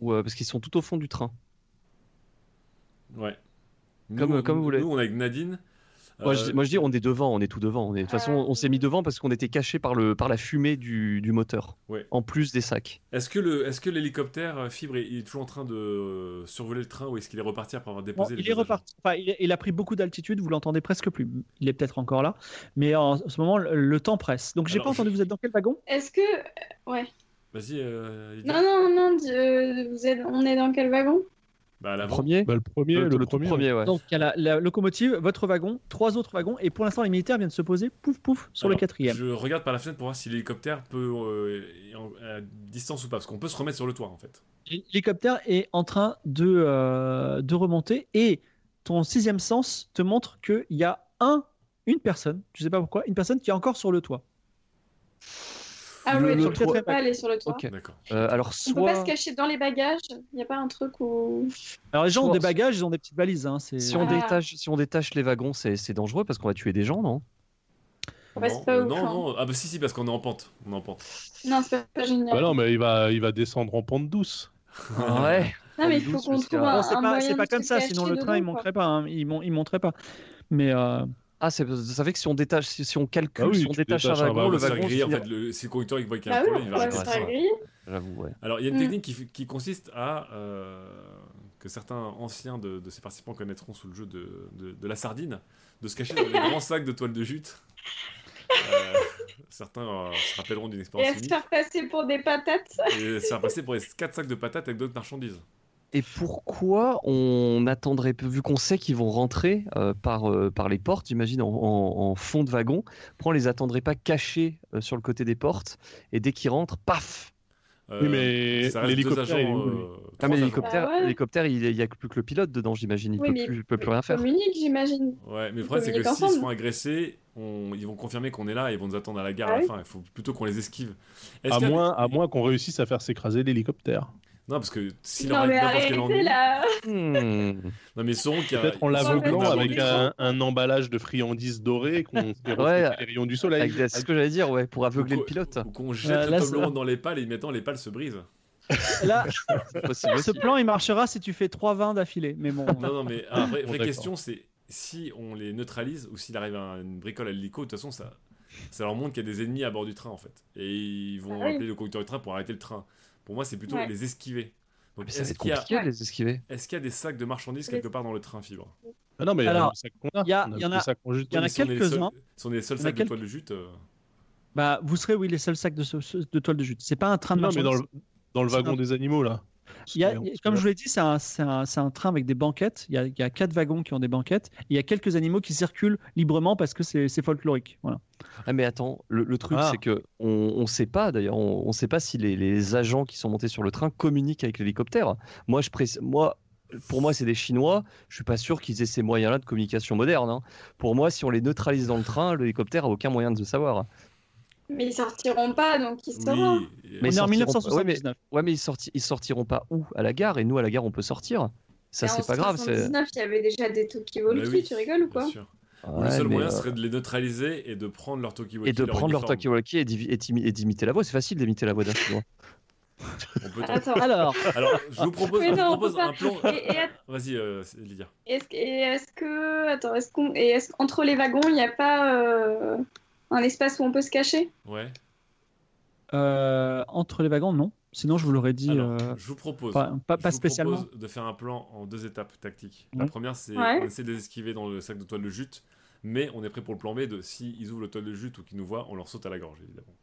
Speaker 5: Ou, euh, Parce qu'ils sont tout au fond du train.
Speaker 4: Ouais.
Speaker 5: Comme-
Speaker 4: Nous,
Speaker 5: comme vous
Speaker 4: nous,
Speaker 5: voulez.
Speaker 4: Nous, on est avec Nadine.
Speaker 5: Moi,
Speaker 4: Euh,
Speaker 5: je, dis- moi je dis, on est devant, on est tout devant. on est- De toute façon, on s'est mis devant parce qu'on était caché par, le, par la fumée du, du moteur,
Speaker 4: Ouais.
Speaker 5: en plus des sacs.
Speaker 4: Euh, Est-ce que le, est-ce que l'hélicoptère euh, fibre est, il est toujours en train de euh, survoler le train ou est-ce qu'il est reparti après avoir
Speaker 1: Bon,
Speaker 4: déposé les
Speaker 1: il
Speaker 4: deux
Speaker 1: est
Speaker 4: agents
Speaker 1: reparti. Enfin, il, il a pris beaucoup d'altitude, vous l'entendez presque plus. Il est peut-être encore là, mais en ce moment, le, le temps presse. Donc, j'ai
Speaker 4: Alors,
Speaker 1: pas entendu.
Speaker 4: je-
Speaker 1: Vous êtes dans quel wagon
Speaker 2: Est-ce que. Ouais.
Speaker 4: Vas-y. euh, Lydia.
Speaker 2: Non, non, non, dis- euh, vous êtes... on est dans quel wagon
Speaker 4: Bah, à
Speaker 5: Le
Speaker 4: l'avant.
Speaker 5: premier
Speaker 3: Bah, le premier, le,
Speaker 5: tout
Speaker 3: premier.
Speaker 5: ouais.
Speaker 1: Donc, il y a la, la locomotive, votre wagon, trois autres wagons, et pour l'instant, les militaires viennent se poser, pouf pouf, sur le
Speaker 4: Alors,
Speaker 1: quatrième.
Speaker 4: Je regarde par la fenêtre pour voir si l'hélicoptère peut euh, est en- à distance ou pas, parce qu'on peut se remettre sur le toit en fait.
Speaker 1: L'hélicoptère est en train de, euh, de remonter et ton sixième sens te montre qu'il y a un, une personne, je sais pas pourquoi, une personne qui est encore sur le toit.
Speaker 2: Ah
Speaker 5: Le-
Speaker 2: oui,
Speaker 5: le
Speaker 2: donc on
Speaker 5: trois-
Speaker 2: peut pas aller sur le toit.
Speaker 5: Ok.
Speaker 4: D'accord.
Speaker 5: Euh, alors,
Speaker 2: On peut pas
Speaker 5: soit,
Speaker 2: se cacher dans les bagages Il n'y a pas un truc où.
Speaker 1: Alors les gens ont
Speaker 5: Soit-
Speaker 1: des bagages, ils ont des petites valises. Hein, c'est-
Speaker 5: si on,
Speaker 2: Ah.
Speaker 5: détache, si on détache les wagons, c'est c'est dangereux parce qu'on va tuer des gens, non
Speaker 2: On passe
Speaker 4: non,
Speaker 2: pas
Speaker 4: euh,
Speaker 2: au
Speaker 4: non,
Speaker 2: train.
Speaker 4: non. Ah bah si, si, parce qu'on est en pente. On est en pente.
Speaker 2: Non, c'est pas, pas génial.
Speaker 3: Bah non, mais il va, il va descendre en pente douce.
Speaker 5: Ouais.
Speaker 2: non, mais il faut
Speaker 5: douce
Speaker 2: qu'on
Speaker 5: jusqu'à-
Speaker 2: trouve
Speaker 5: Ah,
Speaker 1: Bon,
Speaker 2: un,
Speaker 1: c'est
Speaker 2: un
Speaker 1: pas,
Speaker 2: moyen
Speaker 1: c'est pas
Speaker 2: de
Speaker 1: comme
Speaker 2: se
Speaker 1: ça,
Speaker 2: cacher
Speaker 1: sinon le train il
Speaker 2: dedans, quoi.
Speaker 1: monterait pas, hein, il, mon- il monterait pas. Mais euh,
Speaker 5: Ah, c'est- ça fait que si on détache, si, si on calcule,
Speaker 3: Ah oui,
Speaker 5: si bah, on
Speaker 3: tu
Speaker 5: détache un
Speaker 3: détaches un
Speaker 5: wagon,
Speaker 3: wagon,
Speaker 5: le
Speaker 4: se faire
Speaker 5: wagon,
Speaker 4: griller, en
Speaker 5: se-
Speaker 4: fait, le, si le conducteur il voit qu'il y
Speaker 2: Bah
Speaker 4: a un
Speaker 2: oui,
Speaker 4: problème, il
Speaker 2: on
Speaker 4: va
Speaker 2: pourrait
Speaker 4: arrêter
Speaker 2: se
Speaker 4: le
Speaker 5: ouais,
Speaker 2: faire
Speaker 4: train.
Speaker 2: griller.
Speaker 5: j'avoue, ouais.
Speaker 4: Alors, il y a une
Speaker 2: Mm.
Speaker 4: technique qui, f- qui consiste à euh, que certains anciens de, de ces participants connaîtront sous le jeu de, de- de la sardine, de se cacher dans des grands sacs de toile de jute. Euh, certains euh, se rappelleront d'une
Speaker 2: Et
Speaker 4: expérience
Speaker 2: à se
Speaker 4: unique.
Speaker 2: faire passer pour des patates.
Speaker 4: Et ça va passer pour les 4 sacs de patates avec d'autres marchandises.
Speaker 5: Et pourquoi on attendrait, vu qu'on sait qu'ils vont rentrer euh, par, euh, par les portes, j'imagine en, en- en fond de wagon, pourquoi on les attendrait pas cachés euh, sur le côté des portes et dès qu'ils rentrent, paf
Speaker 4: Euh,
Speaker 3: oui, mais
Speaker 4: ça reste deux
Speaker 3: l'hélicoptère, il est
Speaker 4: agents,
Speaker 3: où, lui
Speaker 4: euh,
Speaker 5: Ah,
Speaker 4: trois
Speaker 5: mais
Speaker 4: agents.
Speaker 5: l'hélicoptère,
Speaker 2: Bah ouais.
Speaker 5: l'hélicoptère, il n'y a plus que le pilote dedans, j'imagine, il ne
Speaker 2: Oui,
Speaker 5: peut,
Speaker 2: mais-
Speaker 5: plus- il peut plus rien faire.
Speaker 2: Communique, j'imagine.
Speaker 4: Ouais, mais le
Speaker 2: Ils
Speaker 4: problème c'est que
Speaker 2: communiquent
Speaker 4: s'ils se
Speaker 2: ensemble.
Speaker 4: font agresser, on- ils vont confirmer qu'on est là et ils vont nous attendre à la gare
Speaker 2: Ah
Speaker 4: à la
Speaker 2: oui.
Speaker 4: fin. Il faut plutôt qu'on les esquive. Est-ce
Speaker 3: À
Speaker 4: qu'il y a- Ah,
Speaker 3: moins, à moins qu'on réussisse à faire s'écraser l'hélicoptère.
Speaker 4: Non, parce que s'il
Speaker 2: non,
Speaker 4: arrive
Speaker 2: mais
Speaker 4: n'importe quel
Speaker 2: arrêtez
Speaker 4: ennui.
Speaker 2: là.
Speaker 5: Hmm.
Speaker 4: Non, mais ils sauront qu'il y a.
Speaker 3: Peut-être en
Speaker 4: ils sauront qu'on
Speaker 3: l'aveuglant
Speaker 4: est à bord
Speaker 3: avec
Speaker 4: du train.
Speaker 3: un, un emballage de friandises dorées qu'on fait
Speaker 5: Ouais.
Speaker 3: refléter les rayons du soleil.
Speaker 5: Avec des- C'est ce que j'allais dire, ouais, pour
Speaker 4: Ou
Speaker 5: aveugler
Speaker 4: qu'on-
Speaker 5: le pilote.
Speaker 4: Ou qu'on jette
Speaker 1: Euh,
Speaker 4: le
Speaker 1: là,
Speaker 4: Toblerone
Speaker 1: ça-
Speaker 4: dans les pales et mettant les pales se brisent.
Speaker 1: là,
Speaker 5: C'est possible
Speaker 1: ce
Speaker 5: aussi.
Speaker 1: plan il marchera si tu fais trois vins d'affilée. Mais bon,
Speaker 4: Non, non, mais ah, vraie, vraie
Speaker 3: d'accord.
Speaker 4: question c'est si on les neutralise ou s'il arrive un- une bricole à l'hélico, de toute façon, ça, ça leur montre qu'il y a des ennemis à bord du train, en fait. Et ils vont
Speaker 2: Ah oui.
Speaker 4: appeler le conducteur du train pour arrêter le train. Pour moi, c'est plutôt
Speaker 2: Ouais.
Speaker 4: les esquiver. Donc,
Speaker 5: Ah, Mais ça va
Speaker 4: est-ce
Speaker 5: être
Speaker 4: qu'il y, a-
Speaker 5: compliqué de les esquiver.
Speaker 4: est-ce qu'il y a des sacs de marchandises quelque part dans le train fibre
Speaker 3: Ah non, mais
Speaker 1: Alors,
Speaker 3: il y a le sac qu'on a.
Speaker 1: il y a-
Speaker 3: On
Speaker 1: il y en
Speaker 3: le
Speaker 1: a-
Speaker 3: sac en jute.
Speaker 1: Il y en a
Speaker 4: Mais si on est les
Speaker 1: quelques-uns.
Speaker 4: seuls- Si on est les seuls
Speaker 1: Il y en a
Speaker 4: sacs de
Speaker 1: quelques-
Speaker 4: toile de jute, euh,
Speaker 1: Bah, vous serez, oui, les seuls sacs de, ce- ce- de toile de jute. C'est pas un train de
Speaker 3: Non, mais dans
Speaker 1: marchandises.
Speaker 3: le, dans le
Speaker 1: C'est
Speaker 3: wagon
Speaker 1: un-
Speaker 3: des animaux, là.
Speaker 1: Il y a-
Speaker 3: Parce que-
Speaker 1: comme je vous l'ai dit, c'est un, c'est un- c'est un train avec des banquettes. Il y, a, il y a quatre wagons qui ont des banquettes. Il y a quelques animaux qui circulent librement parce que c'est c'est folklorique. Voilà.
Speaker 5: Ah mais attends, le, le truc
Speaker 3: Ah.
Speaker 5: c'est que on, on sait pas d'ailleurs, on, on sait pas si les, les agents qui sont montés sur le train communiquent avec l'hélicoptère. Moi je précise, moi pour moi c'est des Chinois, je suis pas sûr qu'ils aient ces moyens-là de communication moderne. hein. Pour moi si on les neutralise dans le train, l'hélicoptère a aucun moyen de le savoir.
Speaker 2: Mais ils sortiront pas, donc ils sauront.
Speaker 4: oui. et-
Speaker 5: Mais
Speaker 1: On est en
Speaker 5: sortiront-
Speaker 1: 1979.
Speaker 5: Ouais mais ils, sorti- ils sortiront pas où à la gare et nous à la gare on peut sortir. Ça
Speaker 2: Et en
Speaker 5: c'est pas grave. C'est...
Speaker 2: 79, il y avait déjà des Tokiwoki,
Speaker 4: Bah oui,
Speaker 2: tu rigoles ou
Speaker 4: Bien
Speaker 2: quoi
Speaker 4: sûr.
Speaker 5: Ouais,
Speaker 4: le seul
Speaker 5: mais,
Speaker 4: moyen
Speaker 5: euh,
Speaker 4: serait de les neutraliser et de prendre leur Tokiwoki.
Speaker 5: Et de prendre leur
Speaker 4: uniforme.
Speaker 5: talkie-walkie et d'imi- et d'imi- et d'imiter la voix. C'est facile d'imiter la voix d'un Chinois.
Speaker 4: On peut tenter.
Speaker 2: Attends,
Speaker 1: Alors,
Speaker 4: Alors, je vous propose,
Speaker 2: Mais
Speaker 4: je vous
Speaker 2: non, on
Speaker 4: propose
Speaker 2: peut pas.
Speaker 4: un plan.
Speaker 2: Et- et att-
Speaker 4: Vas-y, euh, c'est- Lydia.
Speaker 2: est-ce que- et est-ce que. Attends, est-ce qu'on. Et est-ce qu'entre les wagons, il n'y a pas euh, un espace où on peut se cacher
Speaker 4: Ouais.
Speaker 1: euh, entre les wagons, non. Sinon, je vous l'aurais dit.
Speaker 4: Alors,
Speaker 1: euh,
Speaker 4: je vous propose.
Speaker 1: pas pas-
Speaker 4: je
Speaker 1: pas
Speaker 4: vous
Speaker 1: spécialement.
Speaker 4: propose de faire un plan en deux étapes tactiques. La
Speaker 1: Ouais.
Speaker 4: première, c'est
Speaker 2: Ouais.
Speaker 4: on essaie de les esquiver dans le sac de toile de jute, mais on est prêt pour le plan B de si ils ouvrent le toile de jute ou qu'ils nous voient, on leur saute à la gorge, évidemment.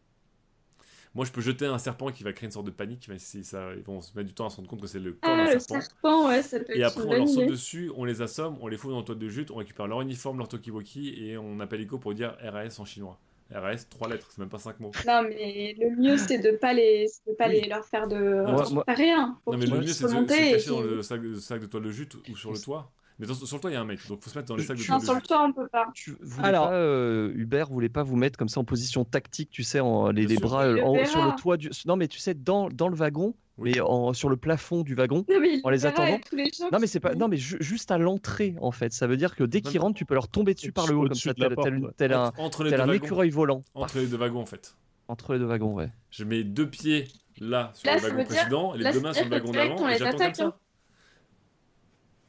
Speaker 4: Moi, je peux jeter un serpent qui va créer une sorte de panique, mais si ça, ils vont se mettre du temps à se rendre compte que c'est le corps
Speaker 2: Ah,
Speaker 4: d'un
Speaker 2: le
Speaker 4: serpent.
Speaker 2: serpent, ouais, ça peut
Speaker 4: Et
Speaker 2: être
Speaker 4: après,
Speaker 2: une
Speaker 4: on leur
Speaker 2: bonne
Speaker 4: saute
Speaker 2: idée.
Speaker 4: dessus, on les assomme, on les fout dans le toit de jute, on récupère leur uniforme, leur tokiwoki, et on appelle Ico pour dire RAS en chinois. RAS, trois lettres, c'est même pas cinq mots.
Speaker 2: Non, mais le mieux, c'est de pas les, c'est de pas
Speaker 4: Oui.
Speaker 2: les leur faire de
Speaker 4: Moi-
Speaker 2: leur
Speaker 5: moi-
Speaker 2: faire rien. Pour
Speaker 4: non, mais
Speaker 2: qu'ils
Speaker 4: le mieux,
Speaker 2: puissent
Speaker 4: c'est de se se
Speaker 2: remonter et
Speaker 4: cacher dans
Speaker 2: qu'ils-
Speaker 4: le sac, le sac de toile de jute ou sur le toit. Mais dans- sur le toit, il y a un mec, donc faut se mettre dans les sacs de
Speaker 2: Non,
Speaker 4: toile de
Speaker 2: sur le
Speaker 4: jute.
Speaker 2: toit, on peut pas.
Speaker 5: Tu voulais
Speaker 1: Alors-
Speaker 5: pas, euh, Hubert voulait pas vous mettre comme ça en position tactique, tu sais, en, les,
Speaker 4: Bien
Speaker 5: les
Speaker 4: sûr.
Speaker 5: bras euh,
Speaker 2: Il le
Speaker 5: en haut
Speaker 2: verra.
Speaker 5: sur le toit du. Non, mais tu sais, dans, dans le wagon,
Speaker 4: Oui.
Speaker 5: mais en, sur le plafond du wagon.
Speaker 2: Non, mais il
Speaker 5: En les
Speaker 2: verra
Speaker 5: attendant.
Speaker 2: avec tous les gens
Speaker 5: Non,
Speaker 2: qui-
Speaker 5: mais c'est pas. Non, mais ju- juste à l'entrée, en fait. Ça veut dire que dès
Speaker 4: Non,
Speaker 5: qu'ils
Speaker 4: mais-
Speaker 5: rentrent, tu peux leur tomber dessus par le haut, comme
Speaker 3: Au-dessus
Speaker 5: ça,
Speaker 3: de la
Speaker 5: tel, tel-
Speaker 3: porte,
Speaker 5: tel un,
Speaker 4: Entre- entre les
Speaker 5: tel un
Speaker 4: deux wagons.
Speaker 5: écureuil volant.
Speaker 4: Entre les deux wagons, en fait.
Speaker 5: Entre les deux wagons, ouais.
Speaker 4: Je mets deux pieds là sur
Speaker 2: Là,
Speaker 4: le
Speaker 2: ça
Speaker 4: wagon
Speaker 2: veut dire-
Speaker 4: précédent, et les
Speaker 2: là,
Speaker 4: deux
Speaker 2: ça
Speaker 4: mains
Speaker 2: veut
Speaker 4: sur le
Speaker 2: dire que
Speaker 4: wagon
Speaker 2: direct,
Speaker 4: d'avant,
Speaker 2: on
Speaker 4: et
Speaker 2: les
Speaker 4: j'attends comme
Speaker 2: attaque,
Speaker 4: ça.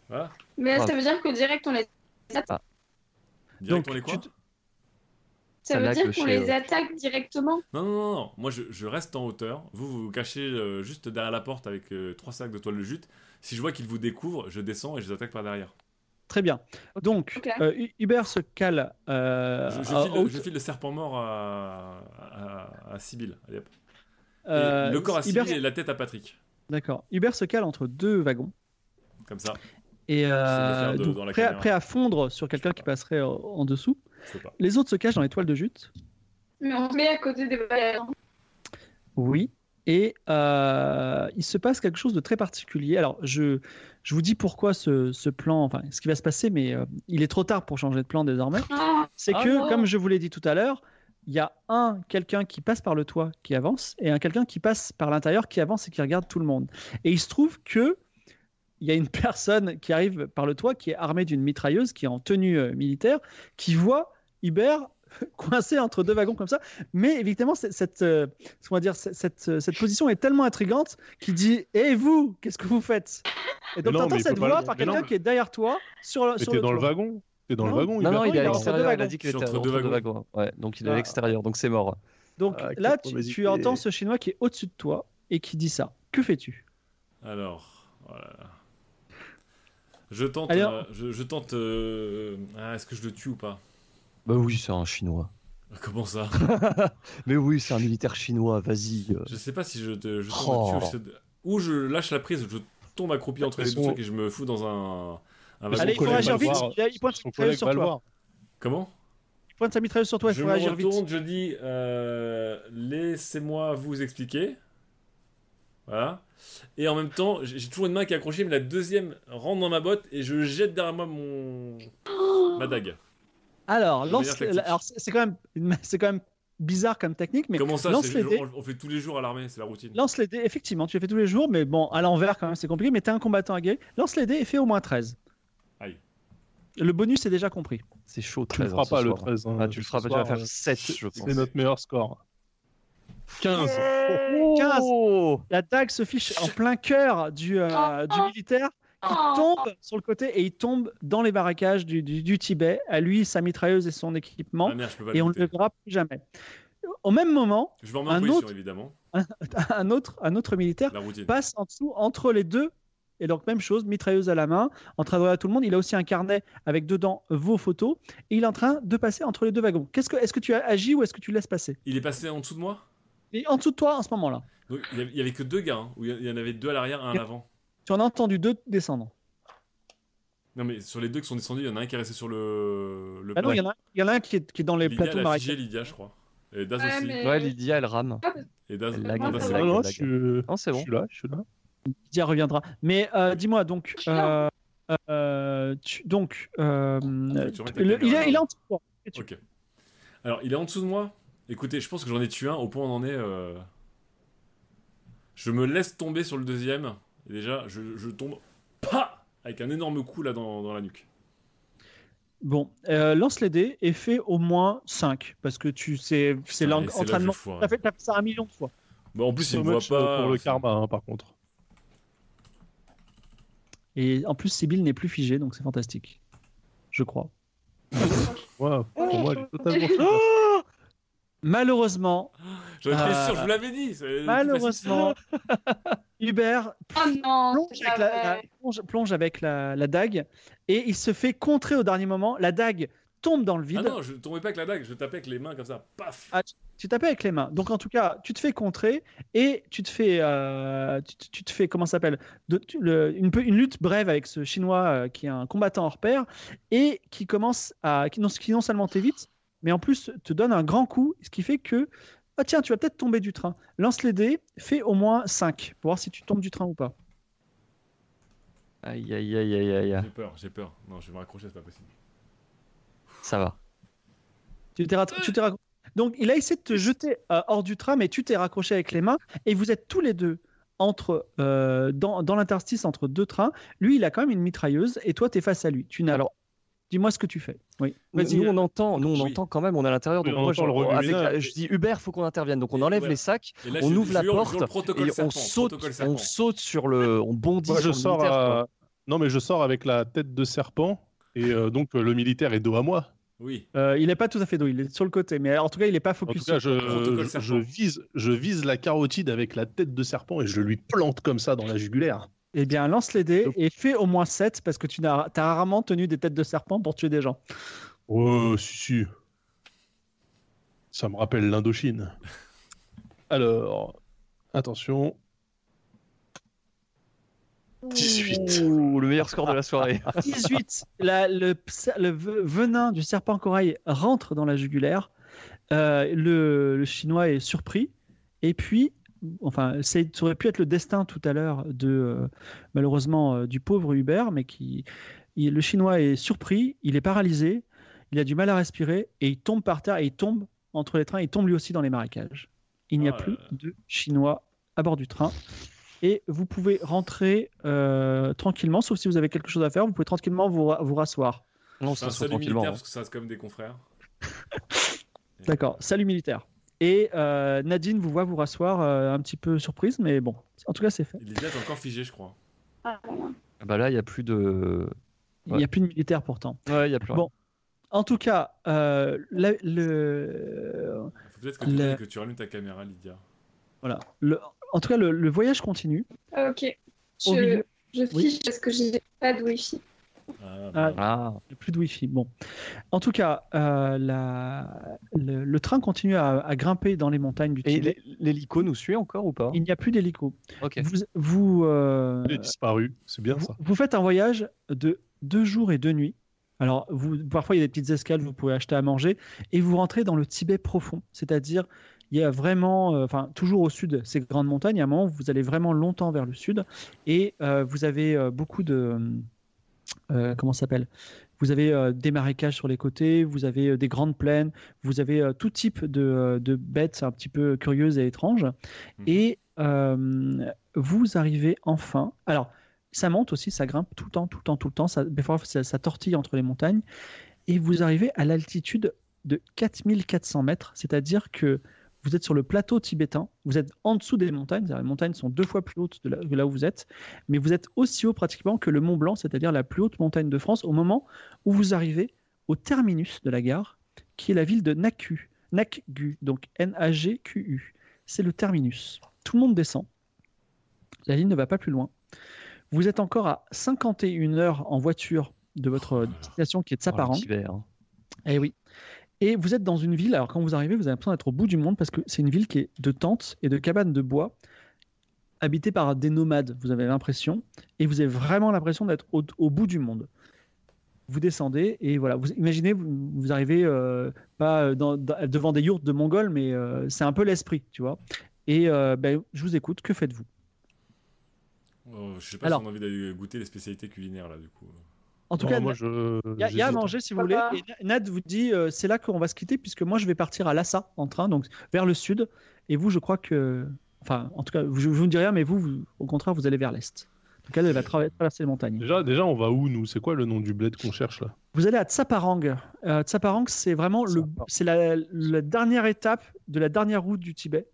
Speaker 4: Voilà.
Speaker 2: Mais ça
Speaker 5: Bravo.
Speaker 2: veut dire que direct, on les,
Speaker 4: Direct,
Speaker 1: Donc,
Speaker 4: on les quoi
Speaker 1: tu te-
Speaker 2: ça
Speaker 5: Ça
Speaker 2: veut
Speaker 5: lag
Speaker 2: dire
Speaker 5: de
Speaker 2: qu'on
Speaker 5: chez,
Speaker 2: les
Speaker 5: euh.
Speaker 2: attaque directement.
Speaker 4: Non, non, non, non. moi je, je reste en hauteur. Vous vous, vous cachez euh, juste derrière la porte avec euh, trois sacs de toile de jute. Si je vois qu'ils vous découvrent, je descends et je les attaque par derrière.
Speaker 1: Très bien. Donc,
Speaker 2: Ok.
Speaker 1: euh, Hu- Hubert se cale. euh,
Speaker 4: je, je
Speaker 1: à
Speaker 4: file,
Speaker 1: haute-
Speaker 4: je file le serpent mort à, à, à Sibylle. Allez, hop. Et
Speaker 1: euh,
Speaker 4: le corps à
Speaker 1: Hubert-
Speaker 4: Sibylle et la tête à Patrick.
Speaker 1: D'accord. Hubert se cale entre deux wagons.
Speaker 4: Comme ça,
Speaker 1: Et euh,
Speaker 4: de-
Speaker 1: donc,
Speaker 4: dans la
Speaker 1: prêt, à,
Speaker 4: caméra.
Speaker 1: prêt à fondre sur quelqu'un qui passerait euh, en dessous.
Speaker 4: je sais pas.
Speaker 1: Les autres se cachent dans les toiles de jute.
Speaker 2: Mais on se met à côté des baleines.
Speaker 1: Oui. Et euh, il se passe quelque chose de très particulier. Alors, je, je vous dis pourquoi ce, ce plan, enfin, ce qui va se passer, mais euh, il est trop tard pour changer de plan désormais.
Speaker 2: Ah,
Speaker 1: C'est
Speaker 5: Ah
Speaker 1: que,
Speaker 2: non.
Speaker 1: comme je vous l'ai dit tout à l'heure, il y a un quelqu'un qui passe par le toit qui avance et un quelqu'un qui passe par l'intérieur qui avance et qui regarde tout le monde. Et il se trouve que il y a une personne qui arrive par le toit qui est armée d'une mitrailleuse, qui est en tenue euh, militaire, qui voit Hubert coincé entre deux wagons comme ça. Mais évidemment, c'est- cette, euh, ce qu'on va dire, c'est- cette, euh, cette position est tellement intrigante qu'il dit Hé vous, qu'est-ce que vous faites ?⁇ Et donc
Speaker 3: Mais non,
Speaker 1: t'entends
Speaker 3: mais il
Speaker 1: cette
Speaker 3: peut pas
Speaker 1: voix
Speaker 3: le-
Speaker 1: par
Speaker 3: mais non,
Speaker 1: quelqu'un
Speaker 3: mais-
Speaker 1: qui est derrière toi sur le,
Speaker 3: Mais
Speaker 1: sur
Speaker 3: t'es
Speaker 1: le
Speaker 3: dans le
Speaker 1: toit.
Speaker 3: wagon T'es dans
Speaker 1: Non,
Speaker 3: le wagon
Speaker 5: Ah Non, non,
Speaker 3: Hubert.
Speaker 5: il est à
Speaker 1: il est entre deux
Speaker 5: l'extérieur. Il a
Speaker 1: wagons.
Speaker 5: dit qu'il
Speaker 4: Je suis
Speaker 5: était
Speaker 4: entre deux wagons.
Speaker 5: Ouais, donc il est à
Speaker 1: Ah.
Speaker 5: l'extérieur, donc c'est mort.
Speaker 1: Donc
Speaker 3: Ah, quelle
Speaker 1: là, tu,
Speaker 3: mauvaise
Speaker 1: tu
Speaker 3: idée.
Speaker 1: entends ce chinois qui est au-dessus de toi et qui dit ça. Que
Speaker 3: Ah,
Speaker 1: fais-tu
Speaker 4: Alors, voilà. Je tente.
Speaker 1: Alors-
Speaker 4: euh, je, je tente. euh, ah, Est-ce que je le tue ou pas
Speaker 5: Bah oui, c'est un chinois.
Speaker 4: Comment ça
Speaker 5: Mais oui, c'est un militaire chinois, vas-y. euh.
Speaker 4: Je sais pas si je te je tente
Speaker 5: Oh.
Speaker 4: de tuer ou, je- ou je lâche la prise, je tombe accroupi entre les deux
Speaker 3: Son-
Speaker 4: trucs et je me fous dans un. un wagon
Speaker 1: Allez, il faut
Speaker 4: collé.
Speaker 3: collègue
Speaker 1: réagir
Speaker 3: va le
Speaker 1: vite.
Speaker 3: voir.
Speaker 1: Il, a- il pointe sa
Speaker 3: Son
Speaker 1: mitrailleuse
Speaker 3: collègue
Speaker 1: sur
Speaker 3: va le
Speaker 1: toi.
Speaker 3: voir.
Speaker 4: Comment
Speaker 1: Il pointe sa mitrailleuse sur toi, il
Speaker 4: je
Speaker 1: faut
Speaker 4: me
Speaker 1: réagir
Speaker 4: retourne,
Speaker 1: vite.
Speaker 4: je dis euh, laissez-moi vous expliquer. Voilà. Et en même temps, j'ai j'ai toujours une main qui est accrochée, mais la deuxième rentre dans ma botte et je jette derrière moi mon ma dague.
Speaker 1: Alors,
Speaker 4: De
Speaker 1: lance.
Speaker 4: manière tactique.
Speaker 1: alors, c'est c'est quand même, c'est quand même bizarre comme technique, mais
Speaker 4: Comment ça
Speaker 1: lance
Speaker 4: c'est-
Speaker 1: les dés.
Speaker 4: On, on fait tous les jours à l'armée, c'est la routine.
Speaker 1: lance les dés. Effectivement, tu le fais tous les jours, mais bon, à l'envers quand même, c'est compliqué. Mais t'es un combattant aguerri. Lance les dés et fais au moins 13.
Speaker 4: Aïe.
Speaker 1: Le bonus est déjà compris.
Speaker 5: C'est chaud,
Speaker 3: Tu le
Speaker 5: 13, hein,
Speaker 3: feras
Speaker 5: ce
Speaker 3: pas le
Speaker 5: soir.
Speaker 3: 13. hein.
Speaker 5: Ah, tu le
Speaker 3: Ce
Speaker 5: feras pas, tu vas
Speaker 3: soir,
Speaker 5: faire
Speaker 3: euh,
Speaker 5: 7,
Speaker 3: c'est-
Speaker 5: je pense.
Speaker 3: C'est notre meilleur score. 15
Speaker 5: Oh
Speaker 1: Oh. 15. La dague se fiche en plein cœur du, euh,
Speaker 2: Oh,
Speaker 1: du
Speaker 2: oh.
Speaker 1: militaire
Speaker 2: Oh.
Speaker 1: Il tombe sur le côté et il tombe dans les barracages du, du- du Tibet, à lui, sa mitrailleuse et son équipement,
Speaker 4: Ah merde, je peux pas
Speaker 1: et on ne
Speaker 4: l'écouter.
Speaker 1: le verra plus jamais. Au même moment,
Speaker 4: Je vais remettre en
Speaker 1: Un
Speaker 4: position,
Speaker 1: autre-
Speaker 4: évidemment.
Speaker 1: un autre, un autre militaire
Speaker 4: La routine.
Speaker 1: passe en dessous entre les deux. Et donc, même chose, mitrailleuse à la main, en train de regarder tout le monde. Il a aussi un carnet avec dedans vos photos. Et il est en train de passer entre les deux wagons. Qu'est-ce que, est-ce que tu agis ou est-ce que tu laisses passer
Speaker 4: Il est passé en dessous de moi
Speaker 1: Il est en dessous de toi en ce moment-là.
Speaker 4: Donc, il y avait- il y avait que deux gars, hein, ou il y en avait deux à l'arrière, un à
Speaker 1: Yep.
Speaker 4: l'avant.
Speaker 1: Tu en as entendu deux descendre.
Speaker 4: Non, mais sur les deux qui sont descendus, il y en a un qui est resté sur le, le
Speaker 1: Ah non,
Speaker 4: plat.
Speaker 1: il y en a un- il y, en a un qui est, qui est dans les
Speaker 4: Lydia,
Speaker 1: plateaux
Speaker 4: elle a figé
Speaker 1: marécageux.
Speaker 4: Lydia, je crois. Et Daz
Speaker 2: Ouais,
Speaker 4: aussi.
Speaker 2: mais-
Speaker 5: Ouais, Lydia, elle rame.
Speaker 4: Et Daz,
Speaker 5: Elle lag,
Speaker 4: Non,
Speaker 5: elle lag,
Speaker 4: Daz, c'est
Speaker 5: elle
Speaker 4: bon.
Speaker 5: lag.
Speaker 3: non, je suis-
Speaker 5: Non, c'est
Speaker 3: je
Speaker 5: bon.
Speaker 3: suis là, je suis là.
Speaker 1: Lydia reviendra. Mais euh, dis-moi donc.
Speaker 2: Je suis là.
Speaker 1: euh, euh, tu- donc. euh,
Speaker 4: mais Ah, tu aurais ta
Speaker 1: le- il,
Speaker 4: caméra.
Speaker 1: est, il est en dessous de toi.
Speaker 4: Ok. Alors, il est en dessous de moi. Écoutez, je pense que j'en ai tué un au point où on en est. euh, Je me laisse tomber sur le deuxième. Et déjà, je, je tombe. Pah Avec un énorme coup là dans, dans la nuque.
Speaker 1: Bon, euh, lance les dés et fais au moins 5. Parce que tu sais, c'est
Speaker 4: Putain,
Speaker 1: l'en-
Speaker 4: et c'est là que je
Speaker 1: entraînement.
Speaker 4: foire,
Speaker 1: T'as
Speaker 4: hein.
Speaker 1: fait, t'as fait ça un million de fois.
Speaker 4: Bah, en plus, il
Speaker 3: So
Speaker 4: me voit
Speaker 3: much,
Speaker 4: pas.
Speaker 3: euh, Pour le
Speaker 4: c'est-
Speaker 3: karma, hein, par contre.
Speaker 1: Et en plus, Sibyl n'est plus figée, donc c'est fantastique. Je crois.
Speaker 3: Ouais, pour moi, elle est totalement.
Speaker 1: Malheureusement,
Speaker 4: J'en étais
Speaker 5: Ah.
Speaker 1: Euh,
Speaker 4: sûr, je vous l'avais dit. c'est-
Speaker 1: malheureusement, Hubert
Speaker 2: Oh non,
Speaker 1: plonge avec, la, la-
Speaker 2: j'avais-
Speaker 1: plonge- plonge avec la- la dague et il se fait contrer au dernier moment. La dague tombe dans le vide.
Speaker 4: Ah non, je tombais pas avec la dague, je tapais avec les mains comme ça. Paf
Speaker 1: Ah, tu tapais avec les mains. Donc en tout cas, tu te fais contrer et tu te fais, euh, tu, tu- tu te fais comment ça s'appelle De- tu- le- une, peu- une lutte brève avec ce Chinois euh, qui est un combattant hors pair et qui commence à qui non, qui non seulement t'évite, mais en plus te donne un grand coup, ce qui fait que ah tiens, tu vas peut-être tomber du train. Lance les dés, fais au moins 5 pour voir si tu tombes du train ou pas.
Speaker 5: Aïe, aïe, aïe, aïe, aïe, aïe.
Speaker 4: J'ai peur, j'ai peur. Non, je vais me raccrocher, c'est pas possible.
Speaker 5: Ça va.
Speaker 1: Tu t'es rattra- tu t'es raccro- Donc, il a essayé de te jeter euh, hors du train, mais tu t'es raccroché avec les mains et vous êtes tous les deux entre, euh, dans, dans l'interstice entre deux trains. Lui, il a quand même une mitrailleuse et toi, tu es face à lui. Tu n'as alors. Dis-moi ce que tu fais. Oui. Vas-y.
Speaker 5: Nous, on entend, nous, on
Speaker 4: Oui.
Speaker 5: entend quand même, on est à l'intérieur.
Speaker 3: Oui,
Speaker 5: Donc,
Speaker 3: on
Speaker 5: moi, je,
Speaker 3: entend le remue
Speaker 5: avec
Speaker 3: ménage.
Speaker 5: la- je dis Hubert, faut qu'on intervienne. Donc, on
Speaker 4: Et
Speaker 5: enlève
Speaker 4: ouais.
Speaker 5: les sacs
Speaker 4: Et là,
Speaker 5: On
Speaker 4: je-
Speaker 5: ouvre
Speaker 4: je
Speaker 5: la
Speaker 4: hurle, je hurle
Speaker 5: porte
Speaker 4: protocole
Speaker 5: et
Speaker 4: serpent,
Speaker 5: on saute,
Speaker 4: protocole
Speaker 5: on
Speaker 4: serpent.
Speaker 5: saute sur le, on bondit
Speaker 3: Moi,
Speaker 5: sur
Speaker 3: je
Speaker 5: le
Speaker 3: sors. euh,
Speaker 5: militaire,
Speaker 3: à-
Speaker 5: quoi.
Speaker 3: Non, mais je sors avec la tête de serpent. Et euh, donc, euh, le militaire est dos à moi.
Speaker 4: Oui.
Speaker 1: Euh, il n'est pas tout à fait dos, il est sur le côté, mais en tout cas, il n'est pas
Speaker 3: En tout
Speaker 1: focus.
Speaker 3: cas, je,
Speaker 4: Protocole
Speaker 3: je-
Speaker 4: serpent.
Speaker 3: je vise, je vise la carotide avec la tête de serpent et je lui plante comme ça dans la jugulaire.
Speaker 1: Eh bien, lance les dés et fais au moins 7 parce que tu n'as as rarement tenu des têtes de serpent pour tuer des gens.
Speaker 3: Oh, si, si. Ça me rappelle l'Indochine. Alors, attention. 18.
Speaker 5: Ouh, le meilleur score de la soirée.
Speaker 1: 18, la- le, psa- le ve- venin du serpent corail rentre dans la jugulaire. Euh, le, le chinois est surpris. Et puis, enfin, c'est- ça aurait pu être le destin tout à l'heure de, euh, malheureusement, euh, du pauvre Hubert, mais qui, il- le chinois est surpris, il est paralysé, il a du mal à respirer et il tombe par terre et il tombe entre les trains, il tombe lui aussi dans les marécages. Il n'y a
Speaker 4: Ah,
Speaker 1: plus
Speaker 4: euh.
Speaker 1: de chinois à bord du train. Et vous pouvez rentrer euh, tranquillement, sauf si vous avez quelque chose à faire, vous pouvez tranquillement vous, ra- vous rasseoir.
Speaker 5: Non,
Speaker 4: C'est
Speaker 5: ça
Speaker 4: un
Speaker 5: se fait
Speaker 4: salut
Speaker 5: tranquillement. hein.
Speaker 4: militaire parce que ça reste quand même des confrères. Et-
Speaker 1: D'accord, salut militaire. Et euh, Nadine vous voit vous rasseoir, euh, un petit peu surprise, mais bon, en tout cas c'est fait.
Speaker 4: Et Lydia est encore figée, je crois.
Speaker 2: Ah, là, là.
Speaker 5: Ah Bah là, il y a plus de.
Speaker 1: Il n'y a plus de militaire pourtant.
Speaker 5: Ouais, il y a plus. rien.
Speaker 1: Bon. En tout cas, euh, la- le...
Speaker 4: Faut peut-être que,
Speaker 1: Le-
Speaker 4: que tu rallumes ta caméra, Lydia.
Speaker 1: Voilà. Le... En tout cas, le, le voyage continue.
Speaker 2: Ah, ok.
Speaker 1: Au
Speaker 2: Je,
Speaker 1: milieu.
Speaker 2: je fiche
Speaker 1: Oui.
Speaker 2: parce que j'ai pas de wifi.
Speaker 4: Ah,
Speaker 1: Ah,
Speaker 4: merde.
Speaker 5: Ah,
Speaker 1: Il y a Plus de Wi-Fi. Bon. En tout cas, euh, la- le, le train continue à, à grimper dans les montagnes du
Speaker 5: et
Speaker 1: Tibet.
Speaker 5: l'hé- l'hélico nous suit encore ou pas
Speaker 1: Il n'y a plus d'hélico.
Speaker 5: Ok.
Speaker 1: Vous, vous, euh,
Speaker 3: Il est disparu. C'est bien
Speaker 1: vous,
Speaker 3: ça.
Speaker 1: vous faites un voyage de deux jours et deux nuits. Alors, vous, parfois, il y a des petites escales, vous pouvez acheter à manger, et vous rentrez dans le Tibet profond, c'est-à-dire, il y a vraiment, euh, enfin, toujours au sud, ces grandes montagnes, à un moment, où vous allez vraiment longtemps vers le sud, et euh, vous avez euh, beaucoup de... euh, comment ça s'appelle Vous avez euh, des marécages sur les côtés, vous avez euh, des grandes plaines, vous avez euh, tout type de, euh, de bêtes un petit peu curieuses et étranges,
Speaker 4: Mhm.
Speaker 1: et euh, vous arrivez enfin... Alors, ça monte aussi, ça grimpe tout le temps, tout le temps, tout le temps. Ça, des fois, ça, ça tortille entre les montagnes. Et vous arrivez à l'altitude de 4400 mètres, c'est-à-dire que Vous êtes sur le plateau tibétain. Vous êtes en dessous des montagnes. c'est-à-dire Les montagnes sont deux fois plus hautes de là- que là où vous êtes. Mais vous êtes aussi haut pratiquement que le Mont Blanc, c'est-à-dire la plus haute montagne de France, au moment où vous arrivez au terminus de la gare, qui est la ville de Naku. Nakgu, donc N-A-G-Q-U. C'est le terminus. Tout le monde descend. La ligne ne va pas plus loin. Vous êtes encore à 51 heures en voiture de votre destination qui est de
Speaker 9: Oh,
Speaker 1: Saparang. Eh oui. Et vous êtes dans une ville, alors quand vous arrivez, vous avez l'impression d'être au bout du monde parce que c'est une ville qui est de tentes et de cabanes de bois, habitée par des nomades, vous avez l'impression, et vous avez vraiment l'impression d'être au, au bout du monde. Vous descendez et voilà, vous imaginez, vous, vous arrivez euh, pas dans- dans- devant des yourtes de Mongols, mais euh, c'est un peu l'esprit, tu vois. Et euh, ben, je vous écoute, que faites-vous
Speaker 4: Oh, je sais pas
Speaker 1: Alors-
Speaker 4: si on a envie d'aller goûter les spécialités culinaires là du coup.
Speaker 1: En tout
Speaker 3: Non,
Speaker 1: cas,
Speaker 3: moi, je.
Speaker 1: Il y a- il y, a à
Speaker 3: j'hésite.
Speaker 1: manger si vous voulez.
Speaker 2: Papa.
Speaker 1: Et Na- Nad vous dit euh, c'est là qu'on va se quitter puisque moi je vais partir à Lhasa en train, donc vers le sud. Et vous, je crois que. Enfin, en tout cas, je, je vous ne dis rien, mais vous, vous- au contraire, vous allez vers l'est. Donc elle, elle va tra- traverser les montagnes.
Speaker 3: Déjà, déjà, on va où, nous C'est quoi le nom du bled qu'on cherche, là
Speaker 1: Vous allez à Tsaparang. Euh, Tsaparang, c'est vraiment le, c'est la, la dernière étape de la dernière route du Tibet.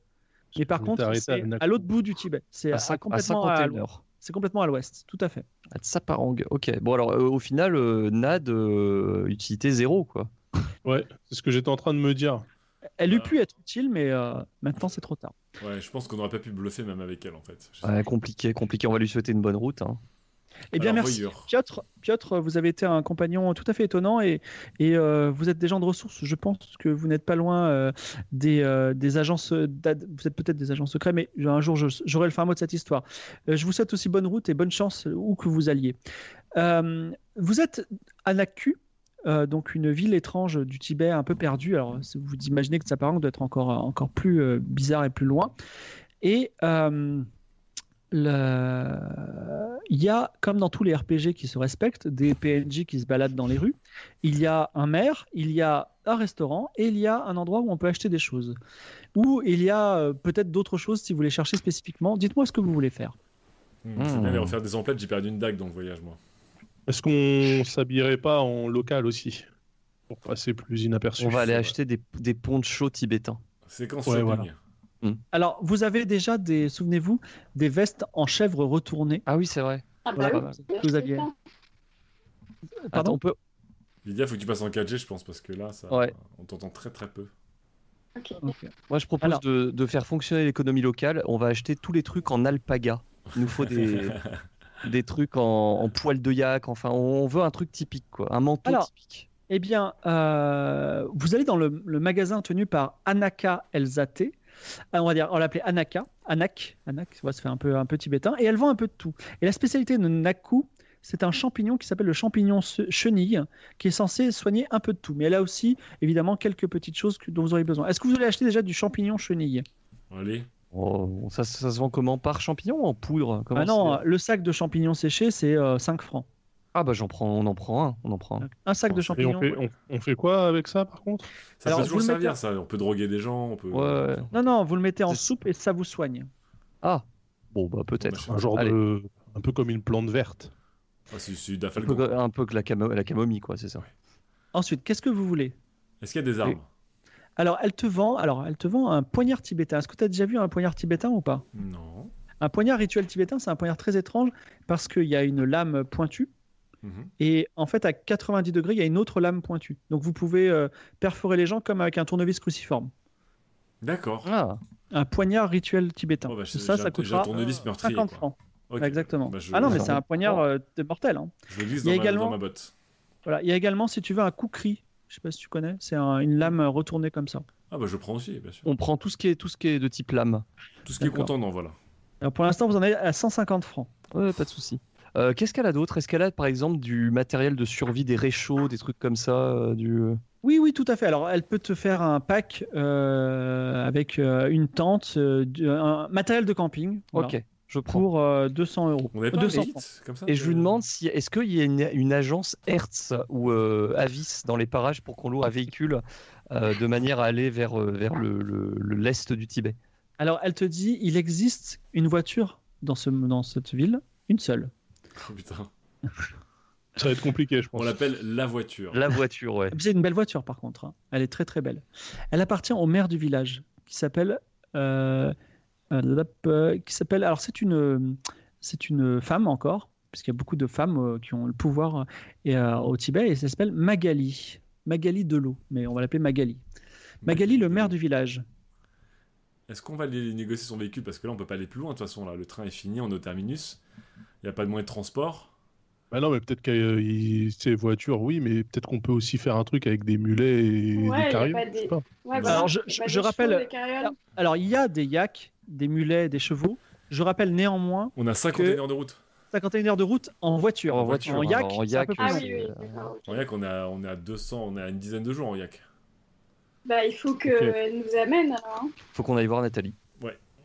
Speaker 1: Mais par
Speaker 3: Je
Speaker 1: contre,
Speaker 3: m'étais arrêté à
Speaker 1: c'est
Speaker 3: Nakhon.
Speaker 1: à l'autre bout du Tibet. C'est Ah,
Speaker 5: à,
Speaker 1: à,
Speaker 5: cin- à
Speaker 1: complètement à,
Speaker 5: 51
Speaker 1: l'ouest.
Speaker 5: heures.
Speaker 1: C'est complètement à l'ouest, tout à fait.
Speaker 5: À Tsaparang. Ok. Bon, alors, euh, au final, euh, NAD, euh, utilité zéro, quoi.
Speaker 3: Ouais, c'est ce que j'étais en train de me dire.
Speaker 1: Elle eût
Speaker 4: Ah.
Speaker 1: pu être utile, mais euh, maintenant c'est trop tard.
Speaker 4: Ouais, je pense qu'on n'aurait pas pu bluffer même avec elle en fait. Je sais
Speaker 5: Ouais, compliqué, compliqué. On va lui souhaiter une bonne route. hein.
Speaker 1: Eh bien,
Speaker 4: Alors,
Speaker 1: merci.
Speaker 4: voyeur.
Speaker 1: Piotr, Piotr, vous avez été un compagnon tout à fait étonnant et, et, euh, vous êtes des gens de ressources. Je pense que vous n'êtes pas loin euh, des, euh, des agences. d'ad- Vous êtes peut-être des agents secrets, mais un jour, je- j'aurai le fin mot de cette histoire. Euh, je vous souhaite aussi bonne route et bonne chance où que vous alliez. Euh, vous êtes à Naku, euh, donc une ville étrange du Tibet un peu perdue. Alors, si vous imaginez que ça parle doit être encore, encore plus euh, bizarre et plus loin. Et. euh, le- il y a, comme dans tous les RPG qui se respectent, des PNJ qui se baladent dans les rues. Il y a un maire, il y a un restaurant et il y a un endroit où on peut acheter des choses. Ou il y a euh, peut-être d'autres choses si vous les cherchez spécifiquement. Dites-moi ce que vous voulez faire.
Speaker 4: Hmm, Je vais bien
Speaker 5: Hmm.
Speaker 4: aller refaire des emplettes, j'ai perdu une dague dans le voyage moi.
Speaker 3: Est-ce qu'on s'habillerait pas en local aussi Pour passer plus inaperçu.
Speaker 5: On va aller
Speaker 4: c'est
Speaker 5: acheter des, des ponchos tibétains.
Speaker 4: Séquence
Speaker 3: Ouais,
Speaker 4: shopping.
Speaker 3: voilà.
Speaker 1: Alors, vous avez déjà des, souvenez-vous, des vestes en chèvre retournées.
Speaker 5: Ah oui, c'est vrai.
Speaker 2: Ah
Speaker 1: Voilà,
Speaker 2: bah
Speaker 5: pas mal.
Speaker 2: oui,
Speaker 1: Vous aviez-
Speaker 5: Attends,
Speaker 1: Pardon
Speaker 5: on peut.
Speaker 4: Lydia, faut que tu passes en 4G je pense parce que là ça,
Speaker 5: Ouais.
Speaker 4: on t'entend très très peu.
Speaker 2: Ok.
Speaker 1: Mm.
Speaker 5: Moi, je propose
Speaker 1: Alors-
Speaker 5: de, de faire fonctionner l'économie locale. On va acheter tous les trucs en alpaga. Il nous faut des, des trucs en, en poil de yak. Enfin, on veut un truc typique, quoi. Un manteau
Speaker 1: Alors-
Speaker 5: typique.
Speaker 1: Eh bien, euh, vous allez dans le, le magasin tenu par Anaka Elzate. Ah, On va dire, on l'appelait Anaka, Anak, Anak, tu vois, ça fait un peu, un peu tibétain. Et elle vend un peu de tout. Et la spécialité de Naku, c'est un champignon qui s'appelle le champignon se- chenille, qui est censé soigner un peu de tout. Mais elle a aussi, évidemment, quelques petites choses que- dont vous aurez besoin. Est-ce que vous allez acheter déjà du champignon chenille
Speaker 4: Allez.
Speaker 5: Oh, ça, ça se vend comment Par champignon ou en poudre Comment
Speaker 1: Ah non,
Speaker 5: c'est
Speaker 1: le sac de champignons séchés, c'est euh, 5 francs.
Speaker 5: Ah bah j'en prends, on en prend un, on en prend un.
Speaker 1: Un sac de
Speaker 4: Et on
Speaker 3: Et
Speaker 1: champignons.
Speaker 3: on fait, on, on fait quoi avec ça, par contre
Speaker 4: Ça
Speaker 1: Alors,
Speaker 4: peut
Speaker 1: vous
Speaker 4: toujours
Speaker 1: le mettez-
Speaker 4: servir ça, on peut droguer des gens, on peut
Speaker 5: Ouais.
Speaker 4: On
Speaker 1: Non, non, vous le mettez en
Speaker 5: C'est-
Speaker 1: soupe et ça vous soigne.
Speaker 5: Ah bon bah peut-être.
Speaker 4: achète-
Speaker 3: Un genre
Speaker 5: Allez.
Speaker 3: de. Un peu comme une plante verte.
Speaker 4: Ah, c'est- c'est de la
Speaker 5: Un
Speaker 4: falcon.
Speaker 5: peu, un peu que la, camo- la camomille quoi, c'est ça.
Speaker 1: Ensuite, qu'est-ce que vous voulez
Speaker 4: Est-ce qu'il y a des armes
Speaker 1: Alors, elle te vend, alors, elle te vend un poignard tibétain. Est-ce que tu as déjà vu un poignard tibétain ou pas
Speaker 4: Non.
Speaker 1: Un poignard rituel tibétain, c'est un poignard très étrange parce qu'il y a une lame pointue
Speaker 4: Mhm.
Speaker 1: et en fait, à 90 degrés, il y a une autre lame pointue. Donc, vous pouvez euh, perforer les gens comme avec un tournevis cruciforme.
Speaker 4: D'accord.
Speaker 5: Ah
Speaker 1: Un poignard rituel tibétain.
Speaker 4: Oh, bah, j'ai-
Speaker 1: ça,
Speaker 4: j'ai
Speaker 1: ça
Speaker 4: un- j'ai
Speaker 1: coûtera
Speaker 4: un tournevis meurtrier.
Speaker 1: 50
Speaker 4: quoi.
Speaker 1: francs.
Speaker 4: Ok.
Speaker 1: Exactement.
Speaker 4: Bah, je-
Speaker 1: Ah non, mais
Speaker 5: je-
Speaker 1: c'est un poignard euh, de mortel. hein.
Speaker 4: Je le
Speaker 1: Il
Speaker 4: glisse
Speaker 1: y
Speaker 4: dans,
Speaker 1: a
Speaker 4: ma-
Speaker 1: également-
Speaker 4: dans ma botte.
Speaker 1: Voilà. Il y a également, si tu veux, un kukri. Je sais pas si tu connais. C'est un- une lame retournée comme ça.
Speaker 4: Ah bah je prends aussi, bien sûr.
Speaker 5: On prend tout ce qui est tout ce qui est de type lame.
Speaker 4: Tout ce qui est
Speaker 1: D'accord.
Speaker 4: contendant, voilà.
Speaker 1: Alors, pour l'instant, vous en êtes à 150 francs.
Speaker 5: Ouais, pas de souci. Euh, Qu'est-ce qu'elle a d'autre Est-ce qu'elle a par exemple du matériel de survie, des réchauds, des trucs comme ça euh, du...
Speaker 1: Oui, oui, tout à fait. Alors, elle peut te faire un pack euh, avec euh, une tente, euh, du- un matériel de camping voilà,
Speaker 5: Ok, je prends.
Speaker 1: pour euh, 200 euros.
Speaker 4: On n'avait pas
Speaker 1: 200
Speaker 4: un
Speaker 1: francs.
Speaker 4: kit comme ça
Speaker 5: Et
Speaker 4: de-
Speaker 5: je lui demande si est-ce qu'il y a une, une agence Hertz ou euh, Avis dans les parages pour qu'on loue un véhicule euh, de manière à aller vers, euh, vers le, le- le- l'est du Tibet.
Speaker 1: Alors, elle te dit il existe une voiture dans, ce, dans cette ville, une seule.
Speaker 4: Oh, putain.
Speaker 3: Ça va être compliqué, je pense.
Speaker 4: On l'appelle la voiture.
Speaker 5: La voiture, ouais.
Speaker 1: C'est une belle voiture, par contre. hein. Elle est très, très belle. Elle appartient au maire du village, qui s'appelle. euh, euh, qui s'appelle. Alors, c'est une, c'est une femme encore, puisqu'il y a beaucoup de femmes euh, qui ont le pouvoir euh, et, euh, au Tibet, et ça s'appelle Magali. Magali Delot, mais on va l'appeler Magali. Magali, le maire du village.
Speaker 4: Est-ce qu'on va aller négocier son véhicule Parce que là, on peut pas aller plus loin. De toute façon, là, le train est fini, on est au terminus. Il n'y a pas de moyen de transport.
Speaker 3: Bah non, mais peut-être que ces voitures, oui, mais peut-être qu'on peut aussi faire un truc avec des mulets et
Speaker 2: Ouais, y a
Speaker 3: des carrioles.
Speaker 2: pas
Speaker 3: je sais
Speaker 2: des-
Speaker 3: pas.
Speaker 2: Ouais,
Speaker 4: Alors,
Speaker 2: voilà,
Speaker 1: je-
Speaker 2: y
Speaker 1: je-
Speaker 2: a pas
Speaker 1: je
Speaker 2: des chevaux,
Speaker 1: rappelle-
Speaker 2: des carrioles.
Speaker 1: Alors, alors, il y a des yaks, des mulets, des chevaux. Je rappelle néanmoins
Speaker 4: On a 51 heures de route.
Speaker 1: 51 heures de route en voiture.
Speaker 5: En voiture,
Speaker 1: en yak.
Speaker 5: en
Speaker 1: c'est
Speaker 5: yak,
Speaker 1: un peu plus
Speaker 2: Ah
Speaker 5: euh,
Speaker 1: long.
Speaker 2: oui, oui, d'accord, ok.
Speaker 4: En yak, on est à, on est à 200, on est à une dizaine de jours en yak.
Speaker 2: Bah, il faut qu'elle nous amène. alors, hein.
Speaker 5: Faut qu'on aille voir Nathalie.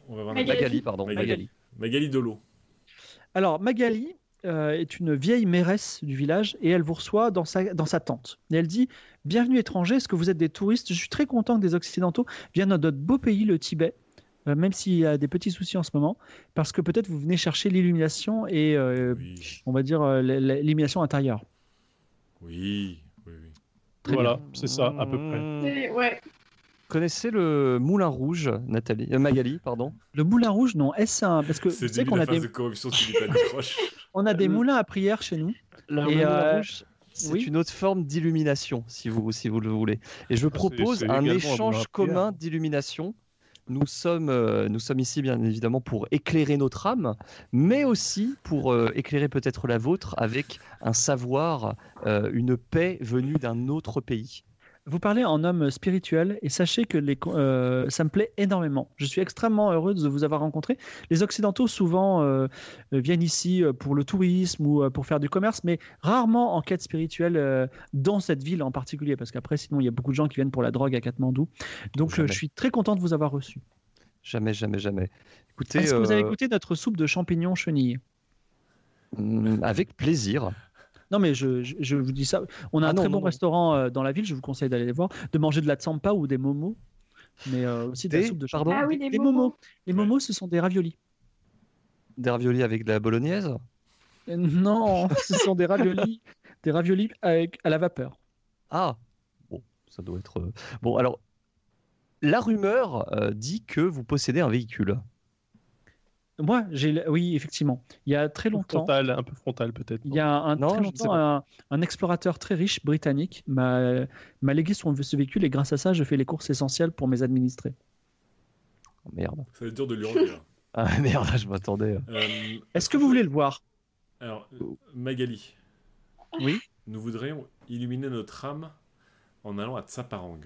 Speaker 4: On va voir
Speaker 2: Magali.
Speaker 4: Magali,
Speaker 5: Magali, pardon.
Speaker 4: Magali.
Speaker 5: Magali.
Speaker 4: Magali Dolo.
Speaker 1: Alors, Magali euh, est une vieille mairesse du village et elle vous reçoit dans sa, dans sa tente. Et elle dit Bienvenue étrangers, est-ce que vous êtes des touristes Je suis très content que des Occidentaux viennent dans notre beau pays, le Tibet, euh, même s'il y a des petits soucis en ce moment, parce que peut-être vous venez chercher l'illumination et, euh,
Speaker 4: Oui,
Speaker 1: on va dire, euh, la- la- l'illumination intérieure.
Speaker 4: oui, oui. oui.
Speaker 5: Très
Speaker 3: Voilà,
Speaker 5: bien.
Speaker 3: c'est ça, à peu près.
Speaker 5: Mmh.
Speaker 2: C'est- Ouais.
Speaker 5: Connaissez le Moulin Rouge, Nathalie, euh, Magali, pardon.
Speaker 1: Le moulin rouge, non, est-ce un. Parce que
Speaker 4: C'est
Speaker 1: vous savez
Speaker 4: début
Speaker 1: qu'on
Speaker 4: de
Speaker 1: a,
Speaker 4: la phase de Euh,
Speaker 1: des,
Speaker 4: corruption sur Philippe Croche.
Speaker 1: on a des moulins à prière chez nous.
Speaker 5: Le
Speaker 1: Et,
Speaker 5: Moulin
Speaker 1: euh,
Speaker 5: Rouge, c'est
Speaker 1: oui.
Speaker 5: une autre forme d'illumination, si vous, si vous le voulez. Et je propose
Speaker 3: Ah, c'est
Speaker 5: un
Speaker 3: également un moulin à
Speaker 5: échange
Speaker 3: prière.
Speaker 5: commun d'illumination. Nous sommes, euh, nous sommes ici, bien évidemment, pour éclairer notre âme, mais aussi pour euh, éclairer peut-être la vôtre avec un savoir, euh, une paix venue d'un autre pays.
Speaker 1: Vous parlez en homme spirituel et sachez que les, co- euh, ça me plaît énormément. Je suis extrêmement heureux de vous avoir rencontré. Les Occidentaux souvent euh, euh, viennent ici euh, pour le tourisme ou euh, pour faire du commerce, mais rarement en quête spirituelle euh, dans cette ville en particulier, parce qu'après sinon il y a beaucoup de gens qui viennent pour la drogue à Katmandou. Donc euh,
Speaker 5: Jamais.
Speaker 1: je suis très content de vous avoir reçu.
Speaker 5: Jamais, jamais, jamais. Écoutez,
Speaker 1: Est-ce que vous avez
Speaker 5: euh,
Speaker 1: goûté notre soupe de champignons chenilles
Speaker 5: mm, avec plaisir.
Speaker 1: Non mais je, je- je vous dis ça. On a
Speaker 5: Ah
Speaker 1: un
Speaker 5: non,
Speaker 1: très
Speaker 5: non,
Speaker 1: bon
Speaker 5: non.
Speaker 1: restaurant euh, dans la ville. Je vous conseille d'aller les voir, de manger de la tsampa ou des momos, mais euh, aussi de la
Speaker 5: Des-
Speaker 1: soupe de
Speaker 5: pardon
Speaker 1: champignons.
Speaker 2: Ah oui,
Speaker 1: des,
Speaker 2: les
Speaker 1: des
Speaker 2: momos.
Speaker 1: momos. Les
Speaker 4: Ouais.
Speaker 1: momos, ce sont des raviolis.
Speaker 5: Des raviolis avec de la bolognaise
Speaker 1: Euh, Non, ce sont des raviolis, des raviolis avec, à la vapeur.
Speaker 5: Ah, bon, ça doit être. euh, Bon, alors, la rumeur euh, dit que vous possédez un véhicule.
Speaker 1: Moi, j'ai, le- oui, effectivement, il y a très
Speaker 3: Un peu
Speaker 1: longtemps,
Speaker 3: frontal, un peu frontal peut-être.
Speaker 1: il y a un,
Speaker 5: Non,
Speaker 1: très
Speaker 5: je ne sais
Speaker 1: longtemps, un, un explorateur très riche britannique m'a, m'a légué son, ce véhicule et grâce à ça, je fais les courses essentielles pour mes administrés.
Speaker 5: Oh, merde.
Speaker 4: Ça va être dur de lui enlever. là.
Speaker 5: Ah merde, je m'attendais. euh.
Speaker 4: Euh,
Speaker 1: Est-ce que vous voulez le voir
Speaker 4: Alors, euh, Magali.
Speaker 1: Oui.
Speaker 4: Nous voudrions illuminer notre âme en allant à Tsaparang.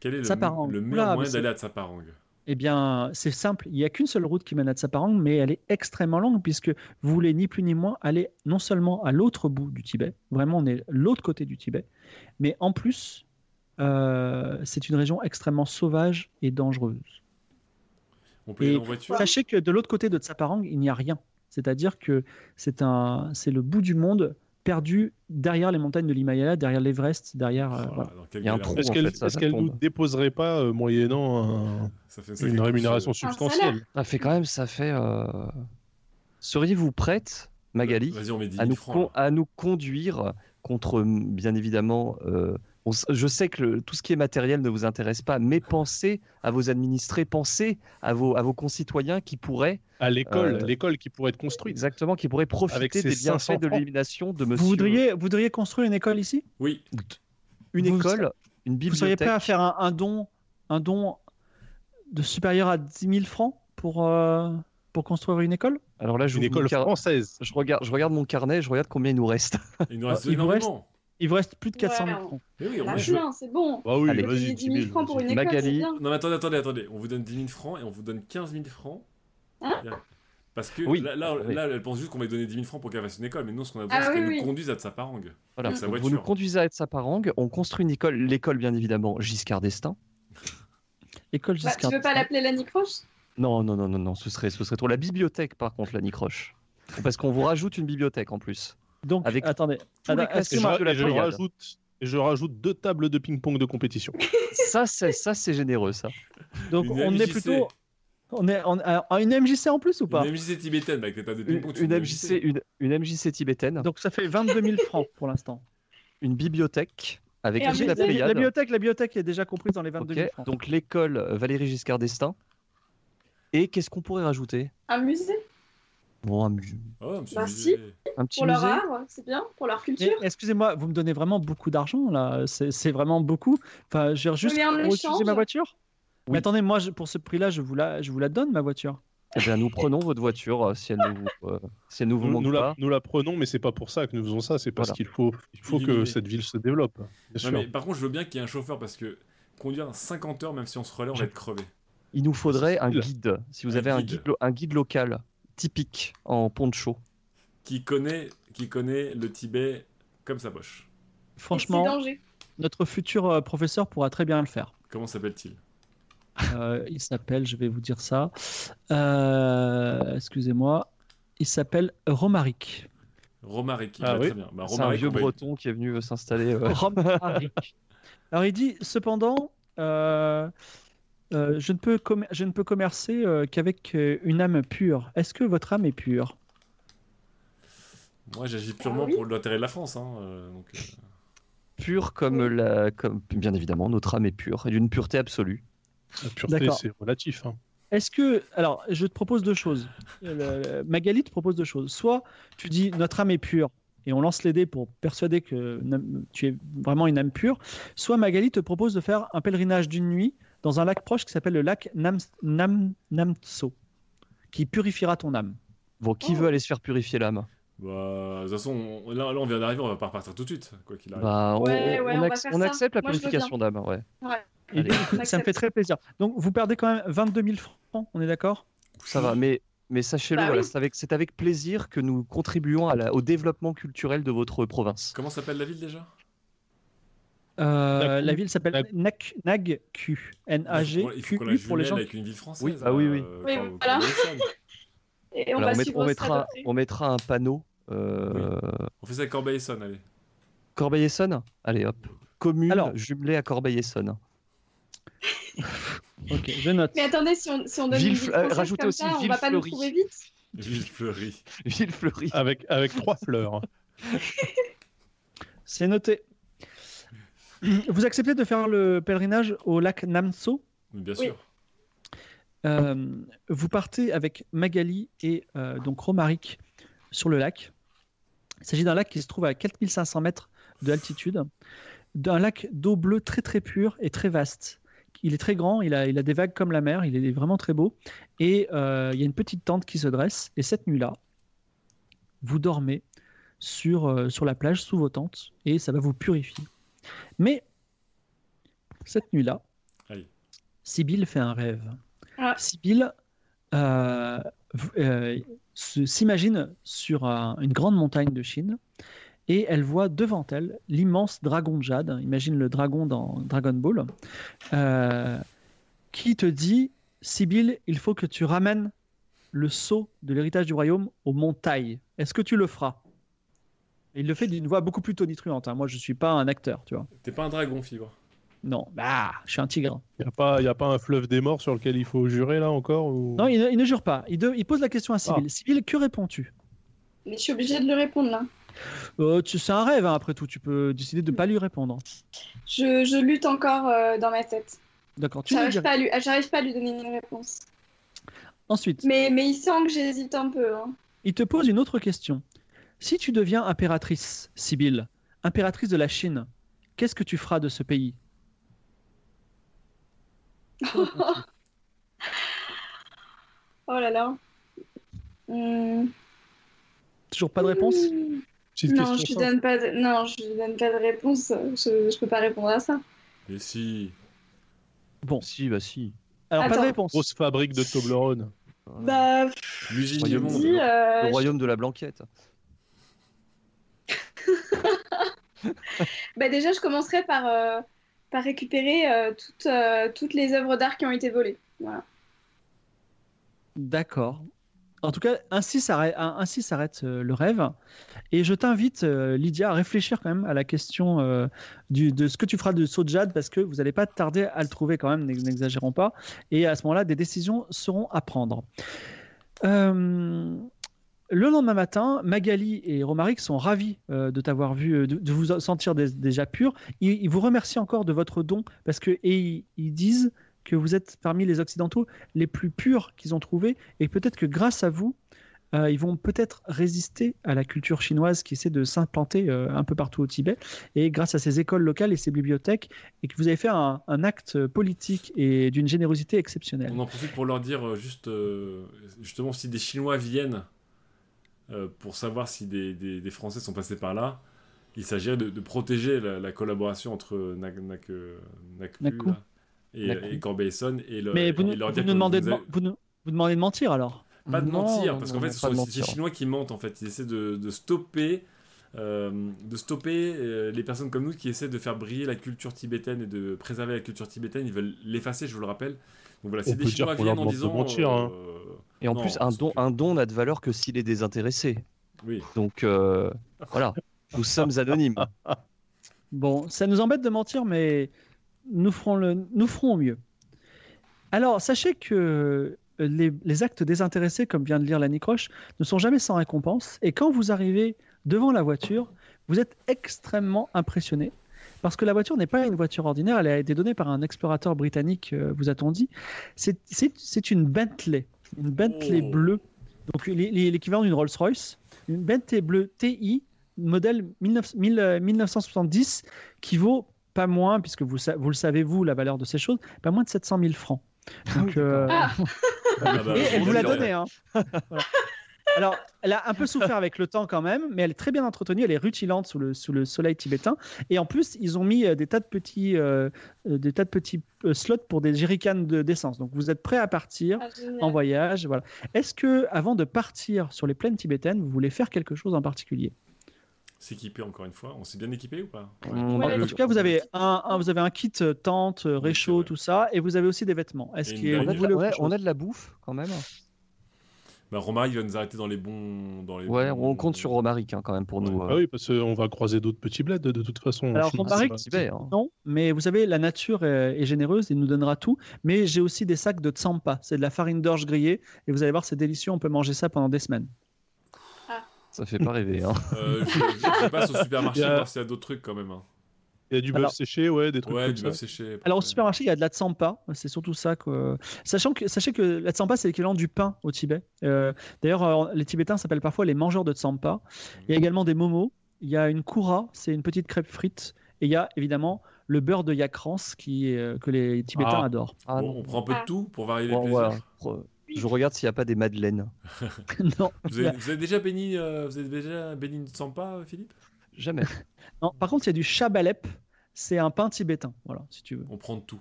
Speaker 4: Quel est le,
Speaker 1: Tsaparang.
Speaker 4: le meilleur
Speaker 1: Oula, mais
Speaker 4: moyen
Speaker 1: c'est-
Speaker 4: d'aller à Tsaparang
Speaker 1: Eh bien, c'est simple. Il n'y a qu'une seule route qui mène à Tsaparang, mais elle est extrêmement longue puisque vous voulez ni plus ni moins aller non seulement à l'autre bout du Tibet, vraiment on est l'autre côté du Tibet, mais en plus, euh, c'est une région extrêmement sauvage et dangereuse.
Speaker 4: On peut y
Speaker 1: Et-
Speaker 4: aller en voiture
Speaker 1: Sachez que de l'autre côté de Tsaparang, il n'y a rien. C'est-à-dire que c'est un, c'est le bout du monde perdu derrière les montagnes de l'Himalaya, derrière l'Everest, derrière. euh,
Speaker 4: Oh là
Speaker 1: voilà.
Speaker 4: là, dans quelle
Speaker 5: Il y a un
Speaker 4: galère.
Speaker 5: trou.
Speaker 3: Est-ce
Speaker 5: en
Speaker 3: qu'elle
Speaker 5: fait, ça,
Speaker 3: est-ce
Speaker 5: ça
Speaker 3: qu'elle nous
Speaker 5: tombe.
Speaker 3: déposerait pas euh, moyennant un-
Speaker 4: Ça fait sacrée
Speaker 3: une rémunération
Speaker 4: course,
Speaker 3: substantielle
Speaker 5: Ça fait quand même, ça fait. euh, Seriez-vous prête,
Speaker 4: euh,
Speaker 5: Magali,
Speaker 4: Vas-y, on met 10
Speaker 5: à
Speaker 4: 000
Speaker 5: nous, con-
Speaker 4: francs. là.
Speaker 5: à nous conduire contre, mm, bien évidemment. euh, on s- je sais que le- tout ce qui est matériel ne vous intéresse pas, mais pensez à vos administrés, pensez à vos, à vos concitoyens qui pourraient,
Speaker 3: à l'école,
Speaker 5: Euh,
Speaker 3: l'école qui pourrait être construite.
Speaker 5: exactement, qui pourraient profiter
Speaker 3: ces
Speaker 5: des
Speaker 3: 500
Speaker 5: bienfaits de
Speaker 3: francs.
Speaker 5: l'illumination de monsieur.
Speaker 1: Vous voudriez, vous voudriez construire une école ici
Speaker 4: Oui,
Speaker 5: une
Speaker 1: Vous-
Speaker 5: école, une
Speaker 1: Vous seriez
Speaker 5: bibliothèque.
Speaker 1: prêt à faire un, un don, un don de supérieur à 10 000 francs pour, euh, pour construire une école
Speaker 5: Alors là, je,
Speaker 3: Une
Speaker 5: vous-
Speaker 3: école
Speaker 5: car-
Speaker 3: française.
Speaker 5: je regarde, je regarde mon carnet, je regarde combien il nous reste.
Speaker 4: il nous reste
Speaker 1: Ah, Il vous reste-
Speaker 4: énormément.
Speaker 1: Il vous reste plus de 400 000
Speaker 2: Ouais.
Speaker 1: francs.
Speaker 4: Mais oui, on
Speaker 2: La
Speaker 4: met-
Speaker 2: plein, c'est bon.
Speaker 3: Bah oui,
Speaker 5: Allez.
Speaker 3: vas-y,
Speaker 2: Vas-y, 10 000 francs pour une école,
Speaker 5: Magali.
Speaker 2: c'est bien.
Speaker 4: Non, mais attendez, attendez, attendez. On vous donne 10 000 francs et on vous donne 15 000 francs.
Speaker 2: Hein
Speaker 4: Parce que
Speaker 5: Oui.
Speaker 4: là, là,
Speaker 5: Oui.
Speaker 4: là, elle pense juste qu'on va lui donner 10 000 francs pour qu'elle fasse une école. Mais non, ce qu'on a besoin,
Speaker 2: Ah
Speaker 4: c'est qu'elle
Speaker 2: oui,
Speaker 4: nous
Speaker 2: oui.
Speaker 4: conduise à Tsaparang.
Speaker 5: Voilà.
Speaker 4: Avec sa
Speaker 5: Donc, vous
Speaker 4: voiture.
Speaker 5: nous conduisez à Etsaparang, on construit une école, l'école bien évidemment Giscard d'Estaing.
Speaker 1: École
Speaker 2: Bah, tu
Speaker 1: Giscard.
Speaker 2: veux pas l'appeler la Croche
Speaker 5: Non, non, non, non, non, ce serait, ce serait trop. La bibliothèque par contre, la Nicroche. Parce qu'on vous rajoute une bibliothèque en plus.
Speaker 1: Donc,
Speaker 5: Avec
Speaker 1: attendez.
Speaker 5: tous les
Speaker 1: Attends, est-ce que
Speaker 3: Et
Speaker 5: classiques.
Speaker 1: ma-
Speaker 5: marque
Speaker 3: je,
Speaker 5: de la
Speaker 3: et je
Speaker 5: brigade.
Speaker 3: rajoute, et je rajoute deux tables de ping-pong de compétition.
Speaker 5: Ça, c'est, ça, c'est généreux, ça.
Speaker 1: donc
Speaker 4: Une
Speaker 1: on est
Speaker 4: MJC.
Speaker 1: plutôt. On est on- à à une MJC en plus ou pas
Speaker 4: Une MJC tibétaine bah, avec les tables de
Speaker 5: Une,
Speaker 4: ping-pong. tu
Speaker 5: une
Speaker 4: fais
Speaker 5: MJC, une, une MJC tibétaine,
Speaker 1: Donc ça fait 22 000 francs pour l'instant.
Speaker 5: une bibliothèque, Avec
Speaker 2: Et un
Speaker 5: qui la
Speaker 2: musée.
Speaker 5: Pléiade
Speaker 1: La bibliothèque, la bibliothèque est déjà comprise dans les 22 000
Speaker 5: Ok,
Speaker 1: francs.
Speaker 5: Donc l'école euh, Valérie Giscard d'Estaing. Et qu'est-ce qu'on pourrait rajouter
Speaker 2: Un musée
Speaker 5: Bon, un, mu-
Speaker 4: Oh, monsieur
Speaker 2: Bah,
Speaker 4: Musée.
Speaker 5: un petit
Speaker 2: pour leur
Speaker 5: musée.
Speaker 2: art, c'est bien, pour leur
Speaker 1: Mais,
Speaker 2: culture.
Speaker 1: Excusez-moi, vous me donnez vraiment beaucoup d'argent là. C'est c'est vraiment beaucoup. Enfin, je vais juste
Speaker 2: Oui, en
Speaker 1: refuser
Speaker 2: échange.
Speaker 1: ma voiture.
Speaker 5: Oui.
Speaker 1: Mais attendez, moi, je- pour ce prix-là, je vous la, je vous la donne ma voiture.
Speaker 5: Eh bien, nous prenons votre voiture euh, si elle ne vous, euh, si elle ne vous
Speaker 3: Nous,
Speaker 5: manque
Speaker 3: nous la,
Speaker 5: pas.
Speaker 3: nous la prenons, mais c'est pas pour ça que nous faisons ça. C'est parce
Speaker 5: Voilà.
Speaker 3: qu'il faut, il faut
Speaker 4: Il-
Speaker 3: que
Speaker 4: il-
Speaker 3: cette ville se développe. Bien
Speaker 4: Non,
Speaker 3: sûr.
Speaker 4: mais par contre, je veux bien qu'il y ait un chauffeur parce que conduire 50 heures, même si on se relaie, on va être crevé.
Speaker 5: Il nous faudrait un
Speaker 3: Là.
Speaker 5: guide. Si vous
Speaker 4: Un
Speaker 5: avez un
Speaker 4: guide.
Speaker 5: guide, lo- un guide local typique en poncho.
Speaker 4: Qui connaît, qui connaît le Tibet comme sa poche
Speaker 2: Et ses
Speaker 1: Franchement,
Speaker 2: dangers.
Speaker 1: notre futur euh, professeur pourra très bien le faire.
Speaker 4: Comment s'appelle-t-il
Speaker 1: Euh, il s'appelle, je vais vous dire ça. Euh, Excusez-moi. Il s'aïe Romaric.
Speaker 4: Romaric.
Speaker 3: Ah
Speaker 4: bah,
Speaker 3: oui.
Speaker 4: Très bien. Bah,
Speaker 5: C'est un
Speaker 4: Romaric,
Speaker 5: vieux
Speaker 4: on va-
Speaker 5: breton qui est venu euh, s'installer. euh,
Speaker 2: Oh.
Speaker 1: Romaric. Alors il dit, cependant, euh, euh, je, ne peux com- je ne peux commercer euh, qu'avec euh, une âme pure. Est-ce que votre âme est pure
Speaker 4: Moi, j'agis purement
Speaker 2: Ah oui.
Speaker 4: pour l'intérêt de la France. hein, euh, donc, euh,
Speaker 5: pure comme la. Comme, bien évidemment, notre âme est pure et d'une pureté absolue.
Speaker 3: La pureté,
Speaker 1: D'accord.
Speaker 3: c'est relatif. hein.
Speaker 1: Est-ce que. Alors, je te propose deux choses. Le- le- Magali te propose deux choses. Soit tu dis notre âme est pure et on lance les dés pour persuader que n- tu es vraiment une âme pure. Soit Magali te propose de faire un pèlerinage d'une nuit dans un lac proche qui s'appelle le lac Nam, Nam, Namtso, qui purifiera ton âme.
Speaker 5: Bon, qui
Speaker 2: Oh.
Speaker 5: veut aller se faire purifier l'âme
Speaker 4: bah, de toute façon, on- là, là, on vient d'arriver, on va pas repartir tout de suite, quoi qu'il arrive.
Speaker 5: Bah, on,
Speaker 2: Ouais, ouais,
Speaker 5: on
Speaker 2: on va
Speaker 5: ac-
Speaker 2: faire
Speaker 5: on
Speaker 2: ça.
Speaker 5: accepte la
Speaker 2: Moi, je veux bien.
Speaker 5: purification d'âme, ouais.
Speaker 2: Ouais.
Speaker 1: Et
Speaker 5: Allez.
Speaker 1: écoute, ça me
Speaker 2: Accepte.
Speaker 1: fait très plaisir. Donc, vous perdez quand même 22 000 francs, on est d'accord
Speaker 5: Ça va, mais, mais sachez-le,
Speaker 2: Bah
Speaker 5: voilà,
Speaker 2: oui.
Speaker 5: c'est avec, c'est avec plaisir que nous contribuons à la- au développement culturel de votre province.
Speaker 4: Comment s'appelle la ville déjà
Speaker 1: Euh,
Speaker 3: Naku.
Speaker 1: La ville s'appelle
Speaker 3: Naku.
Speaker 1: Nak- Nag-Q.
Speaker 5: Ah,
Speaker 4: Il faut qu'on
Speaker 1: N-A-G-Q-U
Speaker 4: la
Speaker 1: pour les gens.
Speaker 4: avec une ville française.
Speaker 5: Oui, bah oui, oui.
Speaker 4: euh,
Speaker 2: Oui,
Speaker 4: quand-
Speaker 2: voilà.
Speaker 4: quand on est au sol.
Speaker 2: Et on
Speaker 5: Voilà,
Speaker 2: va
Speaker 5: met-
Speaker 2: suivre ça
Speaker 5: mettra,
Speaker 2: d'après.
Speaker 5: on mettra un panneau. Euh,
Speaker 4: On fait ça à Corbeil-Essonne, allez.
Speaker 5: Corbeil-Essonne Allez hop. Commune
Speaker 1: Alors.
Speaker 5: jumelée à Corbeil-Essonne.
Speaker 1: Ok, je note.
Speaker 2: Mais attendez, si on, si on donne
Speaker 5: Ville
Speaker 2: une
Speaker 5: fle-
Speaker 2: ville
Speaker 5: euh,
Speaker 2: française
Speaker 5: rajoutez
Speaker 2: comme
Speaker 5: aussi
Speaker 2: ça, on
Speaker 5: ville
Speaker 2: va pas nous
Speaker 5: fleurie.
Speaker 2: trouver vite.
Speaker 4: Ville fleurie.
Speaker 5: Ville fleurie.
Speaker 3: Avec, avec trois fleurs.
Speaker 1: C'est noté. Vous acceptez de faire le pèlerinage au lac Namso.
Speaker 4: Mais bien
Speaker 2: Oui.
Speaker 4: sûr.
Speaker 1: Euh, vous partez avec Magali et euh, donc Romaric sur le lac. Il s'agit d'un lac qui se trouve à 4500 mètres d'altitude, d'un lac d'eau bleue très très pure et très vaste. Il est très grand, il a, il a des vagues comme la mer, il est vraiment très beau. Et euh, il y a une petite tente qui se dresse. Et cette nuit-là, vous dormez sur, euh, sur la plage sous vos tentes et ça va vous purifier. Mais cette nuit-là,
Speaker 4: Aïe.
Speaker 1: Sibylle fait un rêve.
Speaker 2: Ah.
Speaker 1: Sibylle euh, v- euh, se- s'imagine sur un- une grande montagne de Chine et elle voit devant elle l'immense dragon de jade, imagine le dragon dans Dragon Ball, euh, qui te dit Sibylle, il faut que tu ramènes le sceau de l'héritage du royaume au Montail. Est-ce que tu le feras Il le fait d'une voix beaucoup plus tonitruante. hein. Moi, je suis pas un acteur, tu vois.
Speaker 4: T'es pas un dragon, fibre.
Speaker 1: Non, bah, je suis un tigre.
Speaker 3: Il n'y a, pas- y a pas un fleuve des morts sur lequel il faut jurer, là, encore ou...
Speaker 1: Non, il ne, il ne jure pas. Il, de- il pose la question à Sibyl. Sibyl, que réponds-tu
Speaker 2: Mais je suis obligée de lui répondre là.
Speaker 1: Euh, tu- C'est un rêve, hein, après tout. Tu peux décider de ne pas lui répondre.
Speaker 2: Je, je lutte encore euh, dans ma tête.
Speaker 1: D'accord, tu le
Speaker 2: J'arrive
Speaker 1: diras.
Speaker 2: pas, à lui- ah, j'arrive pas à lui donner une réponse.
Speaker 1: Ensuite,
Speaker 2: Mais, mais il sent que j'hésite un peu. hein.
Speaker 1: il te pose une autre question. Si tu deviens impératrice, Sibyl, impératrice de la Chine, qu'est-ce que tu feras de ce pays
Speaker 2: Oh là là. Hum.
Speaker 1: Toujours pas de réponse
Speaker 2: Mmh.
Speaker 3: Petite
Speaker 2: Hmm. Non, je
Speaker 3: question
Speaker 2: lui
Speaker 3: simple.
Speaker 2: donne pas de... non, je lui donne pas de réponse. Je, je peux pas répondre à ça.
Speaker 4: Et si.
Speaker 1: Bon,
Speaker 5: Si, bah si.
Speaker 1: alors pas
Speaker 2: Attends.
Speaker 1: de réponse.
Speaker 3: Grosse fabrique de Toblerone.
Speaker 2: Bah, pff,
Speaker 4: L'usine
Speaker 2: je
Speaker 4: du
Speaker 5: Royaume
Speaker 4: monde.
Speaker 2: dis, euh,
Speaker 5: Le
Speaker 2: je-
Speaker 5: royaume de la blanquette.
Speaker 2: bah déjà, je commencerai par, euh, par récupérer euh, toutes, euh, toutes les œuvres d'art qui ont été volées. Voilà.
Speaker 1: D'accord. En tout cas, ainsi s'arrête, un- ainsi s'arrête euh, le rêve. Et je t'invite, euh, Lydia, à réfléchir quand même à la question euh, du- de ce que tu feras de saut de Jade, parce que vous n'allez pas tarder à le trouver quand même, n'ex- n'exagérons pas. Et à ce moment-là, des décisions seront à prendre. Euh, Le lendemain matin, Magali et Romaric sont ravis euh, de t'avoir vu, euh, de, de vous sentir dé- déjà pur. Ils, ils vous remercient encore de votre don parce que et ils, ils disent que vous êtes parmi les Occidentaux les plus purs qu'ils ont trouvés et peut-être que grâce à vous, euh, ils vont peut-être résister à la culture chinoise qui essaie de s'implanter euh, un peu partout au Tibet et grâce à ces écoles locales et ces bibliothèques et que vous avez fait un, un acte politique et d'une générosité exceptionnelle.
Speaker 4: On en profite pour leur dire euh, juste, euh, justement, si des Chinois viennent euh, pour savoir si des, des- des Français sont passés par là, il s'agirait de, de protéger la, la collaboration entre Nak- Nak- euh, Nakpu,
Speaker 1: Naku.
Speaker 4: là, et,
Speaker 5: Naku.
Speaker 4: et Corbeil-Essonne et, le-
Speaker 1: Mais vous,
Speaker 4: et
Speaker 1: nous-
Speaker 4: euh, leur
Speaker 1: vous
Speaker 4: dire
Speaker 1: nous
Speaker 4: que
Speaker 1: demandez de,
Speaker 4: vous avez-
Speaker 1: vous nous- vous demandez de mentir alors
Speaker 4: pas de
Speaker 5: Non,
Speaker 4: mentir, parce qu'en
Speaker 5: non,
Speaker 4: fait,
Speaker 5: non,
Speaker 4: ce
Speaker 5: pas
Speaker 4: sont
Speaker 5: de
Speaker 4: les- c'est les
Speaker 5: mentir.
Speaker 4: Chinois qui mentent, en fait. Ils essaient de, de stopper, euh, de stopper euh, les personnes comme nous qui essaient de faire briller la culture tibétaine et de préserver la culture tibétaine. Ils veulent l'effacer, je vous le rappelle. Donc voilà,
Speaker 3: On
Speaker 4: si
Speaker 3: peut
Speaker 4: des
Speaker 3: dire
Speaker 4: Chinois
Speaker 3: qu'on leur
Speaker 4: viennent en
Speaker 3: demande de
Speaker 4: disant.
Speaker 3: mentir, hein.
Speaker 4: euh,
Speaker 5: Et en
Speaker 4: Non,
Speaker 5: plus, un
Speaker 4: c'est
Speaker 5: don,
Speaker 4: plus-
Speaker 5: un don n'a de valeur que s'il est désintéressé.
Speaker 4: oui.
Speaker 5: Donc euh, voilà, nous sommes anonymes.
Speaker 1: Bon, ça nous embête de mentir, mais nous ferons, le, nous ferons au mieux. Alors, sachez que euh, les, les actes désintéressés, comme vient de lire la Croche, ne sont jamais sans récompense. Et quand vous arrivez devant la voiture, vous êtes extrêmement impressionné. Parce que la voiture n'est pas une voiture ordinaire, elle a été donnée par un explorateur britannique, euh, vous a-t-on dit. C'est- C'est c'est une Bentley, une Bentley
Speaker 4: Oh.
Speaker 1: bleue, donc l'é- l'é- l'équivalent d'une Rolls-Royce. Une Bentley bleue TI, modèle 19 mille- euh, 1970, qui vaut pas moins, puisque vous, sa- vous le savez, vous, la valeur de ces choses, pas moins de 700 000 francs. Donc, euh,
Speaker 2: Ah.
Speaker 4: Ah bah,
Speaker 1: et
Speaker 4: c'est
Speaker 1: elle vous l'a
Speaker 4: bien.
Speaker 1: donnée. hein. Voilà. Alors, elle a un peu souffert avec le temps quand même, mais elle est très bien entretenue, elle est rutilante sous le, sous le soleil tibétain. Et en plus, ils ont mis euh, des tas de petits, euh, euh, des tas de petits euh, slots pour des jerrycans de- d'essence. Donc, vous êtes prêt à partir
Speaker 2: Ah, génial.
Speaker 1: en voyage. Voilà. Est-ce que, avant de partir sur les plaines tibétaines, vous voulez faire quelque chose en particulier
Speaker 4: S'équiper encore une fois. On s'est bien équipé ou pas
Speaker 5: On
Speaker 2: Ouais,
Speaker 5: va-
Speaker 1: En tout cas, vous avez un, un- vous avez un kit euh, tente, euh,
Speaker 4: Oui, c'est
Speaker 1: réchaud,
Speaker 4: vrai.
Speaker 1: tout ça, et vous avez aussi des vêtements. Est-ce
Speaker 4: Et
Speaker 1: qu'il
Speaker 4: une
Speaker 1: vous
Speaker 5: on a de
Speaker 4: dernière-
Speaker 1: voulez
Speaker 5: la-
Speaker 1: autre
Speaker 5: ouais,
Speaker 1: chose
Speaker 5: on a de la bouffe quand même.
Speaker 4: bah, Romaric va nous arrêter dans les bons. Dans les
Speaker 5: Ouais,
Speaker 4: bons-
Speaker 5: on compte sur Romaric hein, quand même pour nous.
Speaker 3: Ah oui, parce qu'on va croiser d'autres petits bleds de toute façon.
Speaker 1: Alors,
Speaker 3: Chine,
Speaker 1: Romaric,
Speaker 3: Ah, c'est pas-
Speaker 5: Tibet, hein.
Speaker 1: Non, mais vous savez, la nature est, est généreuse, il nous donnera tout. Mais j'ai aussi des sacs de tsampa, c'est de la farine d'orge grillée, et vous allez voir, c'est délicieux, on peut manger ça pendant des semaines.
Speaker 5: Ça fait pas rêver. hein.
Speaker 4: Euh, je, je- je passe au supermarché
Speaker 3: Il y a-
Speaker 4: voir s'il y a d'autres trucs quand même. hein.
Speaker 3: Il y a du bœuf
Speaker 1: Alors-
Speaker 3: séché, ouais, des trucs
Speaker 4: Ouais,
Speaker 3: comme
Speaker 4: du
Speaker 3: ça.
Speaker 4: bœuf séché.
Speaker 1: Alors au
Speaker 4: parfait.
Speaker 1: supermarché, il y a de la tsampa, c'est surtout ça. Quoi. Sachant que, sachez que la tsampa, c'est l'équivalent du pain au Tibet. Euh, D'ailleurs, euh, les Tibétains s'appellent parfois les mangeurs de tsampa. Il y a également des momos, il y a une koura, c'est une petite crêpe frite, et il y a évidemment le beurre de yakrans qui, est, euh, que les Tibétains
Speaker 3: Ah.
Speaker 1: adorent.
Speaker 5: Ah
Speaker 4: Bon,
Speaker 5: non.
Speaker 4: on prend un peu de
Speaker 2: Ah.
Speaker 4: tout pour varier les
Speaker 5: Bon,
Speaker 4: plaisirs.
Speaker 5: voilà. Pro- Je regarde s'il n'y a pas des madeleines.
Speaker 1: non,
Speaker 4: Vous avez, vous avez déjà béni, euh, vous avez déjà béni une Sampa, euh, Philippe
Speaker 5: Jamais.
Speaker 1: non. Par contre, il y a du chabalep, c'est un pain tibétain, voilà, si tu veux.
Speaker 4: On prend de tout.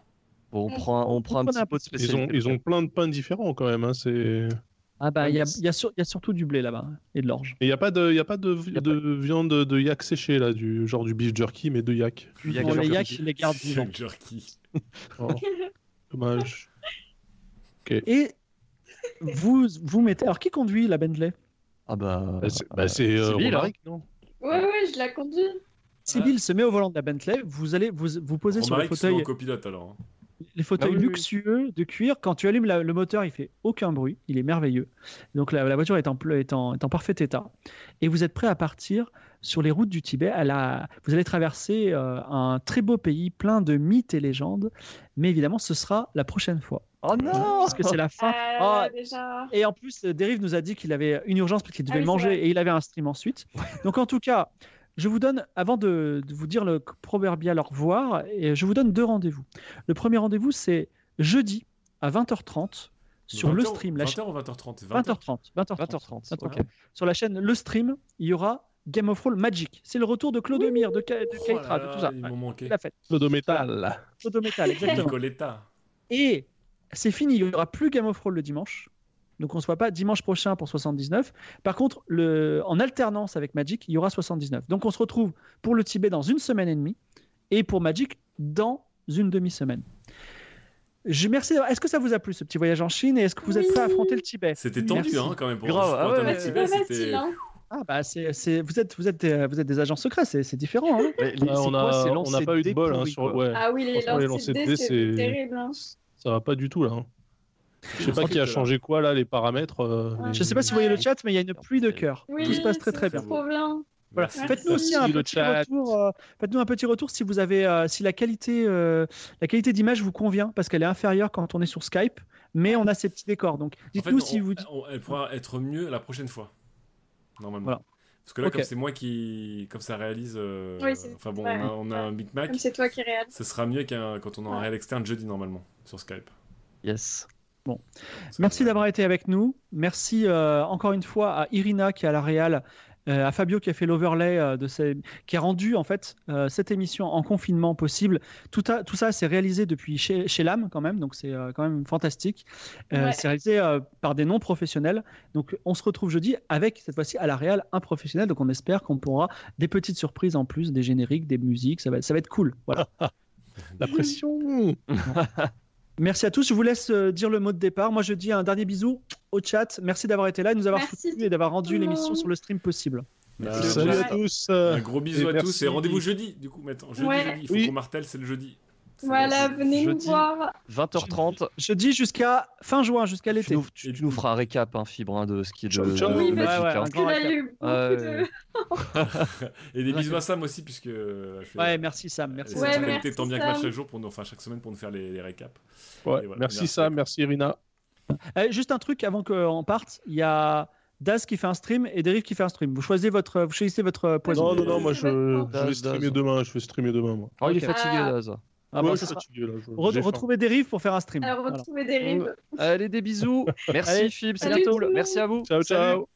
Speaker 5: Bon, on prend, on prend un
Speaker 1: Pourquoi on a-
Speaker 5: petit pot de
Speaker 3: Ils ont,
Speaker 5: spécialité.
Speaker 3: ils ont plein de pains différents quand même. hein, c'est- Et
Speaker 1: Ah bah, il y, a-
Speaker 3: mais c'est-
Speaker 1: il y a sur- il y a surtout du blé là-bas hein, et de l'orge.
Speaker 3: il n'y a pas de, il y a pas de,
Speaker 5: y a
Speaker 3: de viande de yak séchée, là, du genre du beef jerky, mais de yak.
Speaker 5: Du yak
Speaker 1: Bon, les
Speaker 5: jerky.
Speaker 1: yaks, ils les gardent vivants.
Speaker 4: Le jerky.
Speaker 3: Oh, dommage.
Speaker 1: Et vous vous mettez. Alors, qui conduit la Bentley
Speaker 5: Ah bah.
Speaker 3: Bah, c'est- bah, c'est euh,
Speaker 5: Sybille, hein.
Speaker 3: Romaric, non
Speaker 2: Ouais, ouais, je la conduis.
Speaker 1: Sibyl se met au volant de la Bentley. Vous allez vous, vous posez sur les
Speaker 4: Romaric, c'est
Speaker 1: fauteuils,
Speaker 4: mon copilote alors. hein.
Speaker 1: les fauteuils
Speaker 5: Ah oui, oui, oui.
Speaker 1: luxueux de cuir. Quand tu allumes la- le moteur, il fait aucun bruit. Il est merveilleux. Donc la, la voiture est en, ple- est, en, est en parfait état. Et vous êtes prêt à partir sur les routes du Tibet. À la... Vous allez traverser euh, un très beau pays plein de mythes et légendes. Mais évidemment, ce sera la prochaine fois.
Speaker 5: Oh non
Speaker 1: Parce que c'est la fin.
Speaker 2: Ah,
Speaker 1: Ah.
Speaker 2: déjà.
Speaker 1: Et en plus, euh, Derive nous a dit qu'il avait une urgence parce qu'il
Speaker 2: Ah
Speaker 1: devait
Speaker 2: oui, c'est
Speaker 1: manger
Speaker 2: vrai.
Speaker 1: et il avait un stream ensuite. Donc en tout cas, je vous donne, avant de, de vous dire le proverbial au revoir, et je vous donne deux rendez-vous. Le premier rendez-vous, c'est jeudi à 20h30 sur
Speaker 4: 20
Speaker 1: le
Speaker 4: heures-
Speaker 1: stream, la
Speaker 4: 20
Speaker 1: chaîne
Speaker 4: heures ou 20h30
Speaker 1: 20h30, 20h30,
Speaker 5: 20h30.
Speaker 1: 20h30.
Speaker 5: ok.
Speaker 1: sur la chaîne le stream, il y aura Game of Roll Magic. C'est le retour de Claude Mire, de, Ka- de
Speaker 4: Oh
Speaker 1: Keitra,
Speaker 4: là
Speaker 1: de
Speaker 4: là,
Speaker 1: tout ça.
Speaker 4: Ils
Speaker 1: Ouais,
Speaker 4: m'ont manqué.
Speaker 1: c'est la fête.
Speaker 3: Pseudo-métal.
Speaker 1: Photo métal, exactement.
Speaker 4: Nicoletta.
Speaker 1: Et c'est fini, il n'y aura plus Game of Roll le dimanche. Donc on ne se voit pas dimanche prochain pour 79. Par contre, le... en alternance avec Magic, il y aura 79. Donc on se retrouve pour le Tibet dans une semaine et demie et pour Magic dans une demi-semaine. Je merci. d'avoir- Est-ce que ça vous a plu ce petit voyage en Chine et est-ce que vous êtes prêt à
Speaker 2: Oui.
Speaker 1: affronter le Tibet
Speaker 4: C'était tendu
Speaker 1: Merci.
Speaker 4: hein, quand même pour
Speaker 5: Grave,
Speaker 4: pour
Speaker 5: ah
Speaker 4: atteindre
Speaker 5: ouais, ouais,
Speaker 4: le Tibet,
Speaker 2: Pas
Speaker 4: c'était-
Speaker 2: facile, hein.
Speaker 1: Ah bah c'est, c'est- vous êtes vous êtes euh, vous êtes des agents secrets, c'est, c'est différent. hein.
Speaker 5: Mais les-
Speaker 3: Ouais,
Speaker 5: c'est
Speaker 3: on
Speaker 5: quoi, ces
Speaker 3: a- on
Speaker 5: lancers
Speaker 3: n'a pas eu de
Speaker 5: dés
Speaker 3: bol. hein,
Speaker 5: pourris,
Speaker 3: sur...
Speaker 5: quoi
Speaker 3: ouais,
Speaker 2: Ah oui, les
Speaker 3: Franchement, les
Speaker 2: lancers de dés,
Speaker 3: lancers de dés,
Speaker 2: c'est
Speaker 3: c'est-
Speaker 2: terrible. hein.
Speaker 3: Ça va pas du tout, là. hein. Je sais pas qui a changé quoi là, les paramètres. euh,
Speaker 2: Ouais.
Speaker 3: les-
Speaker 1: Je sais pas si vous voyez le chat, mais il y a une pluie de cœur.
Speaker 2: Oui,
Speaker 1: Tout se passe très très
Speaker 2: c'est
Speaker 1: bien.
Speaker 2: Trop bien.
Speaker 1: Voilà.
Speaker 4: Merci.
Speaker 1: Faites-nous aussi un
Speaker 3: Merci, le
Speaker 1: petit
Speaker 3: chat.
Speaker 1: retour. euh, faites-nous un petit retour si vous avez, euh, si la qualité, euh, la qualité d'image vous convient, parce qu'elle est inférieure quand on est sur Skype, mais on a ces petits décors. Donc,
Speaker 4: En fait,
Speaker 1: dites-nous
Speaker 4: on-
Speaker 1: si vous.
Speaker 4: on- elle pourra être mieux la prochaine fois. Normalement.
Speaker 1: Voilà.
Speaker 4: Parce que là,
Speaker 1: Ok.
Speaker 4: comme c'est moi qui. Comme ça réalise. euh,
Speaker 2: Oui, c'est-
Speaker 4: Enfin bon,
Speaker 2: ouais.
Speaker 4: on, a, on a un Big Mac.
Speaker 2: Comme c'est toi qui réalises.
Speaker 4: Ce sera mieux qu'un quand on a un
Speaker 2: Ouais.
Speaker 4: réel externe jeudi normalement sur Skype.
Speaker 5: Yes.
Speaker 4: Ça
Speaker 1: Merci
Speaker 4: va.
Speaker 1: d'avoir été avec nous. Merci euh, encore une fois à Irina qui est à la Real, euh, à Fabio qui a fait l'overlay euh, de ces... qui a rendu en fait euh, cette émission en confinement possible. Tout, a- tout ça c'est réalisé depuis chez, chez l'âme quand même, donc c'est euh, quand même fantastique. Euh,
Speaker 2: Ouais.
Speaker 1: C'est réalisé euh, par des non professionnels. Donc on se retrouve jeudi avec cette fois-ci à la Real un professionnel. Donc on espère qu'on pourra des petites surprises en plus, des génériques, des musiques. Ça va, être- ça va être cool. Voilà.
Speaker 3: La pression
Speaker 1: Merci à tous. Je vous laisse euh, dire le mot de départ. Moi, je dis un dernier bisou au chat. Merci d'avoir été là, de nous avoir
Speaker 2: Merci
Speaker 1: soutenus et d'avoir rendu
Speaker 2: tout le
Speaker 1: l'émission
Speaker 2: monde.
Speaker 1: sur le stream possible.
Speaker 4: Bah,
Speaker 2: Merci.
Speaker 3: Salut à
Speaker 2: Ouais.
Speaker 3: tous euh,
Speaker 4: Un gros bisou
Speaker 3: Et
Speaker 4: à tous
Speaker 3: merci.
Speaker 4: et rendez-vous jeudi. Du coup, mais attends, jeudi,
Speaker 2: Ouais.
Speaker 4: jeudi, il faut
Speaker 3: Oui.
Speaker 4: qu'on martèle, c'est le jeudi. C'est
Speaker 2: Voilà,
Speaker 4: le jeudi.
Speaker 2: venez nous
Speaker 5: jeudi.
Speaker 2: voir.
Speaker 5: 20h30.
Speaker 1: Je dis jusqu'à fin juin, jusqu'à
Speaker 5: Tu
Speaker 1: l'été.
Speaker 5: nous, tu- tu nous feras un récap, hein, Fibre, hein, de ce qui est de,
Speaker 3: Ciao, ciao.
Speaker 5: de-
Speaker 2: Oui,
Speaker 5: de
Speaker 2: bah,
Speaker 5: Magic,
Speaker 1: ouais,
Speaker 5: hein.
Speaker 1: ouais.
Speaker 2: Il y a eu beaucoup
Speaker 5: Ouais.
Speaker 1: Euh,
Speaker 2: de.
Speaker 4: Et des
Speaker 1: Ouais.
Speaker 4: bisous à Sam aussi, puisque. euh, je fais-
Speaker 1: Ouais, merci Sam. Merci.
Speaker 4: Elle
Speaker 2: Ouais,
Speaker 4: s'est
Speaker 1: Sam.
Speaker 4: connectée
Speaker 2: merci,
Speaker 4: tant bien que mal
Speaker 2: Sam.
Speaker 4: chaque jour pour nous, enfin chaque semaine pour nous faire les, les récaps.
Speaker 3: Ouais,
Speaker 4: Et voilà,
Speaker 3: Merci
Speaker 4: merci.
Speaker 3: Sam, merci Irina.
Speaker 1: Euh, juste un truc avant qu'on parte. Il y a Daz qui fait un stream et Derive qui fait un stream. Vous choisissez votre, vous choisissez votre poison.
Speaker 3: Non, non, non, moi
Speaker 2: c'est
Speaker 3: je, je vais
Speaker 5: Daz,
Speaker 3: streamer
Speaker 5: Daz.
Speaker 3: demain, je vais streamer demain moi.
Speaker 5: Oh, il est
Speaker 1: Ok.
Speaker 5: fatigué,
Speaker 2: Ah.
Speaker 5: là, ça.
Speaker 1: Ah,
Speaker 3: Ouais,
Speaker 1: bon,
Speaker 3: je
Speaker 1: ça
Speaker 3: suis
Speaker 1: sera-
Speaker 3: fatigué, là, je-
Speaker 1: Re-
Speaker 3: j'ai faim.
Speaker 1: retrouvez Derive pour faire un stream.
Speaker 2: Alors,
Speaker 1: Voilà.
Speaker 2: retrouver des rives.
Speaker 5: Allez, des bisous. Merci,
Speaker 1: Allez.
Speaker 5: Fib. C'est
Speaker 2: Salut
Speaker 5: cool.
Speaker 2: tout le monde.
Speaker 5: Merci à vous.
Speaker 3: Ciao,
Speaker 1: Salut.
Speaker 3: ciao.